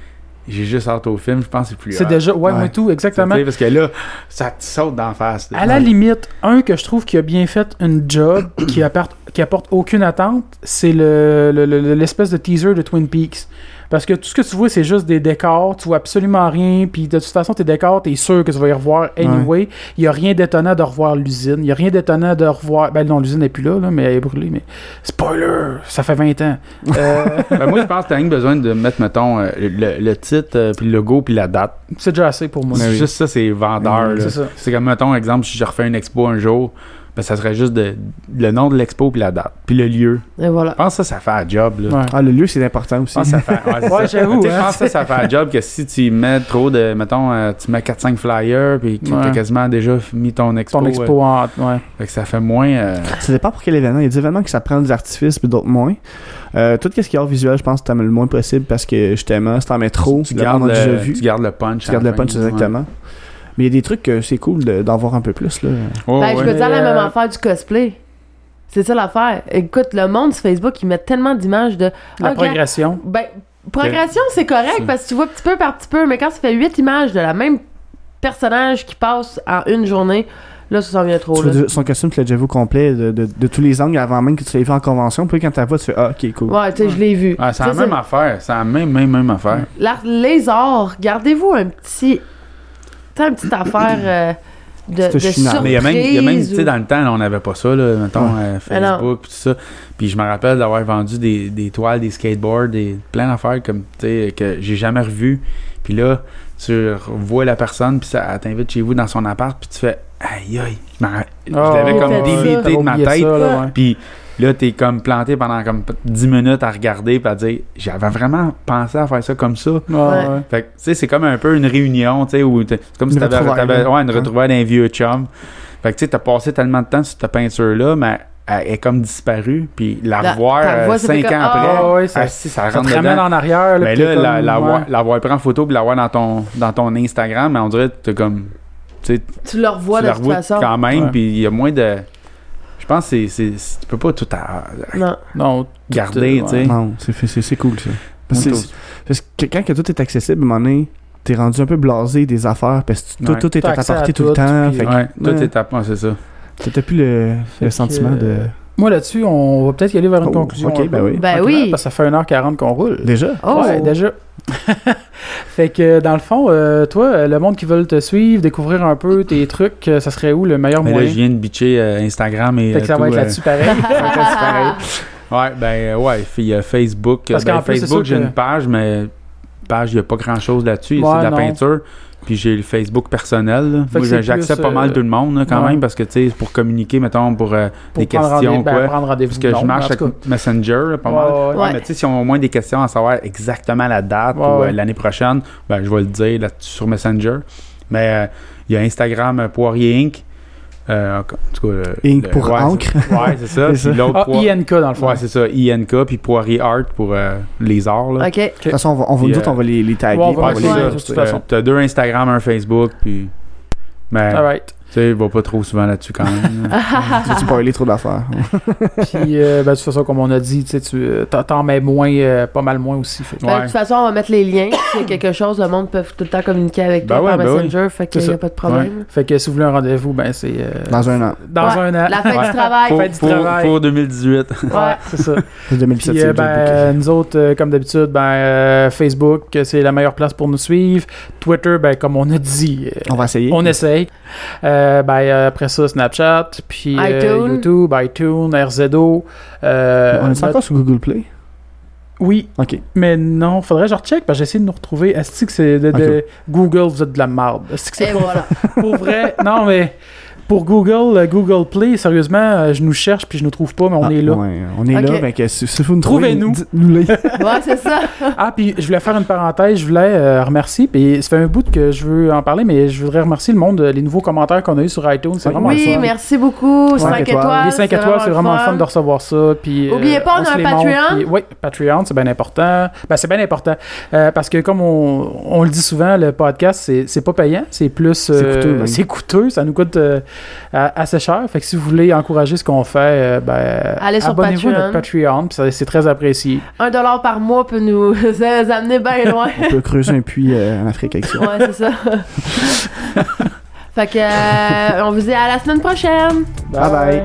Speaker 1: j'ai juste hâte au film, je pense que c'est plus
Speaker 2: C'est
Speaker 1: hot.
Speaker 2: déjà. Ouais,
Speaker 3: Ouais.
Speaker 2: moi tout, exactement.
Speaker 1: Tu sais, Parce que là, ça te saute d'en face. là.
Speaker 2: À la limite, un que je trouve qui a bien fait une job, qui apporte, qui apporte aucune attente, c'est le- le- le- l'espèce de teaser de Twin Peaks. Parce que tout ce que tu vois, c'est juste des décors, tu vois absolument rien, puis de toute façon, tes décors, t'es sûr que tu vas y revoir anyway. Il y a rien d'étonnant de revoir l'usine, il y a rien d'étonnant de revoir... Ben non, l'usine n'est plus là, là, mais elle est brûlée, mais... Spoiler! Ça fait 20 ans. Euh,
Speaker 1: Ben, moi, je pense que t'as rien que besoin de mettre, mettons, euh, le, le titre, euh, puis le logo, puis la date.
Speaker 2: c'est déjà assez pour moi.
Speaker 1: C'est Juste ça, c'est vendeur.
Speaker 2: C'est
Speaker 1: là.
Speaker 2: ça.
Speaker 1: C'est comme, mettons, exemple, si je refais une expo un jour, ben, ça serait juste de- le nom de l'expo, puis la date, puis le lieu.
Speaker 4: Et voilà.
Speaker 1: Je pense que ça, ça fait un job. Là.
Speaker 2: Ouais.
Speaker 3: Ah, le lieu, c'est important aussi.
Speaker 1: Je pense que ça fait. ouais, c'est
Speaker 2: Ouais,
Speaker 1: ça.
Speaker 2: j'avoue,
Speaker 1: Tu sais, Je
Speaker 2: hein.
Speaker 1: pense que ça, ça fait un job que si tu mets trop de. Mettons, euh, tu mets 4-5 flyers, puis que t'as
Speaker 2: Ouais.
Speaker 1: quasiment déjà mis ton expo.
Speaker 2: Ton expo en... Ouais.
Speaker 1: euh, fait que ça fait moins. euh,
Speaker 3: Ça dépend pour quel événement. Il y a des événements qui ça prend des artifices puis d'autres moins. Euh, tout ce qui est hors visuel, je pense que t'aimes le moins possible parce que justement, c'est en métro,
Speaker 1: tu,
Speaker 3: le
Speaker 1: gardes
Speaker 3: monde a déjà
Speaker 1: le,
Speaker 3: vu.
Speaker 1: tu gardes le punch.
Speaker 3: Tu gardes
Speaker 1: à
Speaker 3: le
Speaker 1: la fin,
Speaker 3: punch
Speaker 1: ouais.
Speaker 3: exactement. Mais il y a des trucs que c'est cool de- d'en voir un peu plus là.
Speaker 1: Ouais,
Speaker 4: Ben,
Speaker 1: ouais.
Speaker 4: je peux dire la
Speaker 2: Mais,
Speaker 4: même
Speaker 2: euh,
Speaker 4: affaire du cosplay. C'est ça l'affaire. Écoute, le monde sur Facebook, ils mettent tellement d'images de.
Speaker 2: La
Speaker 4: Ah, regarde,
Speaker 2: progression.
Speaker 4: Ben, progression, c'est correct
Speaker 1: C'est-
Speaker 4: parce que tu vois petit peu par petit peu, mais quand ça fait huit images de la même personnage qui passe en une journée, là, ça s'en vient trop.
Speaker 3: Tu vois
Speaker 4: Là.
Speaker 3: du- son costume, tu l'as déjà vu au complet de, de- de tous les angles avant même que tu l'aies vu en convention. Puis quand tu la vois, tu fais Ah, ok, cool.
Speaker 4: Ouais, tu sais, je l'ai vu.
Speaker 1: Ah, c'est la
Speaker 4: Ça,
Speaker 1: même affaire. C'est la même, même, même affaire.
Speaker 4: L'art- les arts, gardez-vous un petit. Tu sais, une petite affaire euh, de,
Speaker 3: Petite
Speaker 4: de
Speaker 3: finale.
Speaker 4: surprise.
Speaker 1: Mais il y a même, il y a même tu sais,
Speaker 4: ou-
Speaker 1: dans le temps, là, on n'avait pas ça, là, mettons, euh,
Speaker 4: Mais non.
Speaker 1: Facebook, pis tout ça. Puis je me rappelle d'avoir vendu des, des toiles, des skateboards, des, plein d'affaires comme, tu sais, que j'ai jamais revues. Puis là, tu revois la personne, puis ça elle t'invite chez vous dans son appart, puis tu fais aïe aïe. Je, m'en ra- je l'avais
Speaker 2: Oh,
Speaker 4: ouais,
Speaker 1: comme
Speaker 4: ouais,
Speaker 1: délité
Speaker 4: Ah, ça.
Speaker 1: de ma tête.
Speaker 4: là,
Speaker 1: Puis là, t'es comme planté pendant comme 10 minutes à regarder, puis à dire j'avais vraiment pensé à faire ça comme ça.
Speaker 4: Ouais.
Speaker 1: Fait que, tu sais, c'est comme un peu une réunion, tu sais, où t'es- c'est comme si
Speaker 3: Une
Speaker 1: t'avais
Speaker 3: retrouvaille,
Speaker 1: t'avais-
Speaker 3: là.
Speaker 1: ouais, une
Speaker 3: Hein?
Speaker 1: retrouvaille d'un vieux chum. Fait que, tu sais, t'as passé tellement de temps sur ta peinture-là, mais elle est comme disparue, puis la
Speaker 4: La-
Speaker 1: revoir
Speaker 4: ta
Speaker 1: euh,
Speaker 4: voix, ça fait
Speaker 1: cinq ans
Speaker 4: comme,
Speaker 1: après,
Speaker 4: ah,
Speaker 2: ouais, ouais, ça-
Speaker 1: ah, si, ça
Speaker 2: Ça
Speaker 1: rentre
Speaker 2: te ramène
Speaker 1: dedans.
Speaker 2: en arrière.
Speaker 1: Mais
Speaker 2: puis
Speaker 1: là,
Speaker 2: t'es
Speaker 1: la,
Speaker 2: comme,
Speaker 1: la,
Speaker 2: ouais.
Speaker 1: voir, la voir prendre en photo, puis la voir dans ton, dans ton Instagram, mais on dirait que t'es comme, tu sais,
Speaker 4: Tu le revois
Speaker 1: tu
Speaker 4: de
Speaker 1: la
Speaker 4: toute
Speaker 1: revois
Speaker 4: façon.
Speaker 1: quand même,
Speaker 2: Ouais.
Speaker 1: puis il y a moins de... Je pense que c'est- c'est- c'est- tu peux pas tout à-
Speaker 4: Non.
Speaker 2: Non,
Speaker 1: garder,
Speaker 2: euh,
Speaker 1: tu sais.
Speaker 3: Non, c'est- c'est c'est cool ça. Parce que,
Speaker 1: Moi,
Speaker 3: c'est- parce que quand que tout est accessible, à un moment donné, t'es rendu un peu blasé des affaires parce que tout,
Speaker 1: Ouais.
Speaker 3: tout est
Speaker 2: T'as
Speaker 3: à
Speaker 2: accès
Speaker 3: ta
Speaker 2: à
Speaker 3: portée tout
Speaker 2: tout,
Speaker 3: le temps.
Speaker 2: puis-
Speaker 3: Fait que
Speaker 1: Ouais, tout
Speaker 3: ouais.
Speaker 1: est à ouais, c'est ça.
Speaker 3: t'as plus le,
Speaker 2: Fait
Speaker 3: le
Speaker 2: que,
Speaker 3: sentiment de.
Speaker 2: euh, moi là-dessus, on va peut-être y aller vers une
Speaker 3: Oh,
Speaker 2: conclusion.
Speaker 3: ok,
Speaker 2: un
Speaker 3: ben
Speaker 2: peu.
Speaker 3: oui.
Speaker 4: Ben
Speaker 2: Tranquillement,
Speaker 4: oui.
Speaker 2: Parce que ça fait 1h40 qu'on roule.
Speaker 3: Déjà.
Speaker 4: Oh!
Speaker 2: Ouais, déjà. fait que dans le fond, euh, toi, euh, le monde qui veut te suivre, découvrir un peu tes trucs, euh, ça serait où le meilleur
Speaker 1: Mais là,
Speaker 2: moyen?
Speaker 1: je viens de bitcher euh, Instagram et
Speaker 2: fait que ça
Speaker 1: euh,
Speaker 2: va
Speaker 1: tout,
Speaker 2: être
Speaker 1: euh,
Speaker 2: là-dessus pareil.
Speaker 1: Ouais, ben euh, ouais, il y a Facebook.
Speaker 2: Parce
Speaker 1: Parce ben,
Speaker 2: qu'en plus, c'est
Speaker 1: Facebook,
Speaker 2: sûr
Speaker 1: j'ai
Speaker 2: que-
Speaker 1: une page, mais page, il n'y a pas grand-chose là-dessus.
Speaker 2: Ouais,
Speaker 1: c'est de la
Speaker 2: non.
Speaker 1: peinture. Puis j'ai le Facebook personnel. là.
Speaker 2: Fait que
Speaker 1: Moi,
Speaker 2: c'est
Speaker 1: j'ai- j'accepte
Speaker 2: plus,
Speaker 1: pas mal
Speaker 2: euh,
Speaker 1: tout le monde là, quand
Speaker 2: ouais.
Speaker 1: même parce que, tu sais, pour communiquer, mettons, pour euh,
Speaker 2: Pour
Speaker 1: des
Speaker 2: prendre
Speaker 1: questions,
Speaker 2: rendez- ben,
Speaker 1: quoi.
Speaker 2: prendre rendez-vous.
Speaker 1: Parce que
Speaker 2: non,
Speaker 1: je
Speaker 2: mais en
Speaker 1: marche
Speaker 2: tout
Speaker 1: avec
Speaker 2: cas,
Speaker 1: Messenger, là, pas
Speaker 2: Ouais,
Speaker 1: mal.
Speaker 2: ouais, ouais.
Speaker 1: Ouais,
Speaker 4: Ouais.
Speaker 1: mais tu sais, si on a au moins des questions à savoir exactement la date
Speaker 2: Ouais,
Speaker 1: ou euh,
Speaker 2: ouais.
Speaker 1: l'année prochaine, ben, je vais le dire là sur Messenger. Mais euh, il y a Instagram euh, Poirier Inc. Euh, en tout cas, euh,
Speaker 3: Ink
Speaker 1: le-
Speaker 3: pour
Speaker 1: ouais,
Speaker 3: encre.
Speaker 1: c'est- Ouais, c'est ça.
Speaker 3: C'est ça.
Speaker 1: Puis l'autre
Speaker 2: Ah,
Speaker 1: Poi-
Speaker 2: INK dans le fond.
Speaker 1: Ouais, c'est ça, INK, puis Poirier Art pour euh, les arts. Là.
Speaker 4: OK. Ben,
Speaker 3: De toute façon, on va, on va,
Speaker 1: Puis,
Speaker 3: nous autres,
Speaker 1: euh,
Speaker 3: on va les, les taguer.
Speaker 2: ouais, on
Speaker 3: puis
Speaker 2: va
Speaker 1: Ouais,
Speaker 2: les
Speaker 1: c'est
Speaker 2: Ouais,
Speaker 1: ça.
Speaker 2: de toute
Speaker 1: Euh,
Speaker 2: façon. Ah
Speaker 1: T'as deux Instagram, un Facebook, puis. Mais,
Speaker 2: All right.
Speaker 1: tu sais, il va pas trop souvent là-dessus quand même. là.
Speaker 3: Tu vas spoiler trop d'affaires.
Speaker 2: Puis, euh, ben, de toute façon, comme on a dit, tu sais, tu euh, t'en- t'en mets moins, euh, pas mal moins aussi. Fait. que-
Speaker 4: Ben, de
Speaker 1: Ouais.
Speaker 4: toute façon, on va mettre les liens. S'il y a quelque chose, le monde peut tout le temps communiquer avec
Speaker 1: Ben
Speaker 4: toi par
Speaker 1: ouais, ben
Speaker 4: Messenger. Fait qu'il
Speaker 2: C'est
Speaker 4: n'y a
Speaker 2: ça.
Speaker 4: pas de problème.
Speaker 2: Fait que si vous voulez un rendez-vous, ben c'est. euh,
Speaker 3: Dans un an.
Speaker 2: dans
Speaker 4: Ouais,
Speaker 2: un an.
Speaker 4: La fin
Speaker 1: Ouais.
Speaker 4: du travail.
Speaker 1: pour,
Speaker 2: Fête du
Speaker 1: pour-
Speaker 2: travail.
Speaker 1: pour 2018.
Speaker 4: Ouais.
Speaker 2: Ouais, c'est ça.
Speaker 3: C'est 2017.
Speaker 2: Puis,
Speaker 3: c'est
Speaker 2: euh,
Speaker 3: déjà
Speaker 2: ben,
Speaker 3: booké.
Speaker 2: nous autres, euh, comme d'habitude, ben, euh, Facebook, euh, c'est la meilleure place pour nous suivre. Twitter, ben, comme on a dit, euh,
Speaker 3: on va essayer.
Speaker 2: on essaye. Euh, ben, euh, après ça, Snapchat, puis euh,
Speaker 4: iTunes.
Speaker 2: YouTube, iTunes, RZO. euh,
Speaker 3: on est encore sur Google Play.
Speaker 2: Oui,
Speaker 3: Ok.
Speaker 2: mais non, faudrait que je recheck parce que j'essaie de nous retrouver. Est-ce que c'est de, de- Google, vous êtes de la marde. Est-ce que c'est
Speaker 4: Et Eh, voilà.
Speaker 2: pour vrai? Non, mais pour Google, euh, Google Play, sérieusement, euh, je nous cherche puis je nous trouve pas, mais on
Speaker 3: Ah,
Speaker 2: est là.
Speaker 3: ouais, on est là,
Speaker 4: Ok.
Speaker 3: mais que si si vous nous
Speaker 2: Trouvez-nous.
Speaker 3: nous
Speaker 4: Ouais, c'est ça.
Speaker 2: Ah, puis je voulais faire une parenthèse, je voulais euh, remercier, puis ça fait un bout que je veux en parler, mais je voudrais remercier le monde, euh, les nouveaux commentaires qu'on a eu sur iTunes, c'est
Speaker 3: Oui,
Speaker 2: vraiment le
Speaker 4: Oui,
Speaker 2: fun.
Speaker 4: merci beaucoup.
Speaker 3: Cinq
Speaker 4: 5
Speaker 3: étoiles.
Speaker 4: étoiles.
Speaker 2: Les 5 étoiles, c'est vraiment le fun de recevoir ça. Puis, euh,
Speaker 4: Oubliez pas, on a
Speaker 2: se
Speaker 4: un
Speaker 2: les montre,
Speaker 4: Patreon.
Speaker 2: puis- oui, Patreon, c'est bien important. Ben, c'est bien important. euh, parce que, comme on, on le dit souvent, le podcast, c'est, c'est pas payant. C'est plus. euh,
Speaker 3: coûteux, même.
Speaker 2: c'est coûteux, Ça nous coûte euh, a- assez cher. Fait que si vous voulez encourager ce qu'on fait, euh, ben,
Speaker 4: Allez sur
Speaker 2: abonnez-vous à notre Patreon. puis ça- c'est très apprécié.
Speaker 4: Un dollar par mois peut nous amener bien loin.
Speaker 3: On peut creuser un puits euh, en Afrique avec ça.
Speaker 4: Ouais, c'est ça. fait que, euh, on vous dit à la semaine prochaine.
Speaker 3: Bye bye.